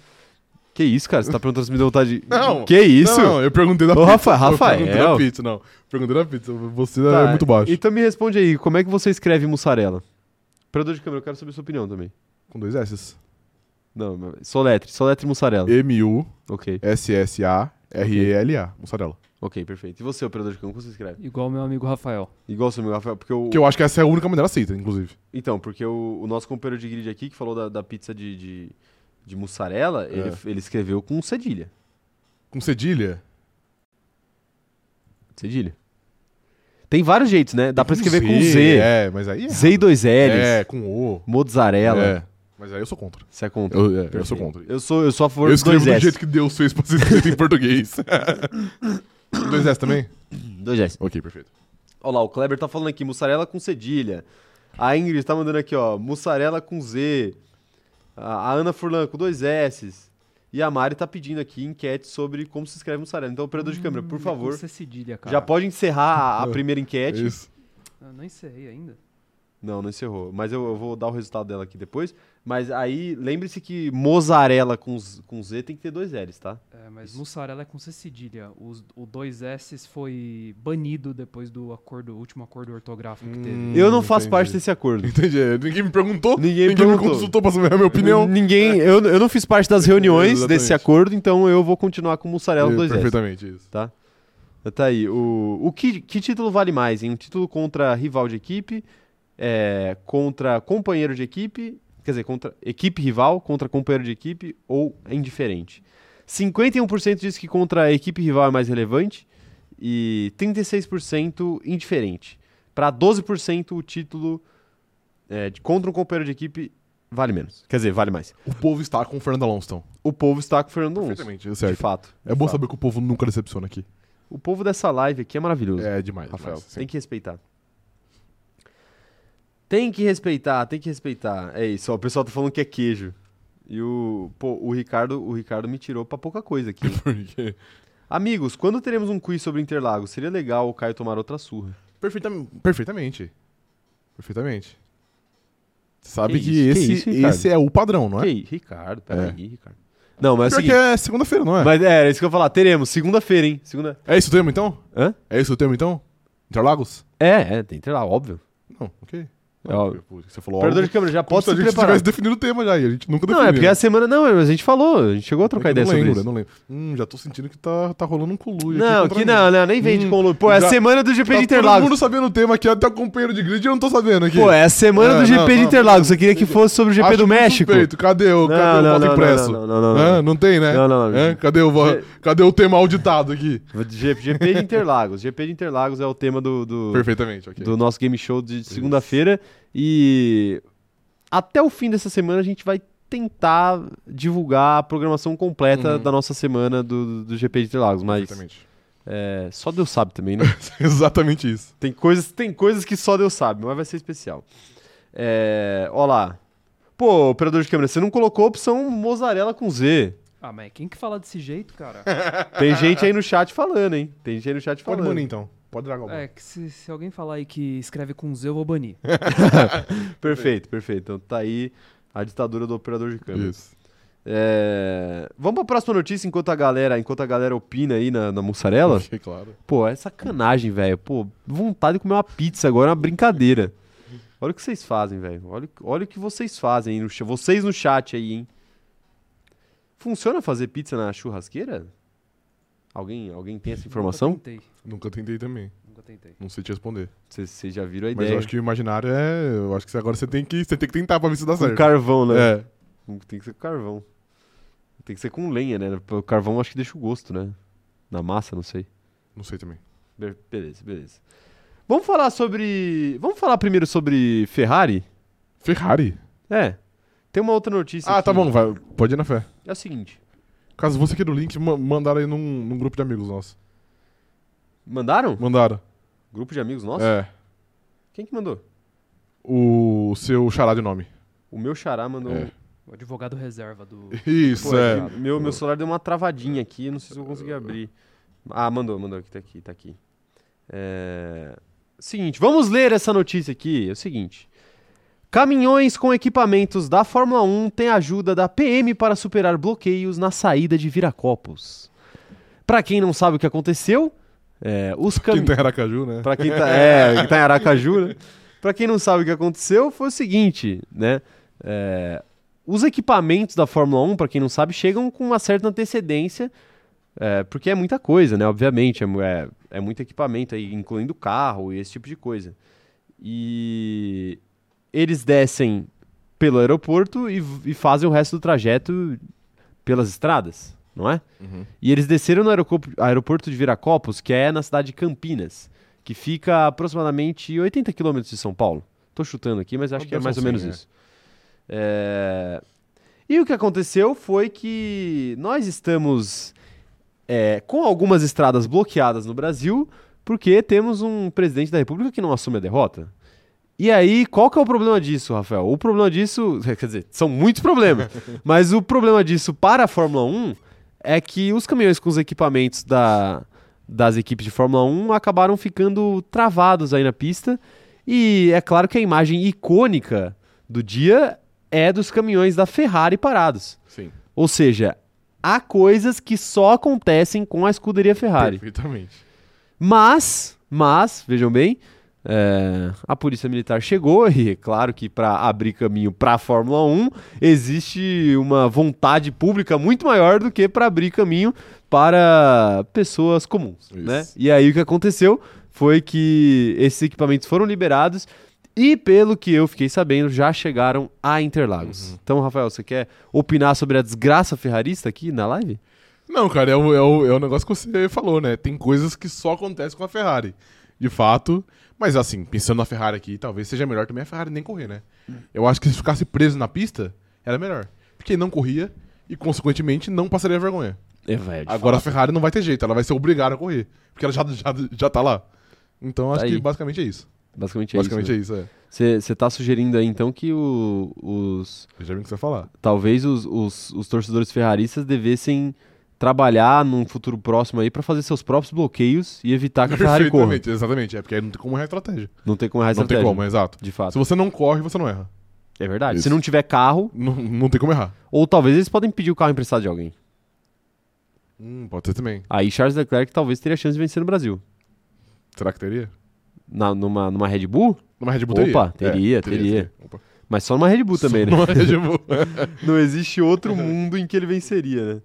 S1: Que isso, cara? Você tá perguntando se me deu vontade de...
S2: Não.
S1: Que isso?
S2: Não, não, eu perguntei da
S1: Ô, Rafa-
S2: Eu perguntei da
S1: Rafael.
S2: pizza, não. Perguntei da pizza. Você
S1: Tá,
S2: é muito baixo.
S1: Então me responde aí, como é que você escreve mussarela? Operador de câmera, eu quero saber sua opinião também.
S2: Com dois S.
S1: Não, mas- soletre, soletre mussarela. Ok,
S2: M-U-S-S-A-R-E-L-A. Mussarela.
S1: ok, perfeito. E você, operador de câmera, como você escreve?
S3: Igual meu amigo Rafael.
S1: Igual o seu amigo Rafael, porque o...
S2: Que eu acho que essa é a única maneira aceita, inclusive.
S1: Então, porque o, o nosso companheiro de grid aqui, que falou da, da pizza de, de, de mussarela, ele,
S2: É.
S1: ele escreveu com cedilha.
S2: Com cedilha?
S1: Cedilha. Tem vários jeitos, né? Dá pra escrever com Z.
S2: É, mas aí é.
S1: Z e dois L's.
S2: É, com O.
S1: Mozzarella.
S2: É. Mas aí eu sou contra.
S1: Você é contra?
S2: Eu, é, eu
S1: Perfeito.
S2: sou contra.
S1: Eu sou, eu sou a favor
S2: eu
S1: dos
S2: escrevo
S1: dois
S2: do
S1: S.
S2: jeito que Deus fez pra ser escrito em português. Dois S também?
S1: Dois S.
S2: Ok, perfeito.
S1: Olha lá, o Kleber tá falando aqui, mussarela com cedilha. A Ingrid tá mandando aqui, ó, mussarela com Z. A, a Ana Furlan com dois S's. E a Mari tá pedindo aqui enquete sobre como se escreve mussarela. Então, operador de
S2: Hum,
S1: câmera, por favor,
S3: Você é cedilha, cara.
S1: já pode encerrar a, a
S2: É,
S1: primeira enquete.
S2: Isso.
S3: Eu não encerrei ainda.
S1: Não, não encerrou. Mas eu, eu vou dar o resultado dela aqui depois. Mas aí, lembre-se que mozzarella com, z- com Z tem que ter dois L's, tá?
S3: É, mas
S1: Isso.
S3: mussarela é com C cedilha. Os- o 2S foi banido depois do acordo, último acordo ortográfico que
S2: Hum.
S3: teve.
S1: eu não faço
S2: entendi.
S1: parte desse acordo.
S2: Entendi. é, Ninguém me perguntou.
S1: Ninguém me perguntou. Hum,
S2: me consultou pra saber a minha opinião.
S1: Ninguém, eu, eu não fiz parte das reuniões
S2: Exatamente.
S1: desse acordo, então eu vou continuar com mussarela
S2: É,
S1: com dois S.
S2: Perfeitamente, isso.
S1: Tá aí. O, o que, que título vale mais, hein? Um título contra rival de equipe, é, contra companheiro de equipe, quer dizer, contra equipe rival, contra companheiro de equipe um ou é indiferente? 51% diz que contra a equipe rival é mais relevante e 36% indiferente. Para 12% o título é, de contra um companheiro de equipe vale menos. Quer dizer, vale mais.
S2: O povo está com o Fernando Alonso, então.
S1: O povo está com o Fernando Alonso.
S2: Perfeitamente, é
S1: De
S2: certo.
S1: fato.
S2: É bom saber que o povo nunca decepciona aqui.
S1: O povo dessa live aqui é maravilhoso.
S2: É demais,
S1: Rafael.
S2: demais, sim.
S1: tem que respeitar. Tem que respeitar, tem que respeitar. É isso, ó, o pessoal tá falando que é queijo. E o, pô, o Ricardo, o Ricardo me tirou pra pouca coisa aqui.
S2: Porque-
S1: Amigos, quando teremos um quiz sobre Interlagos? Seria legal o Caio tomar outra surra.
S2: Perfeitam- Perfeitamente. Perfeitamente. Você sabe
S1: Que
S2: que,
S1: isso, que
S2: esse,
S1: isso, Ricardo?
S2: esse é o padrão, não é?
S1: Que aí, Ricardo,
S2: É.
S1: peraí, Ricardo. Não, mas é o
S2: Pior que
S1: seguinte.
S2: é segunda-feira, não é?
S1: Mas é, era isso que eu ia falar. Teremos, segunda-feira, hein? Segunda...
S2: É esse o tema, então?
S1: Hã?
S2: É esse o tema, então? Interlagos?
S1: É, é, tem Interlagos, óbvio.
S2: Não, ok.
S1: É óbvio.
S2: Pô, Você falou
S1: Operador
S2: algo
S1: de câmera, já
S2: como
S1: pode
S2: se a
S1: se
S2: gente
S1: preparar.
S2: tivesse definido o tema já, e a gente nunca definiu.
S1: Não, é porque a
S2: né?
S1: semana... Não, mas a gente falou, a gente chegou a trocar
S2: É que eu
S1: ideia
S2: não
S1: sobre isso.
S2: lembro, eu não lembro. Hum, já tô sentindo que tá, tá rolando um coluio
S1: Não,
S2: aqui
S1: que não, não, nem vende
S2: Hum,
S1: com o Pô, é a
S2: já-
S1: semana do GP
S2: Tá
S1: de
S2: todo mundo
S1: Interlagos.
S2: sabendo o tema aqui, até o companheiro de grid eu não tô sabendo aqui.
S1: Pô, é a semana
S2: É,
S1: do
S2: não,
S1: GP de
S2: não,
S1: Interlagos. Você queria que fosse sobre o GP
S2: Acho
S1: do
S2: muito
S1: México?
S2: suspeito. Cadê
S1: Não,
S2: o, cadê o
S1: não,
S2: voto
S1: não,
S2: impresso?
S1: não, não, não, não,
S2: Hã?
S1: não.
S2: tem, né?
S1: Não, não, não.
S2: Hã? Cadê, o, vo-
S1: É.
S2: cadê o tema auditado aqui?
S1: G- GP de Interlagos. GP de Interlagos é o tema do, do,
S2: Perfeitamente, ok.
S1: do nosso game show de segunda-feira. E até o fim dessa semana a gente vai tentar divulgar a programação completa
S2: Uhum.
S1: da nossa semana do, do GP de Interlagos. Mas
S2: Perfeitamente.
S1: é, só Deus sabe também, né?
S2: Exatamente isso.
S1: Tem coisas, tem coisas que só Deus sabe, mas vai ser especial. É, ó lá. Pô, operador de câmera, você não colocou a opção mozarela com Z.
S3: Ah, mas quem que fala desse jeito, cara?
S1: Tem gente aí no chat falando, hein? Tem gente aí no chat
S2: Pode
S1: falando.
S2: banir, então. Pode Dragon Ball.
S3: é, que se, se alguém falar aí que escreve com Z, eu vou banir.
S1: Perfeito, perfeito. Então tá aí a ditadura do operador de câmera.
S2: Isso.
S1: É, Vamos pra próxima notícia enquanto a galera, enquanto a galera opina aí na, na mussarela?
S2: Ok, claro.
S1: Pô, é sacanagem, velho. Pô, vontade de comer uma pizza agora é uma brincadeira. Olha o que vocês fazem, velho. Olha, o- olha o que vocês fazem aí no cha- Vocês no chat aí, hein? Funciona fazer pizza na churrasqueira? Alguém, alguém tem essa informação?
S3: Nunca tentei.
S2: Nunca tentei também.
S3: Nunca tentei.
S2: Não sei te responder.
S1: Vocês vocês já viram a
S2: Mas
S1: ideia.
S2: eu acho que o imaginário é. Eu acho que agora você tem que, você tem que tentar pra ver se dá
S1: Com
S2: certo.
S1: carvão, né?
S2: É.
S1: Com- Tem que ser com carvão. Tem que ser com lenha, né? O carvão acho que deixa o gosto, né? Na massa, não sei.
S2: Não sei também.
S1: Be- beleza, beleza. Vamos falar sobre. Vamos falar primeiro sobre Ferrari?
S2: Ferrari?
S1: É. Tem uma outra notícia.
S2: Ah,
S1: aqui.
S2: tá bom, vai. Pode ir na fé.
S1: É o seguinte.
S2: Caso você queira o link, ma- mandaram aí num, num grupo de amigos nossos.
S1: Mandaram?
S2: Mandaram.
S1: Grupo de amigos nossos?
S2: É.
S1: Quem que mandou?
S2: O seu xará de nome.
S1: O meu xará mandou.
S2: É.
S1: um-
S3: O advogado reserva do.
S2: Isso,
S1: Pô,
S2: é.
S1: é que Meu, meu celular deu uma travadinha aqui, não sei se eu consegui abrir. Ah, mandou, mandou aqui, tá aqui, tá aqui. É... Seguinte, vamos ler essa notícia aqui. É o seguinte. Caminhões com equipamentos da Fórmula 1 têm ajuda da PM para superar bloqueios na saída de Viracopos. Pra quem não sabe o que aconteceu, é, os
S2: Quem
S1: caminhões.
S2: tem Aracaju, né?
S1: Pra quem tá, é, que tá em Aracaju, né? Pra quem não sabe o que aconteceu, foi o seguinte, né? É, os equipamentos da Fórmula 1, pra quem não sabe, chegam com uma certa antecedência, é, porque é muita coisa, né? Obviamente, é, mu- é- é muito equipamento, aí, incluindo carro e esse tipo de coisa. E eles descem pelo aeroporto e v- e fazem o resto do trajeto pelas estradas, não é?
S2: Uhum.
S1: E eles desceram no aerocopo- aeroporto de Viracopos, que é na cidade de Campinas, que fica a aproximadamente 80 quilômetros de São Paulo. Tô chutando aqui, mas acho que é mais ou
S2: Sim,
S1: menos
S2: é.
S1: isso. É, E o que aconteceu foi que nós estamos é, com algumas estradas bloqueadas no Brasil, porque temos um presidente da República que não assume a derrota. E aí, qual que é o problema disso, Rafael? O problema disso, quer dizer, são muitos problemas, mas o problema disso para a Fórmula 1 é que os caminhões com os equipamentos da- das equipes de Fórmula 1 acabaram ficando travados aí na pista. E é claro que a imagem icônica do dia é dos caminhões da Ferrari parados.
S2: Sim.
S1: Ou seja, há coisas que só acontecem com a escuderia Ferrari.
S2: Perfeitamente.
S1: Mas, mas, vejam bem, é, a polícia militar chegou e é claro que para abrir caminho para a Fórmula 1 existe uma vontade pública muito maior do que para abrir caminho para pessoas comuns,
S2: Isso.
S1: né? E aí o que aconteceu foi que esses equipamentos foram liberados e pelo que eu fiquei sabendo já chegaram Uhum. a Interlagos. Então, Rafael, você quer opinar sobre a desgraça ferrarista aqui na live?
S2: Não, cara, é o, é, o, é o negócio que você falou, né? Tem coisas que só acontecem com a Ferrari, de fato. Mas assim, pensando na Ferrari aqui, talvez seja melhor também a Ferrari nem correr, né?
S1: Hum.
S2: Eu acho que se ficasse preso na pista, era melhor. Porque não corria e, consequentemente, não passaria vergonha.
S1: É, velho.
S2: Agora a Ferrari não vai ter jeito, ela vai ser obrigada a correr. Porque ela já, já, já tá lá. Então acho
S1: Tá aí.
S2: que basicamente é isso.
S1: Basicamente é
S2: basicamente
S1: isso.
S2: é isso, é.
S1: Você tá sugerindo aí, então, que o- os.
S2: Eu já vi o que você vai falar.
S1: Talvez os, os, os torcedores ferraristas devessem trabalhar num futuro próximo aí pra fazer seus próprios bloqueios e evitar que a Ferrari corra.
S2: Perfeitamente, exatamente. É porque aí não tem como errar a estratégia.
S1: Não tem como errar a
S2: não tem
S1: estratégia,
S2: como, exato.
S1: De fato.
S2: Se você não corre, você não erra.
S1: É verdade. Se
S2: Isso.
S1: não tiver carro,
S2: Não, não tem como errar.
S1: ou talvez eles podem pedir o carro emprestado de alguém.
S2: Hum, pode ser também.
S1: Aí Charles Leclerc talvez teria chance de vencer no Brasil.
S2: Será que teria?
S1: Na, numa, numa Red Bull?
S2: Numa Red Bull
S1: Opa,
S2: teria?
S1: teria,
S2: É,
S1: teria. Mas só numa Red Bull também, né?
S2: Numa Red Bull.
S1: Não existe outro mundo em que ele venceria, né?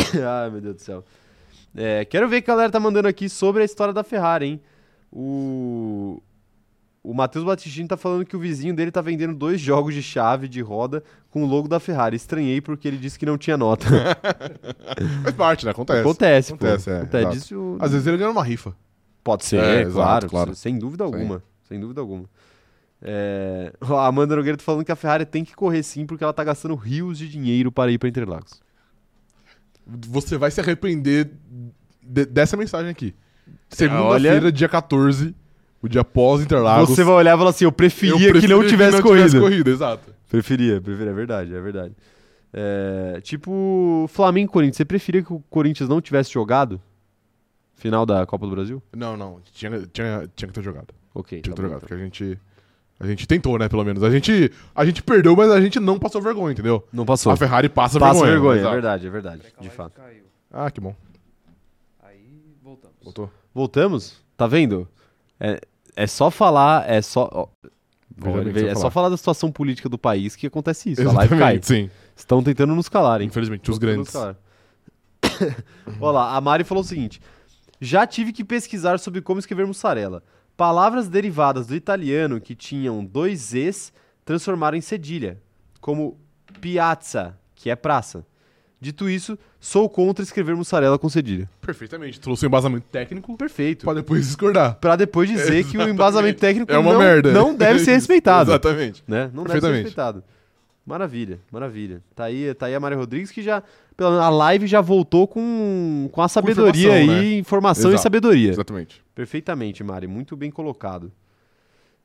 S1: Ai, meu Deus do céu. É, quero ver o que a galera tá mandando aqui sobre a história da Ferrari, hein? O, o Matheus Batistini tá falando que o vizinho dele tá vendendo dois jogos de chave de roda com o logo da Ferrari. Estranhei porque ele disse que não tinha nota.
S2: Faz parte, né? Acontece.
S1: Acontece,
S2: Acontece,
S1: pô.
S2: é,
S1: Acontece.
S2: exato.
S1: Isso-
S2: Às vezes ele ganha uma rifa.
S1: Pode ser,
S2: É, exato,
S1: claro,
S2: claro.
S1: Sem dúvida
S2: Sim.
S1: alguma. Sem dúvida alguma. É, A Amanda Nogueira tá falando que a Ferrari tem que correr sim, porque ela tá gastando rios de dinheiro para ir para Interlagos.
S2: Você vai se arrepender de- dessa mensagem aqui.
S1: Olha-
S2: Segunda-feira, dia 14, o dia pós Interlagos.
S1: Você vai olhar e falar assim: eu preferia,
S2: Eu
S1: que não
S2: preferia
S1: tivesse corrido.
S2: corrida, exato.
S1: Preferia, preferia, é verdade, é verdade. É, tipo, Flamengo e Corinthians. Você preferia que o Corinthians não tivesse jogado? Final da Copa do Brasil?
S2: Não, não. Tinha, tinha, tinha que ter jogado.
S1: Ok.
S2: Tinha que
S1: tá
S2: ter
S1: bom,
S2: jogado,
S1: então.
S2: porque a gente. A gente tentou, né, pelo menos. A gente, a gente perdeu, mas a gente não passou vergonha, entendeu?
S1: então. Não passou.
S2: A Ferrari passa,
S1: Passa vergonha,
S2: vergonha.
S1: é
S2: exato.
S1: verdade, é verdade, de
S3: Live
S1: fato.
S3: Caiu.
S2: Ah, que bom.
S3: Aí voltamos.
S2: Voltou.
S1: Voltamos? Tá vendo? É, é só falar, é só. ó,
S2: Veja
S1: olha,
S2: bem o que
S1: veja-
S2: você
S1: é
S2: falar.
S1: só falar da situação política do país que acontece isso. A live cai.
S2: sim.
S1: Estão tentando nos calar, hein?
S2: Infelizmente, os
S1: Estão tentando
S2: grandes.
S1: nos calar. Olha lá, a Mari falou o seguinte: já tive que pesquisar sobre como escrever mussarela. Palavras derivadas do italiano que tinham dois Es transformaram em cedilha, como piazza, que é praça. Dito isso, sou contra escrever mussarela com cedilha.
S2: Perfeitamente. Trouxe um embasamento técnico
S1: Perfeito.
S2: pra depois discordar.
S1: Pra depois dizer que o embasamento técnico
S2: É uma
S1: não,
S2: merda.
S1: não deve ser respeitado.
S2: Exatamente.
S1: né? Não deve ser
S2: Perfeitamente.
S1: respeitado. Maravilha, maravilha. Tá aí, tá aí a Maria Rodrigues que já. Pela, a live já voltou com, com a sabedoria
S2: informação, né?
S1: aí, informação e
S2: Exato,
S1: sabedoria.
S2: Exatamente.
S1: Perfeitamente, Mari. Muito bem colocado.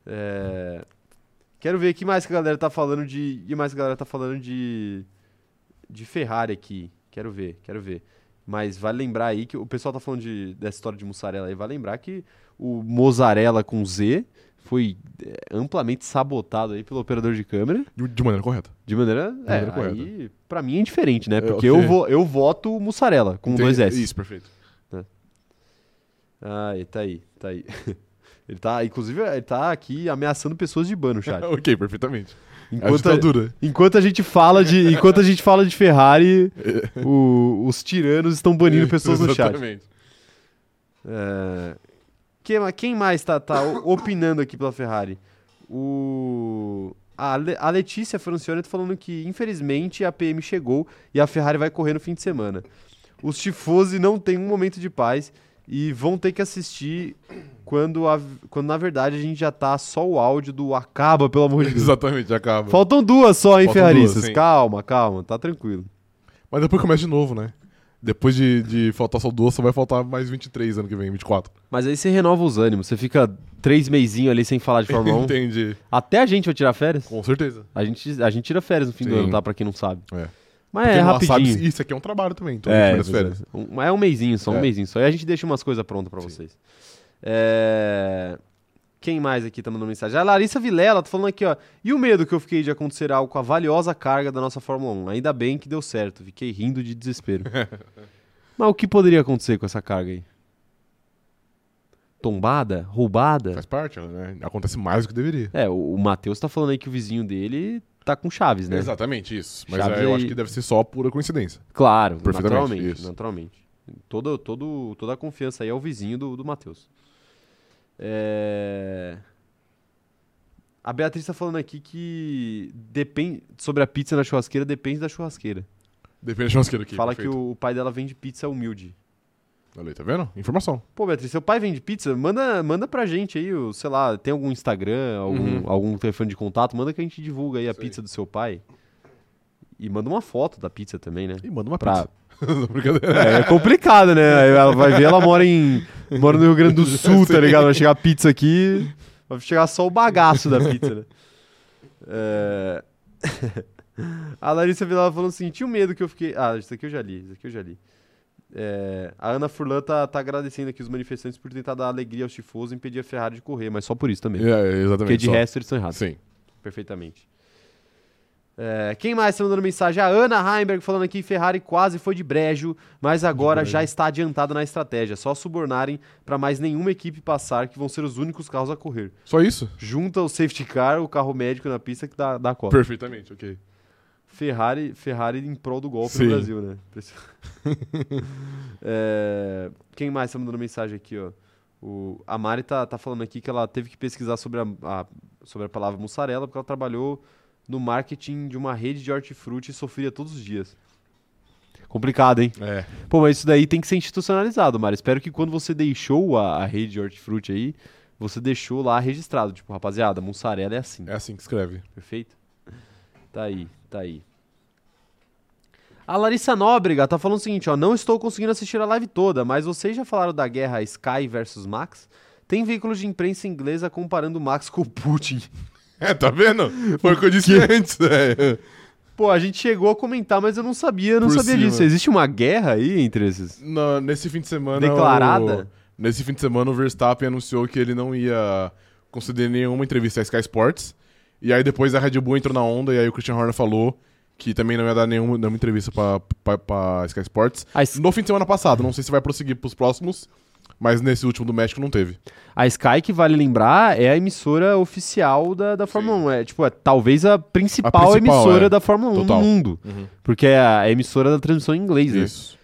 S1: É, Quero ver o que mais que a galera tá falando de. E mais que a galera tá falando de. De Ferrari aqui. Quero ver, quero ver. Mas vale lembrar aí que o pessoal tá falando de, dessa história de mussarela aí. Vale lembrar que o Mozzarella com Z foi é, amplamente sabotado aí pelo operador de câmera.
S2: De, de maneira correta.
S1: De maneira. É,
S2: maneira correta.
S1: aí, pra mim é indiferente, né?
S2: É,
S1: Porque
S2: ok.
S1: eu, vo, eu voto mussarela com
S2: Tem-
S1: dois S.
S2: Isso, perfeito.
S1: Ah, ele tá aí, tá aí. Ele tá, inclusive, ele tá aqui ameaçando pessoas de ban no chat.
S2: Ah, ok, perfeitamente. É a
S1: Enquanto tá a,
S2: ditadura.
S1: enquanto a gente fala de, enquanto a gente fala de Ferrari, o- os tiranos estão banindo pessoas no chat.
S2: Exatamente.
S1: É, quem, ma- quem mais tá, tá o- opinando aqui pela Ferrari? O, a, Le- a Letícia Francione tá falando que, infelizmente, a PM chegou e a Ferrari vai correr no fim de semana. Os tifosi não têm um momento de paz e vão ter que assistir quando, a- quando na verdade, a gente já tá só o áudio do acaba, pelo amor de Deus.
S2: Exatamente, acaba.
S1: Faltam duas só, hein,
S2: Faltam
S1: ferraristas?
S2: duas, sim.
S1: calma, calma, tá tranquilo.
S2: Mas depois começa de novo, né? Depois de, de faltar só duas, só vai faltar mais 23 ano que vem, 24.
S1: Mas aí você renova os ânimos, você fica três meizinhos ali sem falar de Fórmula 1.
S2: Entendi.
S1: Até a gente vai tirar férias.
S2: Com certeza.
S1: A gente, a gente tira férias no fim do
S2: Sim.
S1: ano, tá? Pra quem não sabe.
S2: É.
S1: Mas
S2: Porque
S1: é
S2: não
S1: rapidinho.
S2: sabe se- isso aqui é um trabalho também, então
S1: é,
S2: é, férias.
S1: Um, é um mêsinho só, um
S2: É.
S1: mêsinho só. E a gente deixa umas coisas prontas pra vocês. É, Quem mais aqui tá mandando mensagem? A Larissa Vilela tá falando aqui, ó. E o medo que eu fiquei de acontecer algo com a valiosa carga da nossa Fórmula 1. Ainda bem que deu certo. Fiquei rindo de desespero. Mas o que poderia acontecer com essa carga aí? Tombada? Roubada?
S2: Faz parte, né? Acontece mais do que deveria.
S1: É, o, o Matheus tá falando aí que o vizinho dele tá com chaves, né?
S2: Exatamente, isso. Mas
S1: Chaves
S2: aí eu
S1: aí-
S2: acho que deve ser só pura coincidência.
S1: Claro,
S2: Perfeitamente,
S1: naturalmente,
S2: isso.
S1: naturalmente. Todo, todo, toda a confiança aí é o vizinho do, do Matheus. É... A Beatriz tá falando aqui que depende sobre a pizza na churrasqueira, depende da churrasqueira.
S2: Depende da churrasqueira aqui.
S1: Fala que o, o pai dela vende pizza humilde.
S2: Olha aí, tá vendo? Informação.
S1: Pô, Beatriz, seu pai vende pizza? Manda, manda pra gente aí, o, sei lá, tem algum Instagram, algum,
S2: Uhum.
S1: algum telefone de contato? Manda que a gente divulga aí a
S2: Isso aí.
S1: pizza do seu pai. E manda uma foto da pizza também, né?
S2: E manda uma
S1: Pra-
S2: pizza. Brincadeira.
S1: É, é complicado, né? Aí Ela vai ver, ela mora em. Mora no Rio Grande do Sul, tá ligado? Vai chegar a pizza aqui. Vai chegar só o bagaço da pizza, né? É... a Larissa Vila falando assim: tinha um medo que eu fiquei. Ah, isso aqui eu já li, isso aqui eu já li. É, a Ana Furlan tá, tá agradecendo aqui os manifestantes por tentar dar alegria aos tifosos e impedir a Ferrari de correr, mas só por isso também.
S2: É, exatamente.
S1: porque de
S2: só.
S1: resto eles estão errados.
S2: Sim.
S1: Perfeitamente. É, quem mais está mandando mensagem? A Ana Heimberg falando aqui: Ferrari quase foi de brejo, mas agora já está adiantada na estratégia. Só subornarem para mais nenhuma equipe passar, que vão ser os únicos carros a correr.
S2: Só isso?
S1: Junta o safety car, o carro médico na pista que dá, dá a copa.
S2: Perfeitamente, ok.
S1: Ferrari, Ferrari em prol do golpe
S2: Sim.
S1: no Brasil, né? Impression- É, quem mais tá mandando mensagem aqui, ó? O, a Mari tá, tá falando aqui que ela teve que pesquisar sobre a, a- sobre a palavra mussarela, porque ela trabalhou no marketing de uma rede de hortifruti e sofria todos os dias. Complicado, hein?
S2: É.
S1: Pô, mas isso daí tem que ser institucionalizado, Mari. Espero que quando você deixou a, a rede de hortifruti aí, você deixou lá registrado. Tipo, rapaziada, mussarela é assim.
S2: É assim que escreve.
S1: Perfeito? Tá aí, tá aí. A Larissa Nóbrega tá falando o seguinte, ó, não estou conseguindo assistir a live toda, mas vocês já falaram da guerra Sky versus Max? Tem veículos de imprensa inglesa comparando o Max com o Putin.
S2: É, tá vendo? Foi o que eu disse antes. É.
S1: Pô, a gente chegou a comentar, mas eu não sabia, eu não
S2: Por
S1: sabia
S2: cima.
S1: disso. Existe uma guerra aí entre esses?
S2: Na- nesse fim de semana.
S1: Declarada?
S2: o- nesse fim de semana, o Verstappen anunciou que ele não ia conceder nenhuma entrevista à Sky Sports. E aí depois a Red Bull entrou na onda e aí o Christian Horner falou que também não ia dar nenhuma, nenhuma entrevista pra, pra, pra Sky Sports.
S1: A, S-
S2: No fim de semana passado, não sei se vai prosseguir pros próximos, mas nesse último do México não teve.
S1: a Sky, que vale lembrar, é a emissora oficial da, da Fórmula
S2: Sim.
S1: 1. É, tipo, é, talvez a principal,
S2: principal,
S1: emissora
S2: é.
S1: da Fórmula 1
S2: Total.
S1: no mundo. Porque é a emissora da transmissão em inglês, né?
S2: Isso.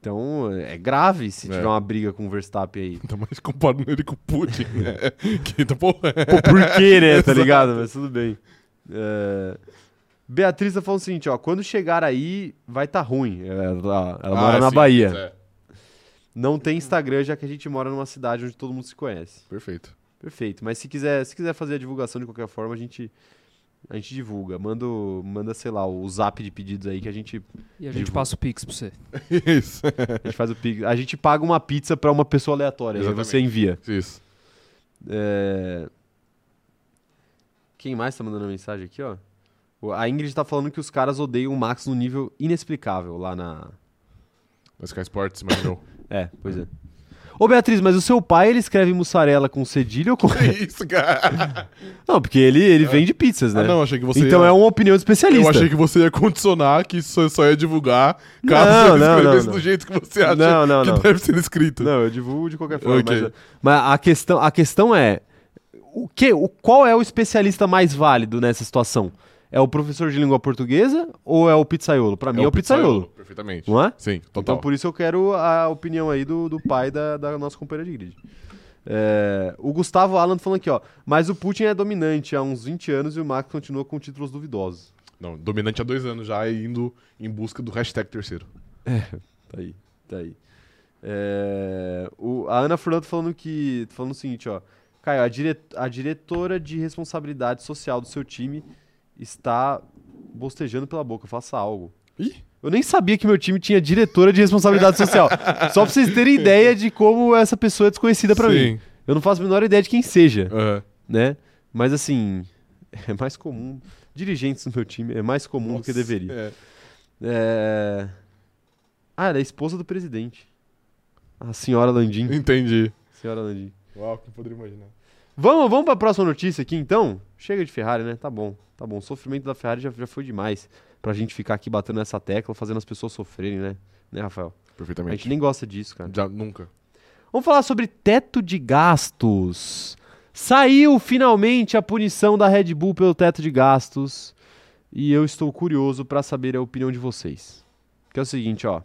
S1: Então é grave se
S2: É.
S1: tiver uma briga com o Verstappen aí.
S2: Ainda mais Então, comparando ele com o Putin, né? que tá porra.
S1: Pô, por quê, né? tá ligado? Mas tudo bem. É... Beatriz tá falando o seguinte, ó. Quando chegar aí, vai tá ruim. Ela, tá, ela mora
S2: Ah,
S1: na
S2: sim,
S1: Bahia.
S2: é.
S1: Não tem Instagram, já que a gente mora numa cidade onde todo mundo se conhece.
S2: Perfeito.
S1: Perfeito. Mas se quiser, se quiser fazer a divulgação de qualquer forma, a gente, a gente divulga. Manda, o- manda, sei lá, o zap de pedidos aí que a gente,
S3: E a gente
S1: Divo.
S3: passa o Pix pra você.
S2: Isso.
S1: a gente faz o pix. A gente paga uma pizza pra uma pessoa aleatória. E
S2: Exatamente.
S1: você envia.
S2: Isso.
S1: É... Quem mais tá mandando mensagem aqui, ó? O- A Ingrid tá falando que os caras odeiam o Max num nível inexplicável lá na.
S2: Mas Sky Sports, mas não.
S1: É, pois é. Ô Beatriz, mas o seu pai ele escreve mussarela com cedilha ou com.
S2: isso, cara.
S1: não, porque ele, ele vende pizzas, né?
S2: Ah, não, achei que você
S1: então
S2: ia...
S1: é uma opinião especialista.
S2: Eu achei que você ia condicionar que isso só ia divulgar
S1: Não,
S2: caso você
S1: não,
S2: escrevesse
S1: não,
S2: do
S1: não.
S2: jeito que você acha
S1: Não, não,
S2: que
S1: não.
S2: deve ser escrito.
S1: Não, é eu divulgo de qualquer forma.
S2: Ok.
S1: Mas, mas a, questão, a questão é: o que, o, qual é o especialista mais válido nessa situação? É o professor de língua portuguesa ou é o pizzaiolo? Pra mim é o pizzaiolo,
S2: Perfeitamente.
S1: não é?
S2: Sim, total.
S1: Então por isso eu quero a opinião aí do, do pai da, da nossa companheira de grid. É, o Gustavo Alan falando aqui, ó. Mas o Putin é dominante há uns 20 anos e o Max continua com títulos duvidosos.
S2: Não, dominante há dois anos já e indo em busca do hashtag terceiro.
S1: Tá aí, tá aí. É, o- a Ana Furlan tá falando que. tá falando o seguinte, ó. Caio, a, dire- a diretora de responsabilidade social do seu time está bostejando pela boca. Faça algo.
S2: Ih,
S1: Eu nem sabia que meu time tinha diretora de responsabilidade social. Só pra vocês terem ideia de como essa pessoa é desconhecida pra mim.
S2: sim.
S1: Eu não faço a menor ideia de quem seja,
S2: Aham.
S1: né? Mas assim, é mais comum. Dirigentes no meu time é mais comum do que
S2: Nossa,
S1: deveria.
S2: é.
S1: É... Ah, ela é esposa do presidente. A senhora Landim.
S2: Entendi.
S1: senhora Landim.
S2: Uau, quem poderia imaginar?
S1: Vamos, vamos pra próxima notícia aqui então? Chega de Ferrari, né? Tá bom, tá bom. O sofrimento da Ferrari já, já foi demais pra gente ficar aqui batendo nessa tecla, fazendo as pessoas sofrerem, né? Né, Rafael? A gente
S2: Perfeitamente.
S1: nem gosta disso, cara.
S2: Já, nunca.
S1: Vamos falar sobre teto de gastos. Saiu finalmente a punição da Red Bull pelo teto de gastos. E eu estou curioso para saber a opinião de vocês. Que é o seguinte, ó.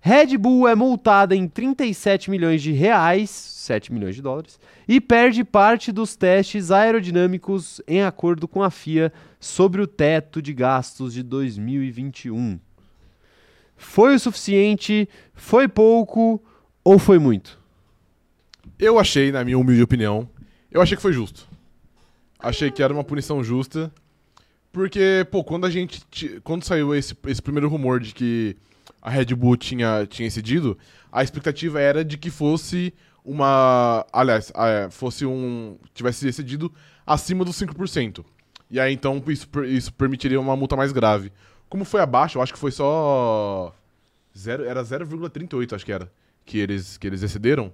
S1: Red Bull é multada em 37 milhões de reais, 7 milhões de dólares, e perde parte dos testes aerodinâmicos em acordo com a FIA sobre o teto de gastos de 2021. Foi o suficiente? Foi pouco? Ou foi muito?
S2: Eu achei, na minha humilde opinião, eu achei que foi justo. Achei que era uma punição justa. Porque, pô, quando a gente. ti- Quando saiu esse, esse primeiro rumor de que a Red Bull tinha, tinha cedido, a expectativa era de que fosse uma. Aliás, é, fosse um. tivesse cedido acima dos 5%. E aí então isso, per- isso permitiria uma multa mais grave. Como foi abaixo, eu acho que foi só. Zero, era 0,38, acho que era. Que eles, que eles excederam.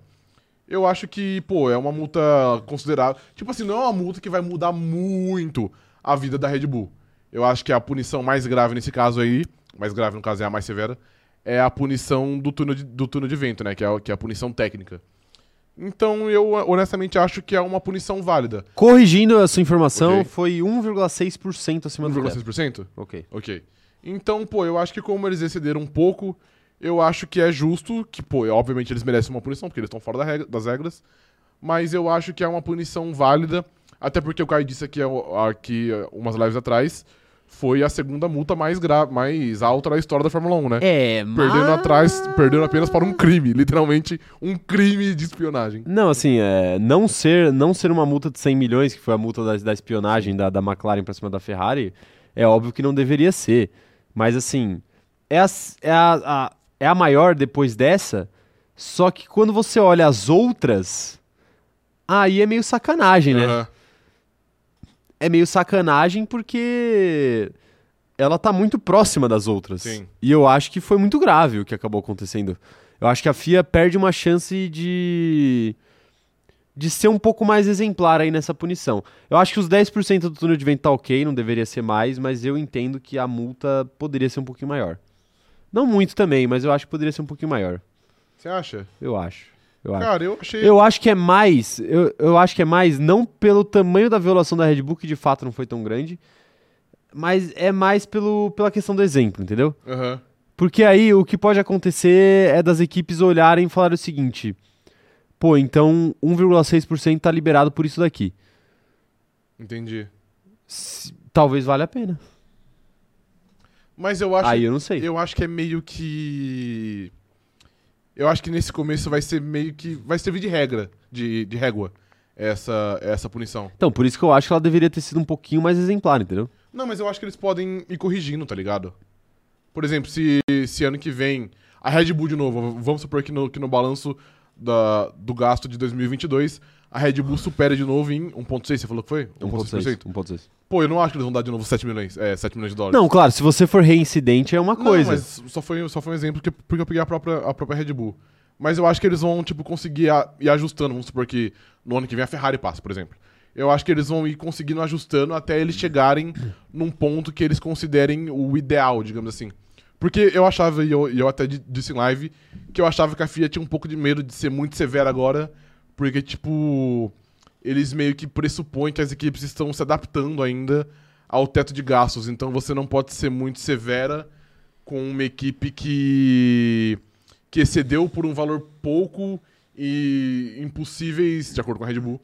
S2: Eu acho que, pô, é uma multa considerável. Tipo assim, não é uma multa que vai mudar muito a vida da Red Bull. Eu acho que a punição mais grave nesse caso aí, mais grave no caso é a mais severa, é a punição do túnel de, do túnel de vento, né? Que é, a- que é a punição técnica. Então eu honestamente acho que é uma punição válida.
S1: Corrigindo a sua informação,
S2: Ok.
S1: foi 1,6% acima do teto.
S2: 1,6%?
S1: Ok.
S2: Ok. Então, pô, eu acho que como eles excederam um pouco, eu acho que é justo que, pô, obviamente eles merecem uma punição, porque eles estão fora da regra- das regras, mas eu acho que é uma punição válida, até porque o Caio disse aqui, ó, aqui ó, umas lives atrás, foi a segunda multa mais, gra mais alta da história da Fórmula 1, né?
S1: É, mas...
S2: Perdendo atrás, perdendo apenas para um crime, literalmente um crime de espionagem.
S1: Não, assim, é, não, ser, não ser uma multa de 100 milhões, que foi a multa da, da espionagem da, da McLaren pra cima da Ferrari, é óbvio que não deveria ser. Mas, assim, é a, s- é a- a- é a maior depois dessa, só que quando você olha as outras, aí é meio sacanagem, né?
S2: Aham.
S1: É meio sacanagem porque ela tá muito próxima das outras.
S2: Sim.
S1: E eu acho que foi muito grave o que acabou acontecendo. Eu acho que a FIA perde uma chance de de ser um pouco mais exemplar aí nessa punição. Eu acho que os 10% do túnel de vento tá ok, não deveria ser mais, mas eu entendo que a multa poderia ser um pouquinho maior. Não muito também, mas eu acho que poderia ser um pouquinho maior.
S2: Você acha?
S1: Eu acho. Eu acho.
S2: Cara, eu achei.
S1: Eu acho que é mais, eu, eu acho que é mais não pelo tamanho da violação da Red Bull, que de fato não foi tão grande, mas é mais pelo, pela questão do exemplo, entendeu?
S2: Aham.
S1: Porque aí o que pode acontecer é das equipes olharem e falarem o seguinte: pô, então 1,6% tá liberado por isso daqui.
S2: Entendi.
S1: S- Talvez valha a pena.
S2: Mas eu acho
S1: Aí eu não sei.
S2: Eu acho que é meio que. Eu acho que nesse começo vai ser meio que. Vai servir de regra, de, de régua, essa, essa punição.
S1: Então, por isso que eu acho que ela deveria ter sido um pouquinho mais exemplar, entendeu?
S2: Não, mas eu acho que eles podem ir corrigindo, tá ligado? Por exemplo, se, se ano que vem. A Red Bull de novo, vamos supor que no, que no balanço da, do gasto de 2022, a Red Bull supera de novo em 1,6, você falou que foi?
S1: 1,6%. 1,6%.
S2: Pô, eu não acho que eles vão dar de novo 7 milhões, é, 7 milhões de dólares.
S1: Não, claro, se você for reincidente é uma
S2: Não,
S1: coisa.
S2: mas só foi, só foi um exemplo que, porque eu peguei a própria, a própria Red Bull. Mas eu acho que eles vão, tipo, conseguir a- ir ajustando. Vamos supor que no ano que vem a Ferrari passa, por exemplo. Eu acho que eles vão ir conseguindo ajustando até eles chegarem num ponto que eles considerem o ideal, digamos assim. Porque eu achava, e eu, e eu até di- disse em live, que eu achava que a FIA tinha um pouco de medo de ser muito severa agora, porque, tipo, eles meio que pressupõem que as equipes estão se adaptando ainda ao teto de gastos. Então você não pode ser muito severa com uma equipe que que excedeu por um valor pouco e impossíveis, de acordo com a Red Bull,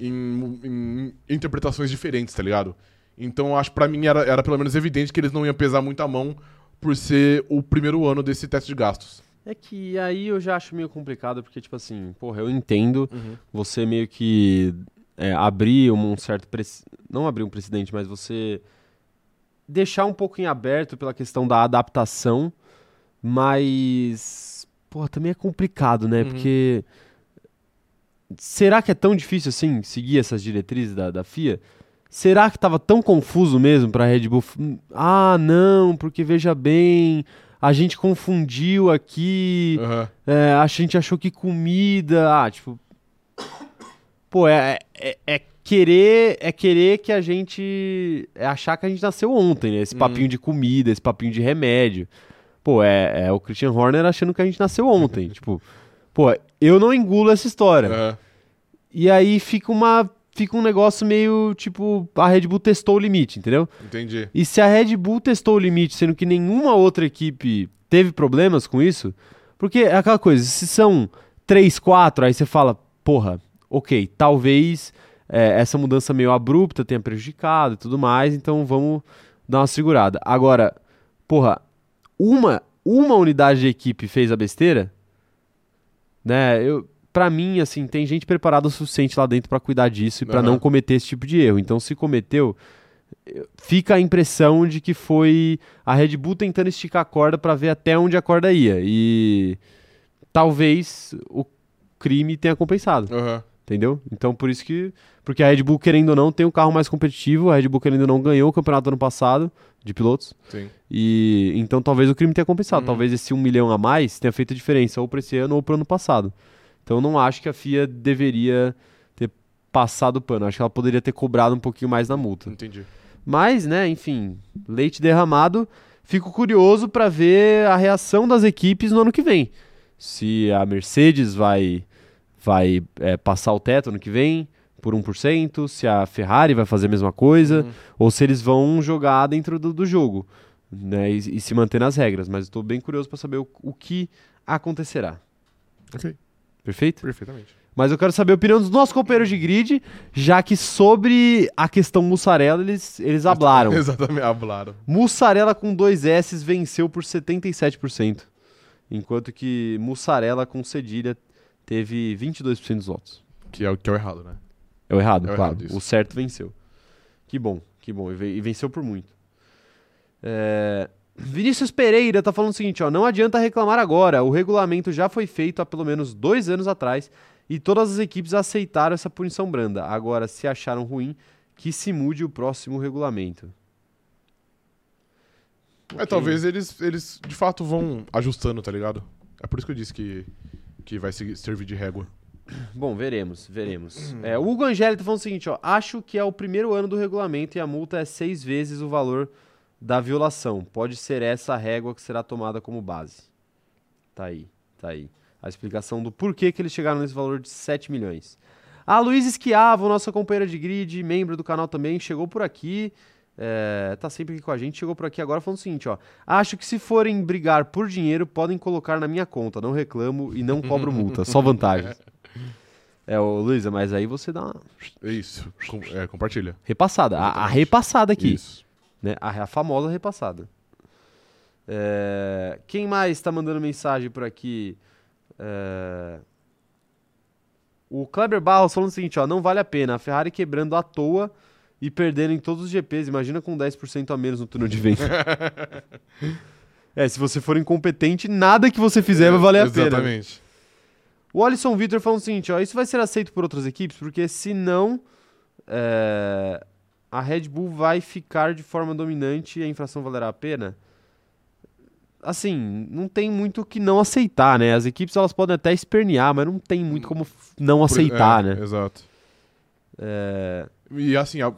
S2: em, em interpretações diferentes, tá ligado? Então eu acho que pra mim era, era pelo menos evidente que eles não iam pesar muito a mão por ser o primeiro ano desse teste de gastos.
S1: É que aí eu já acho meio complicado, porque, tipo assim, porra, eu entendo você meio que é, abrir um certo. prec- Não abrir um precedente, mas você deixar um pouco em aberto pela questão da adaptação, mas. Porra, também é complicado, né?
S2: Uhum.
S1: Porque. Será que é tão difícil assim seguir essas diretrizes da, da FIA? Será que tava tão confuso mesmo pra Red Bull? Hum, Ah, não, porque veja bem, a gente confundiu aqui.
S2: Aham.
S1: É, a gente achou que comida. Ah, tipo. Pô, é, é, é querer. É querer que a gente. É achar que a gente nasceu ontem, né? Esse
S2: Hum.
S1: papinho de comida, esse papinho de remédio. Pô, é, é o Christian Horner achando que a gente nasceu ontem. tipo, pô, eu não engulo essa história.
S2: Aham.
S1: E aí fica uma. Fica um negócio meio tipo. A Red Bull testou o limite, entendeu?
S2: Entendi.
S1: E se a Red Bull testou o limite, sendo que nenhuma outra equipe teve problemas com isso, porque é aquela coisa, se são 3, 4, aí você fala, porra, ok, talvez é, essa mudança meio abrupta tenha prejudicado e tudo mais, então vamos dar uma segurada. Agora, porra, uma, uma unidade de equipe fez a besteira, né? Eu, para mim, assim, tem gente preparada o suficiente lá dentro para cuidar disso e pra para
S2: Aham.
S1: não cometer esse tipo de erro. Então, se cometeu, eu- fica a impressão de que foi a Red Bull tentando esticar a corda para ver até onde a corda ia. E talvez o crime tenha compensado.
S2: Aham.
S1: Entendeu? Então por isso que. Porque a Red Bull, querendo ou não, tem um carro mais competitivo. A Red Bull, querendo ou não, ganhou o campeonato ano passado de pilotos.
S2: Sim.
S1: E então talvez o crime tenha compensado.
S2: Uhum.
S1: Talvez esse um milhão a mais tenha feito a diferença, ou para esse ano ou para ano passado. Então eu não acho que a FIA deveria ter passado o pano. Acho que ela poderia ter cobrado um pouquinho mais na multa.
S2: Entendi.
S1: Mas, né, enfim, leite derramado. Fico curioso para ver a reação das equipes no ano que vem. Se a Mercedes vai, vai é, passar o teto ano que vem por 1%, se a Ferrari vai fazer a mesma coisa,
S2: Uhum.
S1: ou se eles vão jogar dentro do, do jogo né, e, e se manter nas regras. Mas estou bem curioso para saber o, o que acontecerá.
S2: Ok.
S1: Perfeito?
S2: Perfeitamente.
S1: Mas eu quero saber a opinião dos nossos companheiros de grid, já que sobre a questão mussarela eles, eles hablaram.
S2: Exatamente, hablaram.
S1: Mussarela com dois S venceu por 77%, enquanto que Mussarela com cedilha teve 22% dos votos.
S2: Que é, o- que é o errado, né?
S1: É o errado,
S2: É o
S1: claro.
S2: errado, isso.
S1: o certo venceu. Que bom, que bom. E ve- e venceu por muito. É, Vinícius Pereira tá falando o seguinte, ó. Não adianta reclamar agora. O regulamento já foi feito há pelo menos dois anos atrás e todas as equipes aceitaram essa punição branda. Agora, se acharam ruim, que se mude o próximo regulamento.
S2: É, talvez eles, eles de fato vão ajustando, tá ligado? É por isso que eu disse que, que vai se- servir de régua.
S1: Bom, veremos, veremos. É, o Hugo Angeli tá falando o seguinte, ó. Acho que é o primeiro ano do regulamento e a multa é seis vezes o valor da violação. Pode ser essa a régua que será tomada como base. Tá aí, tá aí. A explicação do porquê que eles chegaram nesse valor de 7 milhões. A Luiz Esquiavo, nossa companheira de grid, membro do canal também, chegou por aqui. É, tá sempre aqui com a gente, chegou por aqui agora falando o seguinte, ó. Acho que se forem brigar por dinheiro, podem colocar na minha conta. Não reclamo e não cobro multa. Só vantagens. É, ô Luísa, mas aí você dá uma
S2: É isso. Com- é, compartilha.
S1: repassada. A, a
S2: Exatamente.
S1: repassada aqui.
S2: Isso.
S1: Né? A, a famosa repassada. É, quem mais está mandando mensagem por aqui? É, o Kleber Barros falando o seguinte: ó, não vale a pena. A Ferrari quebrando à toa e perdendo em todos os GPs. Imagina com 10% a menos no túnel de venda. é, se você for incompetente, nada que você fizer vai valer a pena.
S2: Exatamente.
S1: O Alisson Vitor falando o seguinte, ó, isso vai ser aceito por outras equipes, porque se não, é, a Red Bull vai ficar de forma dominante e a infração valerá a pena. Assim, não tem muito o que não aceitar, né? As equipes elas podem até espernear, mas não tem muito como f- não
S2: Por-
S1: aceitar,
S2: é,
S1: né?
S2: Exato.
S1: É,
S2: E assim, a,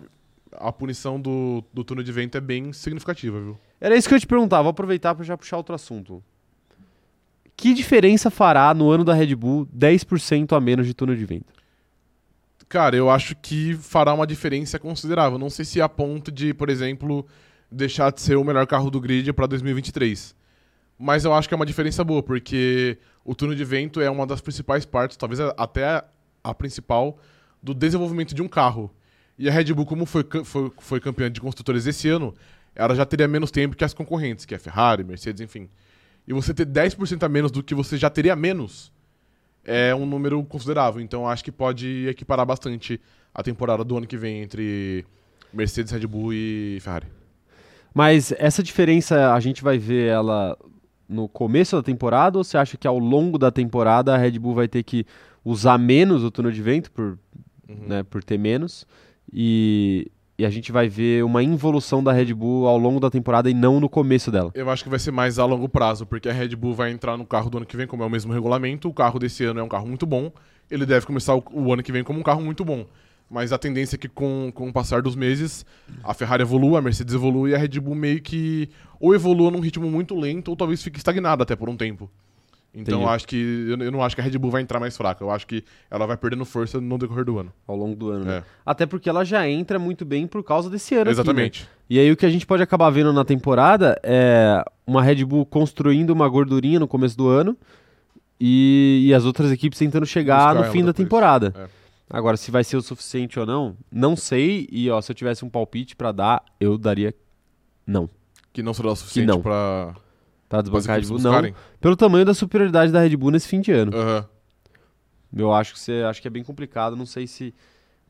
S2: a punição do, do turno de vento é bem significativa, viu?
S1: Era isso que eu ia te perguntava, vou aproveitar para já puxar outro assunto. Que diferença fará no ano da Red Bull 10% a menos de túnel de vento?
S2: Cara, eu acho que fará uma diferença considerável. Não sei se a ponto de, por exemplo, deixar de ser o melhor carro do grid para 2023. Mas eu acho que é uma diferença boa, porque o turno de vento é uma das principais partes, talvez a- até a principal, do desenvolvimento de um carro. E a Red Bull, como foi, cam- foi, foi campeã de construtores esse ano, ela já teria menos tempo que as concorrentes, que é Ferrari, Mercedes, enfim. E você ter 10% a menos do que você já teria menos, é um número considerável. Então acho que pode equiparar bastante a temporada do ano que vem entre Mercedes, Red Bull e Ferrari.
S1: Mas essa diferença a gente vai ver ela no começo da temporada ou você acha que ao longo da temporada a Red Bull vai ter que usar menos o túnel de vento por,
S2: Uhum.
S1: né, por ter menos e, e a gente vai ver uma involução da Red Bull ao longo da temporada e não no começo dela?
S2: Eu acho que vai ser mais a longo prazo, porque a Red Bull vai entrar no carro do ano que vem, como é o mesmo regulamento. O carro desse ano é um carro muito bom. Ele deve começar o, o ano que vem como um carro muito bom. Mas a tendência é que, com, com o passar dos meses, a Ferrari evolua, a Mercedes evolui e a Red Bull meio que ou evolua num ritmo muito lento ou talvez fique estagnada até por um tempo. Então
S1: Entendi.
S2: eu acho que eu, eu não acho que a Red Bull vai entrar mais fraca. Eu acho que ela vai perdendo força no decorrer do ano.
S1: Ao longo do ano, né?
S2: É.
S1: Até porque ela já entra muito bem por causa desse ano aqui, né?
S2: Exatamente.
S1: E aí o que a gente pode acabar vendo na temporada é uma Red Bull construindo uma gordurinha no começo do ano e, e as outras equipes tentando chegar
S2: Buscar
S1: no
S2: ela
S1: fim da
S2: depois.
S1: temporada.
S2: É.
S1: Agora, se vai ser o suficiente ou não, não sei. E ó, se eu tivesse um palpite pra dar, eu daria não.
S2: Que não será o suficiente
S1: não.
S2: pra
S1: Tá, desbancar a Red
S2: equipes
S1: Bull, não.
S2: buscarem.
S1: Pelo tamanho da superioridade da Red Bull nesse fim de ano.
S2: Aham.
S1: Eu acho que, você, acho que é bem complicado. Não sei se.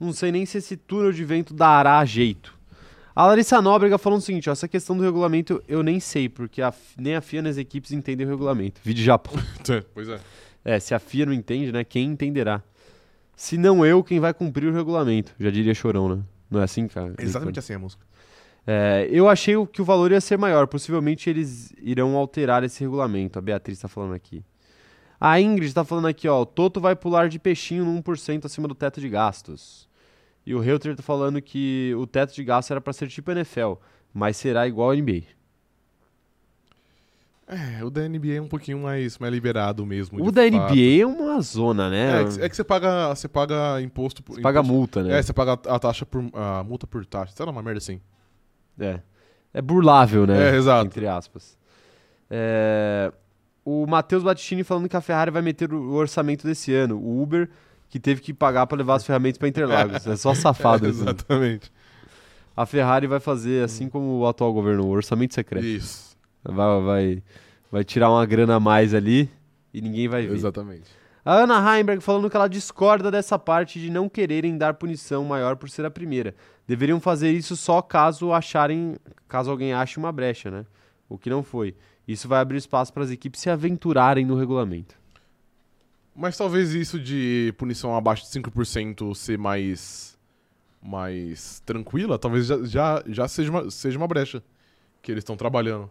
S1: Não sei nem se esse túnel de vento dará jeito. A Larissa Nóbrega falando o seguinte: ó, essa questão do regulamento eu nem sei, porque a- nem a FIA nem as equipes entendem o regulamento. Vídeo Japão.
S2: Tá, Pois é.
S1: É, se a FIA não entende, né? Quem entenderá? Se não eu, quem vai cumprir o regulamento? Já diria chorão, né? Não é assim, cara?
S2: Exatamente assim a música.
S1: É, eu achei o- que o valor ia ser maior. Possivelmente eles irão alterar esse regulamento. A Beatriz está falando aqui. A Ingrid está falando aqui, ó. O Toto vai pular de peixinho no 1% acima do teto de gastos. E o Reuter tá falando que o teto de gastos era para ser tipo NFL, mas será igual ao NBA.
S2: É, o da NBA é um pouquininho mais, mais liberado mesmo.
S1: O
S2: de
S1: da
S2: fato.
S1: NBA é uma zona, né?
S2: É, que- é que você paga, você paga imposto por.
S1: Você paga
S2: imposto-
S1: multa, né?
S2: É, você paga a taxa por. a multa por taxa. Sei lá, uma merda assim.
S1: É. É burlável, né?
S2: É, exato.
S1: Entre aspas. É, O Matheus Battistini falando que a Ferrari vai meter o orçamento desse ano. O Uber, que teve que pagar para levar as ferramentas para Interlagos. É só safado.
S2: É,
S1: assim.
S2: exatamente.
S1: A Ferrari vai fazer, assim como o atual governo, o orçamento secreto.
S2: Isso.
S1: Vai, vai, vai tirar uma grana a mais ali e ninguém vai ver.
S2: Exatamente.
S1: A Ana Heimberg falando que ela discorda dessa parte de não quererem dar punição maior por ser a primeira. Deveriam fazer isso só caso acharem, caso alguém ache uma brecha, né? O que não foi. Isso vai abrir espaço para as equipes se aventurarem no regulamento.
S2: Mas talvez isso de punição abaixo de 5% ser mais. mais tranquila, talvez já, já, já seja, uma, seja uma brecha que eles estão trabalhando.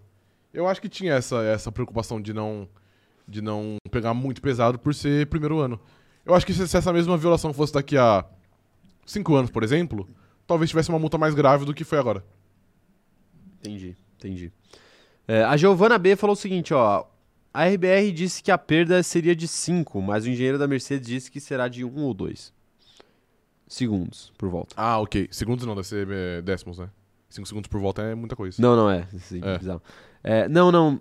S2: Eu acho que tinha essa, essa preocupação de não, de não pegar muito pesado por ser primeiro ano. Eu acho que se, se essa mesma violação fosse daqui a 5 anos, por exemplo, talvez tivesse uma multa mais grave do que foi agora.
S1: Entendi, entendi. É, a Giovana B falou o seguinte, ó. A RBR disse que a perda seria de 5, mas o engenheiro da Mercedes disse que será de 1 um ou 2 segundos por volta.
S2: Ah, ok. Segundos não, deve ser é, décimos, né? 5 segundos por volta é muita coisa.
S1: Não, não é. Sim,
S2: É.
S1: bizarro. É, não, não.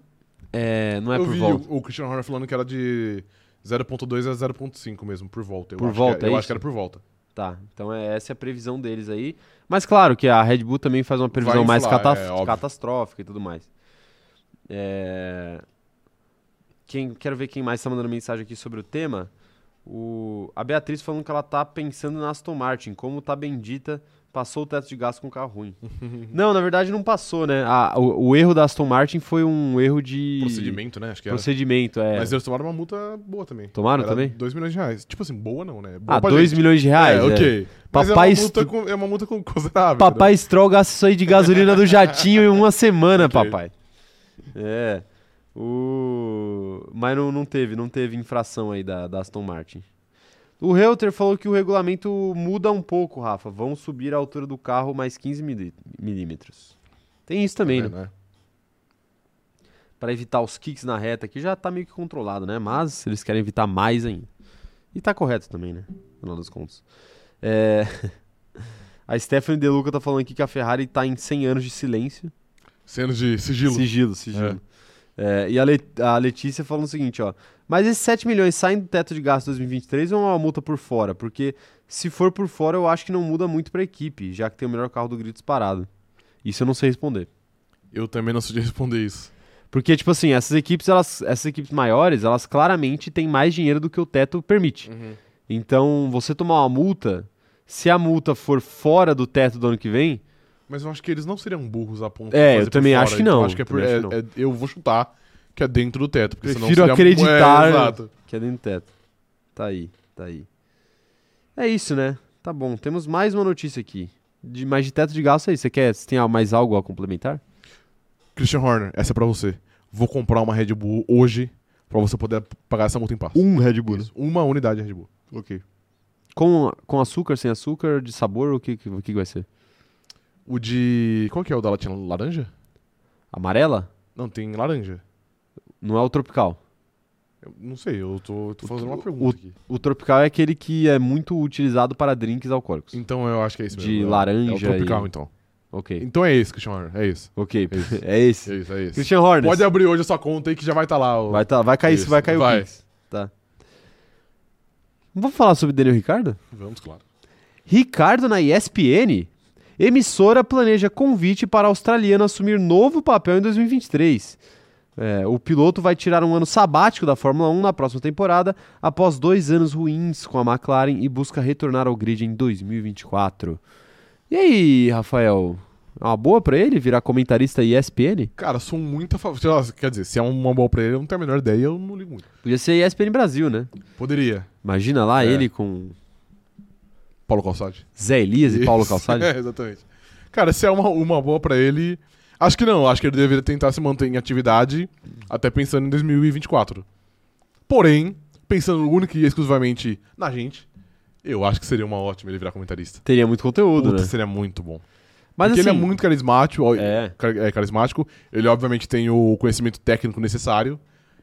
S1: É, não é
S2: eu
S1: por
S2: vi um.
S1: volta.
S2: O, o Christian Horner falando que era de 0.2 a 0.5 mesmo, por volta. Eu
S1: Por
S2: acho
S1: volta,
S2: que,
S1: é
S2: Eu
S1: isso?
S2: acho que era por volta.
S1: Tá, então é, essa é a previsão deles aí. Mas claro que a Red Bull também faz uma previsão mais
S2: inflar,
S1: cataf-
S2: é, óbvio.
S1: catastrófica e tudo mais. É, Quem, quero ver quem mais está mandando mensagem aqui sobre o tema. O... A Beatriz falando que ela tá pensando na Aston Martin, como tá bendita, passou o teto de gás com o carro ruim. não, na verdade não passou, né? A- o, o erro da Aston Martin foi um erro de
S2: Procedimento, né? Acho que era.
S1: procedimento, é.
S2: Mas eles tomaram uma multa boa também.
S1: Tomaram
S2: Era
S1: também?
S2: 2 milhões de reais. Tipo assim, boa não, né? Boa
S1: Ah,
S2: pra
S1: 2
S2: gente.
S1: milhões de reais.
S2: É,
S1: é.
S2: ok. Mas é
S1: Papai
S2: uma
S1: estu-
S2: multa, com, é uma multa com considerável.
S1: Papai Stroll gasta isso aí de gasolina do jatinho em uma semana,
S2: Ok.
S1: papai. É. O... Mas não, não teve, não teve infração aí da, da Aston Martin. O Reuter falou que o regulamento muda um pouco, Rafa. Vão subir a altura do carro mais 15 mili- milímetros. Tem isso também,
S2: entendeu?
S1: né?
S2: É, né?
S1: Pra evitar os kicks na reta, que já tá meio que controlado, né? Mas eles querem evitar mais ainda. E tá correto também, né? No final das contas. É, A Stephanie De Luca tá falando aqui que a Ferrari tá em 100 anos de silêncio.
S2: Cenas de sigilo.
S1: Sigilo, sigilo. É, e a, Le- a Letícia falando o seguinte, ó. Mas esses 7 milhões saem do teto de gasto 2023 ou é uma multa por fora? Porque se for por fora, eu acho que não muda muito pra equipe, já que tem o melhor carro do grid disparado. Isso eu não sei responder.
S2: Eu também não sei responder isso.
S1: Porque, tipo assim, essas equipes, elas, essas equipes maiores, elas claramente têm mais dinheiro do que o teto permite. Então, você tomar uma multa, se a multa for fora do teto do ano que vem,
S2: Mas eu acho que eles não seriam burros a
S1: É,
S2: ponto de fazer
S1: eu
S2: por
S1: também
S2: fora.
S1: acho que
S2: Então
S1: não,
S2: acho que é por,
S1: também
S2: é,
S1: acho que
S2: é- eu vou chutar que é dentro do teto. Porque
S1: Prefiro
S2: senão seria,
S1: acreditar.
S2: É, exato.
S1: que é dentro do teto. Tá aí, tá aí. É isso, né? Tá bom, temos mais uma notícia aqui. De, mas de teto de gasto aí, você quer, você tem al- mais algo a complementar?
S2: Christian Horner, essa é pra você. Vou comprar uma Red Bull hoje pra você poder pagar essa multa em paz.
S1: Um Red Bull.
S2: Isso, Uma unidade de Red Bull.
S1: Ok. Com, com açúcar, sem açúcar, de sabor, o que, que- o que vai ser?
S2: O de. Qual que é o da latinha? Laranja?
S1: Amarela?
S2: Não, tem laranja.
S1: Não é o tropical.
S2: Eu não sei, eu tô, tô fazendo uma
S1: o-
S2: pergunta aqui.
S1: O tropical é aquele que é muito utilizado para drinks alcoólicos.
S2: Então eu acho que é isso
S1: De
S2: mesmo. é-
S1: laranja
S2: É o tropical,
S1: e-
S2: então.
S1: Ok.
S2: Então é esse, Christian Horner. É isso.
S1: Ok.
S2: esse.
S1: É esse.
S2: É isso, é isso.
S1: Christian Horner.
S2: Pode abrir hoje a sua conta aí que já vai estar tá lá. o-
S1: Vai, tá, vai cair isso,
S2: Isso,
S1: vai cair o
S2: vai.
S1: Pix. Tá. Vamos falar sobre Daniel Ricardo?
S2: Vamos, claro.
S1: Ricardo na ESPN. Emissora planeja convite para australiano assumir novo papel em 2023. É, o piloto vai tirar um ano sabático da Fórmula 1 na próxima temporada, após dois anos ruins com a McLaren e busca retornar ao grid em 2024. E aí, Rafael? É uma boa pra ele virar comentarista ESPN?
S2: Cara, sou muito a favor. sei lá, Quer dizer, se é uma boa pra ele, eu não tenho a menor ideia, eu não ligo muito.
S1: Podia ser ESPN Brasil, né?
S2: Poderia.
S1: Imagina lá
S2: É.
S1: ele com
S2: Paulo Calçade.
S1: Zé Elias e Paulo
S2: Isso.
S1: Calçado.
S2: É, exatamente. Cara, se é uma, uma boa pra ele. Acho que não, acho que ele deveria tentar se manter em atividade até pensando em 2024. Porém, pensando única e exclusivamente na gente, eu acho que seria uma ótima ele virar comentarista.
S1: Teria muito conteúdo,
S2: Puta,
S1: né?
S2: seria muito bom.
S1: Mas
S2: Porque
S1: assim,
S2: ele é muito carismático, ó,
S1: É.
S2: car- é carismático, ele obviamente tem o conhecimento técnico necessário.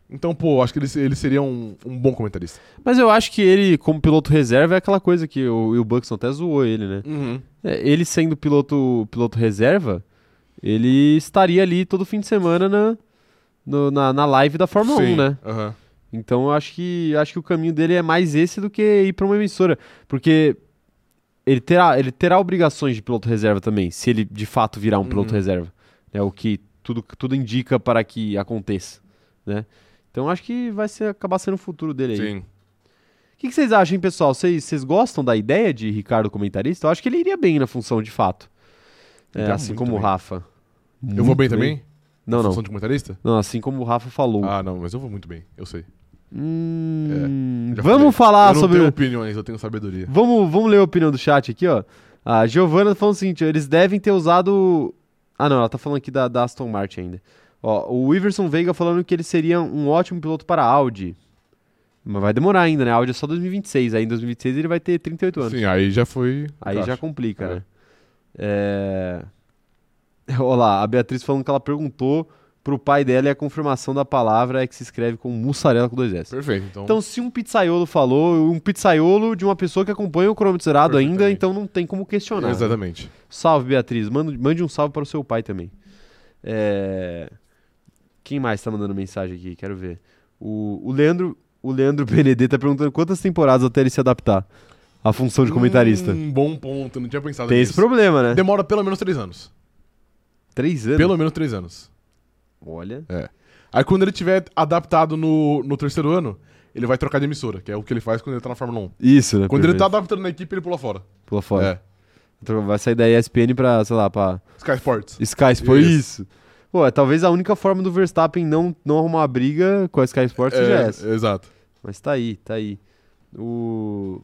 S2: Então, pô, acho que ele, se- ele seria um, um bom comentarista.
S1: Mas eu acho que ele, como piloto reserva, é aquela coisa que o Will Buxton até zoou ele, né? É, Ele sendo piloto, piloto reserva, ele estaria ali todo fim de semana na, no- na, na live da Fórmula
S2: Sim,
S1: 1, né?
S2: aham.
S1: Então eu acho que, acho que o caminho dele é mais esse do que ir para uma emissora. Porque ele terá, ele terá obrigações de piloto reserva também, se ele de fato virar um piloto
S2: Uhum.
S1: reserva. É o que tudo, tudo indica para que aconteça, né? Então acho que vai ser, acabar sendo o futuro dele aí.
S2: Sim.
S1: O que, que vocês acham, hein, pessoal? Vocês vocês gostam da ideia de Ricardo comentarista? Eu acho que ele iria bem na função, de fato. É,
S2: Ele tá
S1: assim
S2: muito
S1: como o
S2: bem.
S1: Rafa.
S2: Eu vou
S1: Muito
S2: bem também?
S1: Não, não.
S2: Função de comentarista?
S1: Não, assim como o Rafa falou.
S2: Ah, não, mas eu vou muito bem, eu sei.
S1: Hum,
S2: é. já
S1: vamos
S2: falei.
S1: falar
S2: eu não
S1: sobre.
S2: tenho
S1: o-
S2: opiniões, eu tenho sabedoria.
S1: Vamos, vamos ler a opinião do chat aqui, ó. A Giovana tá falando o seguinte: ó, eles devem ter usado. Ah, não, ela tá falando aqui da, da Aston Martin ainda. Ó, o Iverson Veiga falando que ele seria um ótimo piloto para a Audi. Mas vai demorar ainda, né? A Audi é só 2026. Aí em 2026 ele vai ter 38 anos.
S2: Sim, aí já foi.
S1: Aí já
S2: encaixa.
S1: complica,
S2: É.
S1: né? É... Olha lá, a Beatriz falando que ela perguntou pro pai dela e a confirmação da palavra é que se escreve com mussarela com dois S.
S2: Perfeito, então.
S1: Então, se um pizzaiolo falou, um pizzaiolo de uma pessoa que acompanha o cronômetro zerado ainda,
S2: Perfeitamente.
S1: então não tem como questionar. né?
S2: Exatamente.
S1: Salve, Beatriz. Mande, mande um salve para o seu pai também. É, Quem mais tá mandando mensagem aqui? Quero ver. O, o Leandro o Leandro Benedetto tá perguntando quantas temporadas até ele se adaptar à função de comentarista.
S2: Um bom ponto, não tinha pensado
S1: Tem
S2: nisso.
S1: esse problema, né?
S2: Demora pelo menos três anos.
S1: Três anos?
S2: Pelo menos três anos.
S1: Olha.
S2: Aí quando ele tiver adaptado no, no terceiro ano, ele vai trocar de emissora, que é o que ele faz quando ele tá na Fórmula 1.
S1: Isso, né?
S2: Quando ele
S1: perfeito.
S2: tá adaptando na equipe, ele pula fora.
S1: Pula fora.
S2: É.
S1: Então Vai sair da ESPN pra, sei lá, pra
S2: Sky Sports.
S1: Sky Sports.
S2: Isso.
S1: Isso. Pô, é, talvez a única forma do Verstappen não, não arrumar uma briga com a Sky Sports
S2: É,
S1: seja essa.
S2: Exato.
S1: Mas tá aí, tá aí. O.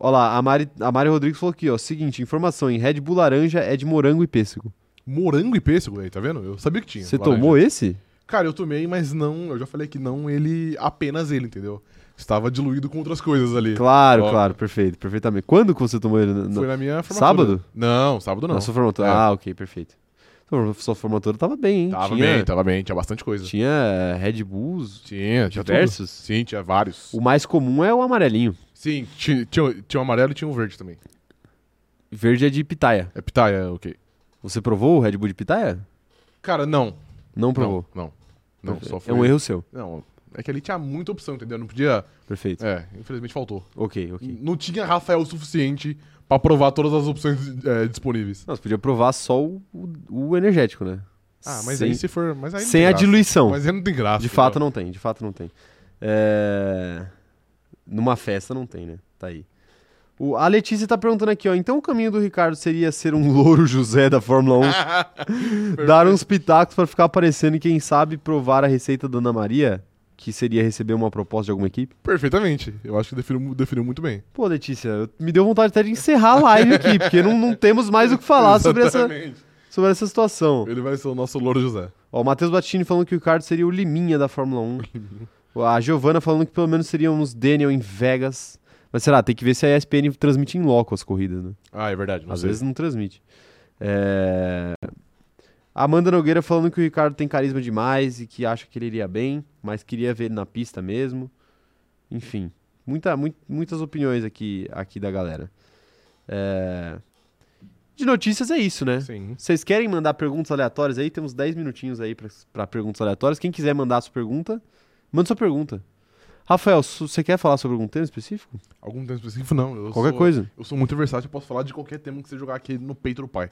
S1: Olha lá, a Mari, a Mari Rodrigues falou aqui, ó. Seguinte, informação em Red Bull laranja é de morango e pêssego.
S2: Morango e pêssego aí, tá vendo? Eu sabia que tinha.
S1: Você
S2: laranja.
S1: tomou esse?
S2: Cara, eu tomei, mas não, eu já falei que não, ele, apenas ele, entendeu? Estava diluído com outras coisas ali.
S1: Claro,
S2: Ó.
S1: claro, perfeito, perfeitamente. Quando que você tomou ele? Na- na-
S2: Foi na minha formatura.
S1: Sábado?
S2: Não, sábado não.
S1: na sua formatura?
S2: É.
S1: Ah, ok, perfeito. Sua- Sua formatura tava bem, hein?
S2: Tava
S1: Tinha-
S2: bem, tava bem, tinha bastante coisa.
S1: Tinha é, Red Bulls,
S2: Tinha, tinha tudo.
S1: diversos.
S2: Sim, tinha vários.
S1: O mais comum é o amarelinho.
S2: Sim, ti- tinha, tinha um amarelo e tinha um verde também.
S1: Verde é de pitaia.
S2: É pitaia, ok.
S1: Você provou o Red Bull de pitaia?
S2: Cara, não.
S1: Não provou.
S2: Não, não. Não, só foi...
S1: É um erro seu.
S2: Não, é que ali tinha muita opção, entendeu? Não podia...
S1: Perfeito.
S2: É, Hum. infelizmente faltou.
S1: Ok, ok.
S2: Não tinha Rafael o suficiente pra provar todas as opções é, disponíveis.
S1: Não, você podia provar só o, o- o energético, né?
S2: Ah, mas
S1: sem,
S2: aí se for... Mas aí não
S1: sem
S2: tem
S1: a
S2: graça.
S1: diluição.
S2: Mas é então. aí não tem graça.
S1: de fato não tem, de fato não tem. É, Numa festa não tem, né? Tá aí. O- a Letícia tá perguntando aqui, ó. Então o caminho do Ricardo seria ser um louro José da Fórmula 1? Dar uns pitacos pra ficar aparecendo e quem sabe provar a receita da Ana Maria, que seria receber uma proposta de alguma equipe?
S2: Perfeitamente. Eu acho que definiu, definiu muito bem.
S1: Pô, Letícia, eu- me deu vontade até de encerrar a live aqui, porque não, não temos mais o que falar sobre essa,
S2: Exatamente.
S1: sobre essa situação.
S2: Ele vai ser o nosso Louro José.
S1: Ó, o Matheus Battini falando que o Ricardo seria o Liminha da Fórmula 1. A Giovana falando que pelo menos seríamos Daniel em Vegas. Mas será, tem que ver se a ESPN transmite em loco as corridas, né?
S2: Ah, é verdade. Não
S1: Às
S2: sei.
S1: vezes não transmite. É... Amanda Nogueira falando que o Ricardo tem carisma demais e que acha que ele iria bem, mas queria ver ele na pista mesmo. Enfim, muita, mui- muitas opiniões aqui, aqui da galera. É... De notícias é isso, né?
S2: Sim.
S1: Vocês querem mandar perguntas aleatórias aí? Temos 10 minutinhos aí pra- pra perguntas aleatórias. Quem quiser mandar a sua pergunta, manda sua pergunta. Rafael, su- você quer falar sobre algum tema específico?
S2: Algum tempo específico, não. Eu
S1: Qualquer
S2: sou-
S1: coisa.
S2: Eu sou muito versátil, eu posso falar de qualquer tema que você jogar aqui no peito do pai.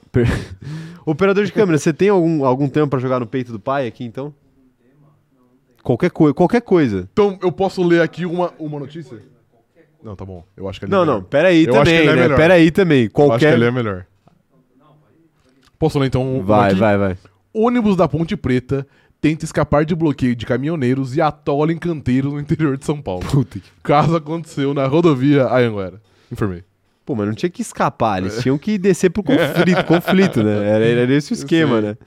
S1: Operador de câmera, você tem algum, algum tema pra jogar no peito do pai aqui então? Qualquer, coi- qualquer coisa.
S2: Então, eu posso ler aqui uma, uma notícia? Não, tá bom. Eu acho que ele
S1: Não,
S2: é melhor.
S1: não, peraí
S2: Eu acho que
S1: também,
S2: ele é
S1: né?
S2: melhor.
S1: Peraí também.
S2: Eu acho que
S1: Qualquer.
S2: ele é melhor. Posso ler então uma
S1: Vai,
S2: aqui?
S1: vai, vai.
S2: Ônibus da Ponte Preta tenta escapar de bloqueio de caminhoneiros e atola em canteiro no interior de São Paulo.
S1: Puta que.
S2: Caso aconteceu na rodovia Ayanguera. Informei.
S1: Pô, mas não tinha que escapar, eles tinham que descer pro conflito, conflito né? Era, era esse o esquema, né?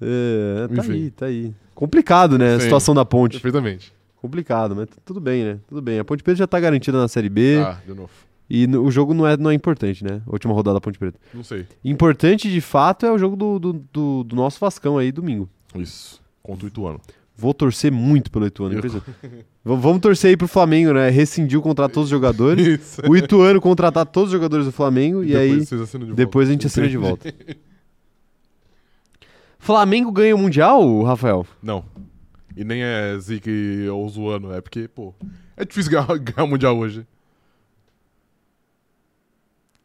S1: É, tá
S2: Enfim.
S1: aí, tá aí. Complicado, né? A
S2: Sim.
S1: situação da ponte.
S2: Perfeitamente.
S1: Complicado, mas t- tudo bem, né? Tudo bem. A Ponte Preta já tá garantida na Série B
S2: Ah, de novo.
S1: e no- o jogo não é, não é importante, né? A Última rodada da Ponte Preta.
S2: Não sei.
S1: Importante, de fato, é o jogo do, do, do- do nosso Vascão aí, domingo.
S2: Isso. Contra o Ituano.
S1: Vou torcer muito pelo Ituano.
S2: Eu-
S1: impressionante. V- Vamos torcer aí pro Flamengo, né? Rescindir o contrato de todos os jogadores.
S2: Isso.
S1: O Ituano contratar todos os jogadores do Flamengo e, aí...
S2: vocês assinam de volta.
S1: Depois a gente assina de volta. Flamengo ganha o Mundial, Rafael?
S2: Não. E nem é zica e- ou zoando. É porque, pô, é difícil ganhar, ganhar o Mundial hoje.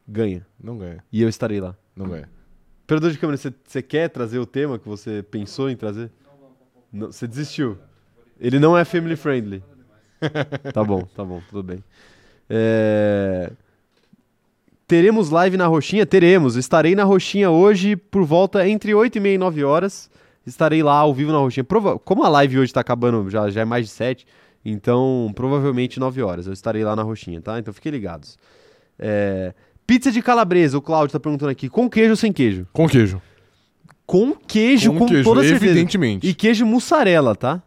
S1: Ganha.
S2: Não ganha.
S1: E eu estarei lá.
S2: Não ganha.
S1: Perdão de câmera, você- você quer trazer o tema que você pensou em trazer? Não, você desistiu. Ele não é family friendly. tá bom, tá bom, tudo bem. É, Teremos live na Roxinha? Teremos. Estarei na Roxinha hoje por volta entre 8 e meia e 9 horas. Estarei lá ao vivo na Roxinha. Prova- Como a live hoje tá acabando, já, já é mais de 7, então provavelmente 9 horas. Eu estarei lá na Roxinha, tá? Então fiquem ligados. É, Pizza de calabresa, o Claudio tá perguntando aqui. Com queijo ou sem queijo?
S2: Com queijo.
S1: Com queijo, com,
S2: queijo,
S1: toda certeza.
S2: evidentemente.
S1: E queijo mussarela, tá?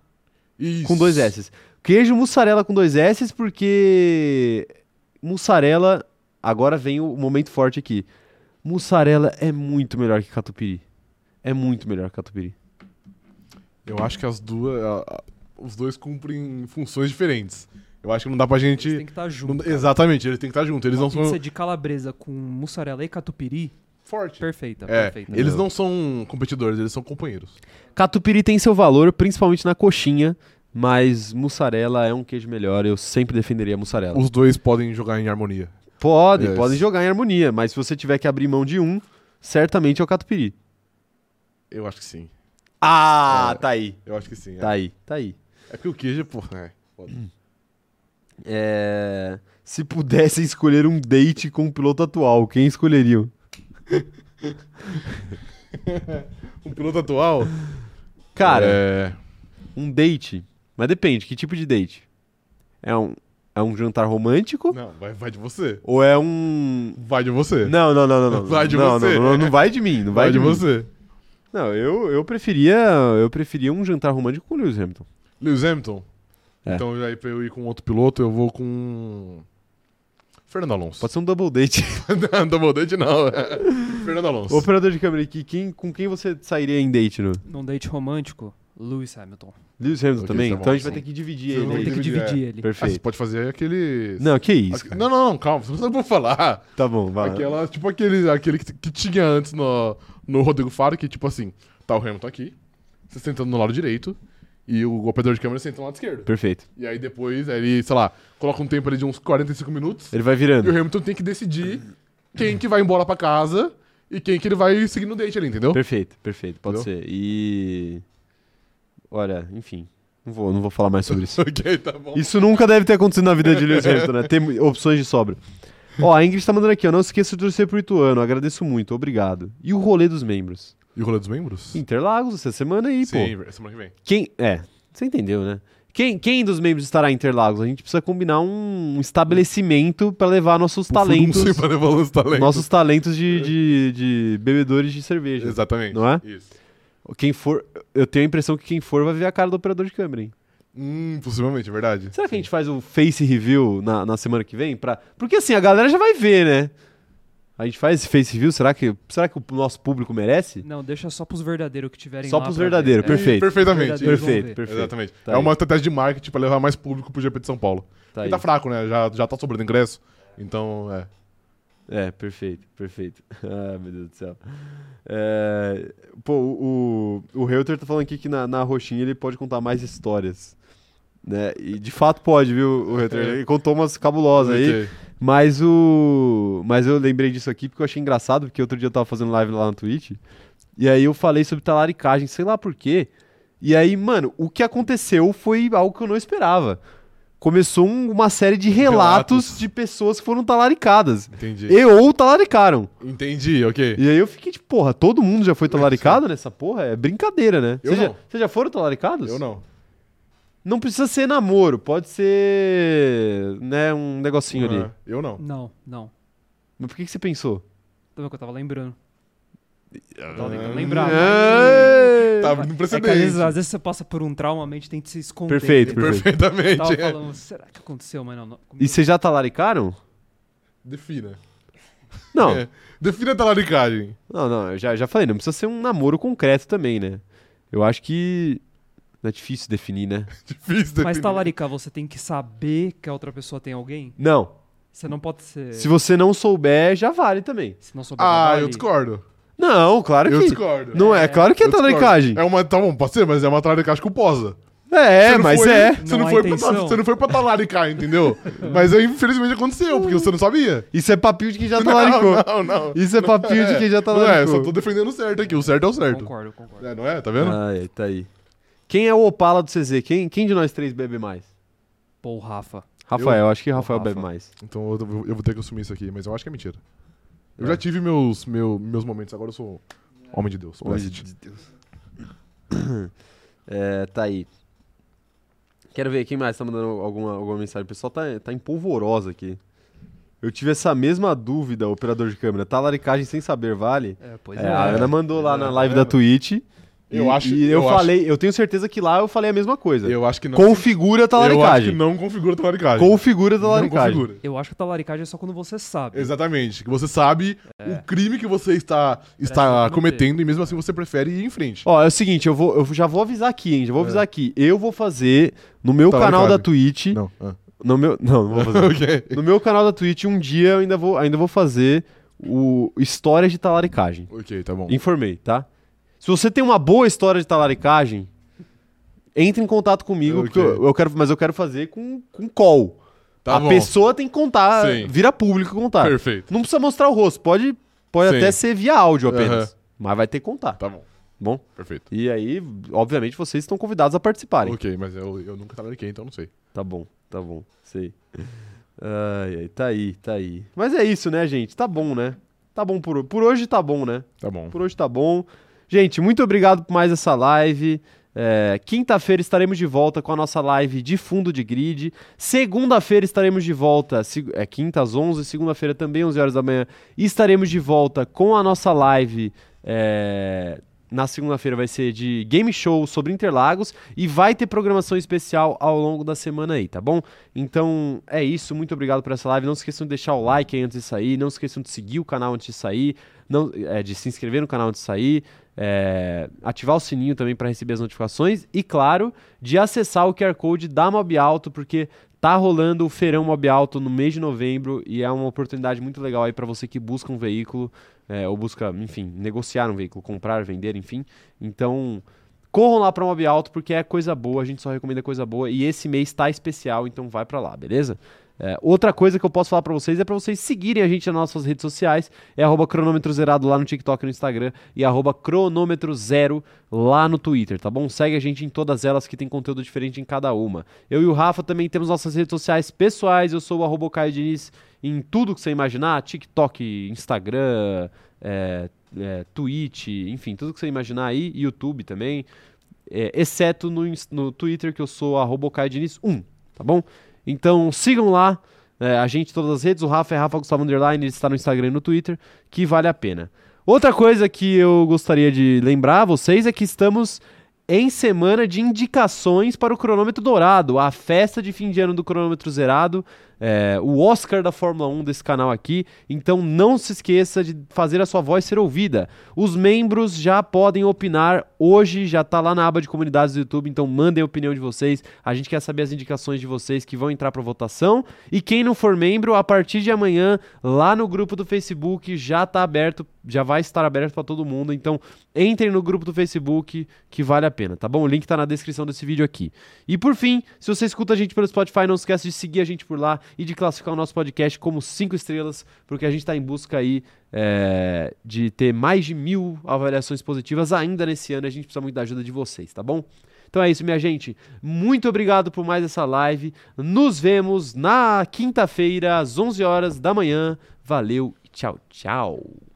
S2: Isso.
S1: Com dois S's. Queijo mussarela com dois S's, porque. Mussarela. Agora vem o momento forte aqui. Mussarela é muito melhor que catupiry. É muito melhor que catupiry.
S2: Eu acho que as duas. a- a- os dois cumprem funções diferentes. Eu acho que não dá pra gente.
S3: Eles têm que estar
S2: não-
S3: juntos.
S2: exatamente, eles têm que estar juntos. Eles
S3: Uma
S2: não
S3: pizza
S2: são.
S3: de calabresa com mussarela e catupiry,
S2: Forte.
S3: perfeita,
S2: É,
S3: perfeita.
S2: eles não são competidores, eles são companheiros.
S1: Catupiry tem seu valor, principalmente na coxinha, mas mussarela é um queijo melhor. Eu sempre defenderia a mussarela.
S2: Os dois podem jogar em harmonia.
S1: Podem,
S2: Yes.
S1: podem jogar em harmonia, mas se você tiver que abrir mão de um, certamente é o catupiry.
S2: Eu acho que sim.
S1: Ah,
S2: É.
S1: tá aí.
S2: Eu acho que sim.
S1: Tá aí, tá aí.
S2: É, é porque o queijo, porra. É. foda.
S1: É, Se pudessem escolher um date com o piloto atual, quem escolheriam?
S2: Um piloto atual.
S1: Cara,
S2: É...
S1: um date. Mas depende, que tipo de date? É um, é um jantar romântico?
S2: Não, vai, vai de você.
S1: Ou é um.
S2: Vai de você.
S1: Não, não, não, não. não.
S2: Vai de
S1: não,
S2: você.
S1: Não, não, não vai de mim, não vai,
S2: vai de
S1: mim.
S2: você.
S1: Não, eu, eu preferia. Eu preferia um jantar romântico com o Lewis Hamilton.
S2: Lewis Hamilton.
S1: É.
S2: Então, aí pra eu ir com outro piloto, eu vou com. Fernando Alonso.
S1: Pode ser um double date.
S2: não, double date não. Fernando Alonso.
S1: Operador de câmera aqui, quem, com quem você sairia em date, no?
S3: Num date romântico, Lewis Hamilton.
S1: Lewis Hamilton
S2: Ok,
S1: também?
S2: tá bom,
S1: então a gente vai
S2: sim.
S1: ter que dividir
S2: Vocês
S1: ele.
S2: vão
S3: Vamos
S1: aí. né?
S3: ter que
S2: dividir, é.
S3: dividir ele.
S2: Ah, você
S1: Perfeito.
S2: pode fazer aquele.
S1: Não, que isso, cara.
S2: Não, não, não, calma, você não vou falar.
S1: Tá bom, vai.
S2: Aquela, tipo aquele, aquele que, que tinha antes no, no Rodrigo Faro, que tipo assim, tá o Hamilton aqui, você sentando no lado direito, e o operador de câmera senta no lado esquerdo.
S1: Perfeito.
S2: E aí depois, aí ele, sei lá, coloca um tempo ali de uns 45 minutos,
S1: Ele vai
S2: E o
S1: virando.
S2: Hamilton tem que decidir quem que vai embora pra casa e quem que ele vai seguir no date ali, entendeu?
S1: Perfeito, perfeito. Pode ser. E. Olha, enfim. Não vou, não vou falar mais sobre isso.
S2: ok, tá bom.
S1: Isso nunca deve ter acontecido na vida de Lewis Hamilton, né? Tem opções de sobra. Ó, a Ingrid tá mandando aqui, ó. Não esqueça de torcer pro Ituano. Agradeço muito, obrigado. E o rolê dos membros?
S2: E o rolê dos membros?
S1: Interlagos, essa semana aí, pô.
S2: semana que vem.
S1: Quem. É, você entendeu, né? Quem, quem dos membros estará em Interlagos? A gente precisa combinar um estabelecimento pra levar nossos talentos.
S2: Furdunço pra levar os talentos.
S1: Nossos talentos de, de, de bebedores de cerveja.
S2: Exatamente.
S1: Não é?
S2: Isso.
S1: Quem for, eu tenho a impressão que quem for vai ver a cara do operador de câmera, hein?
S2: Hum, possivelmente, é verdade.
S1: Será que a gente faz o face review na, na semana que vem? Pra... Porque assim, a galera já vai ver, né? A gente faz esse face review, será que, será que o nosso público merece?
S3: Não, deixa só pros verdadeiros que tiverem
S1: Só
S3: lá
S1: pros
S3: pra ver.
S1: verdadeiros,
S3: É,
S1: perfeito.
S2: Perfeitamente.
S3: Verdade-
S2: isso.
S1: Perfeito,
S3: ver.
S1: perfeito.
S2: Exatamente.
S1: Tá
S2: é
S1: aí.
S2: uma estratégia de marketing pra levar mais público pro GP de São Paulo.
S1: Tá
S2: Porque
S1: aí.
S2: tá fraco, né? Já, já tá sobrando ingresso. Então, é.
S1: É, perfeito, perfeito. ah, meu Deus do céu. É, Pô, o, o, o Reuter tá falando aqui que na, na roxinha ele pode contar mais histórias. Né? E de fato pode, viu, o Reuter? Ele contou umas cabulosas aí.
S2: Ok.
S1: Mas o. Mas eu lembrei disso aqui porque eu achei engraçado, porque outro dia eu tava fazendo live lá na Twitch. E aí eu falei sobre talaricagem, sei lá por quê. E aí, mano, o que aconteceu foi algo que eu não esperava. Começou um- uma série de relatos,
S2: Relatos.
S1: de pessoas que foram talaricadas.
S2: Entendi.
S1: E ou talaricaram.
S2: Entendi, ok.
S1: E aí eu fiquei tipo, porra, todo mundo já foi talaricado nessa porra? É brincadeira, né?
S2: Eu
S1: Vocês já,
S2: não.
S1: vocês já foram talaricados?
S2: Eu não.
S1: Não precisa ser namoro, pode ser, né, um negocinho ali.
S2: Ah, Eu não.
S3: Não, não.
S1: Mas por que, que você pensou?
S3: Também que eu tava lembrando. Eu tava
S2: Ah.
S3: tentando lembrar.
S1: É.
S2: Tá
S3: mas-
S2: no
S3: É que às, vezes,
S2: precedente.
S3: às vezes você passa por um trauma, a mente tem que se esconder.
S1: Perfeito, perfeito.
S2: Perfeitamente.
S3: Eu tava
S2: é.
S3: falando, será que aconteceu? Mas não, não.
S1: E vocês já talaricaram?
S2: Defina.
S1: Não,
S2: É. Defina a talaricagem.
S1: não, não, eu já, já falei, não precisa ser um namoro concreto também, né? Eu acho que não é difícil definir, né?
S2: Difícil definir.
S3: Mas talaricar, você tem que saber que a outra pessoa tem alguém?
S1: Não,
S3: Você não pode ser.
S1: se você não souber, já vale também.
S3: se não souber
S2: Ah,
S3: nadar,
S2: eu
S3: ele-
S2: discordo.
S1: Não, claro
S2: Eu
S1: que...
S2: discordo.
S1: Não é, claro que é
S2: Eu discordo.
S1: talaricagem.
S2: É uma, tá bom, pode ser, mas é uma talaricagem culposa. Você
S1: É,
S2: não
S1: mas
S2: foi-
S1: é.
S2: Você
S3: Não
S2: não,
S3: há
S2: foi pra,
S3: intenção.
S2: tal- você não foi pra talaricar, entendeu? mas aí, infelizmente aconteceu, porque você não sabia.
S1: Isso é papinho de quem já talaricou.
S2: Não, não.
S1: Isso é papinho de quem já
S2: Não é, eu
S1: talaricou.
S2: só tô defendendo o certo aqui. O certo é o certo.
S3: Concordo, concordo.
S2: É, não é? Tá vendo?
S1: Ah, é, tá aí. Quem é o Opala do CZ? Quem, quem de nós três bebe mais?
S3: Pô, Rafa.
S1: Rafael, acho que Rafael
S3: Rafa.
S1: bebe mais.
S2: Então eu, eu- eu vou ter que assumir isso aqui, mas eu acho que é mentira. Eu
S1: É.
S2: já tive meus, meu, meus momentos, agora eu sou homem de Deus.
S1: Pelo amor
S2: blessed.
S1: de Deus. É, tá aí. Quero ver quem mais tá mandando alguma, alguma mensagem. O pessoal tá, tá em polvorosa aqui. Eu tive essa mesma dúvida, operador de câmera. Talaricagem sem saber, vale?
S3: É, pois
S1: É, a Ana mandou lá na live da
S2: Ana.
S1: Twitch. e-
S2: Eu acho-
S1: E eu,
S2: eu acho-
S1: falei, eu tenho certeza que lá eu falei a mesma coisa.
S2: Eu acho que não.
S1: Configura
S2: eu acho que
S1: talaricagem.
S2: não configura talaricagem.
S1: Configura
S2: Não
S1: talaricagem.
S2: configura.
S3: Eu acho que talaricagem é só quando você sabe.
S2: Exatamente. Que você sabe
S3: É.
S2: o crime que você está,
S3: Presta
S2: está
S3: a
S2: cometendo e mesmo assim você prefere ir em frente.
S1: Ó, é o seguinte, eu, vou, eu já vou avisar aqui, hein? Já vou
S2: É.
S1: avisar aqui. Eu vou fazer no meu
S2: Talaricagem.
S1: canal da Twitch.
S2: Tá Não. Ah.
S1: No meu, não, não vou fazer.
S2: ok.
S1: No meu canal da Twitch, um dia eu ainda vou, ainda vou fazer o histórias de talaricagem.
S2: Ok, tá bom.
S1: Informei, tá? Se você tem uma boa história de talaricagem, entre em contato comigo,
S2: Ok.
S1: porque eu, eu quero, mas eu quero fazer com, com call.
S2: Tá
S1: a
S2: bom.
S1: pessoa tem que contar,
S2: Sim.
S1: vira público contar.
S2: Perfeito.
S1: Não precisa mostrar o rosto, pode, pode
S2: Sim.
S1: até ser via áudio apenas. Mas vai ter que contar, tá
S2: Tá bom.
S1: bom?
S2: Perfeito.
S1: E aí, obviamente, vocês estão convidados a participarem.
S2: Ok, mas eu, eu nunca talariquei, então não sei.
S1: Tá bom, tá bom, sei. Ai, ai, tá aí, tá aí. Mas é isso, né, gente? Tá bom, né? Tá bom por, ho- por hoje, tá bom, né?
S2: Tá bom.
S1: Por hoje tá bom. Gente, muito obrigado por mais essa live. É, Quinta-feira estaremos de volta com a nossa live de fundo de grid. Segunda-feira estaremos de volta, se- é quinta às 11, segunda-feira também 11 horas da manhã. Estaremos de volta com a nossa live. é, na segunda-feira vai ser de game show sobre Interlagos e vai ter programação especial ao longo da semana aí, tá bom? Então é isso, muito obrigado por essa live. Não se esqueçam de deixar o like aí antes de sair, não se esqueçam de seguir o canal antes de sair, não, é, de se inscrever no canal antes de sair, é, ativar o sininho também para receber as notificações e, claro, de acessar o QR Code da Mob Alto, porque tá rolando o Feirão Mob Alto no mês de novembro e é uma oportunidade muito legal aí para você que busca um veículo é, ou busca, enfim, negociar um veículo, comprar, vender, enfim. Então, corram lá para Mob Alto porque é coisa boa, a gente só recomenda coisa boa e esse mês tá especial, então vai para lá, beleza? É, outra coisa que eu posso falar para vocês é para vocês seguirem a gente nas nossas redes sociais, é arroba cronômetro zerado lá no TikTok e no Instagram e arroba cronômetro zero lá no Twitter, tá bom? Segue a gente em todas elas que tem conteúdo diferente em cada uma. Eu e o Rafa também temos nossas redes sociais pessoais, eu sou o arroba Caio Diniz em tudo que você imaginar, TikTok, Instagram, é, é, Twitch, enfim, tudo que você imaginar aí, YouTube também, é, exceto no, ins- no Twitter que eu sou arroba Caio Diniz 1, tá bom? Então sigam lá, é, a gente em todas as redes, o Rafa é Rafa Gustavo Underline, ele está no Instagram e no Twitter, que vale a pena. Outra coisa que eu gostaria de lembrar a vocês é que estamos em semana de indicações para o Cronômetro Dourado, a festa de fim de ano do Cronômetro Zerado, é, o Oscar da Fórmula 1 desse canal aqui. Então não se esqueça de fazer a sua voz ser ouvida. Os membros já podem opinar hoje, já tá lá na aba de comunidades do YouTube, então mandem a opinião de vocês. A gente quer saber as indicações de vocês que vão entrar para votação. E quem não for membro, a partir de amanhã, lá no grupo do Facebook, já tá aberto, já vai estar aberto para todo mundo. Então entrem no grupo do Facebook que vale a pena, tá bom? O link tá na descrição desse vídeo aqui. E por fim, se você escuta a gente pelo Spotify, não esquece de seguir a gente por lá e de classificar o nosso podcast como cinco estrelas, porque a gente está em busca aí é, de ter mais de mil avaliações positivas ainda nesse ano. A gente precisa muito da ajuda de vocês, tá bom? Então é isso, minha gente. Muito obrigado por mais essa live. Nos vemos na quinta-feira, às 11 horas da manhã. Valeu e tchau, tchau.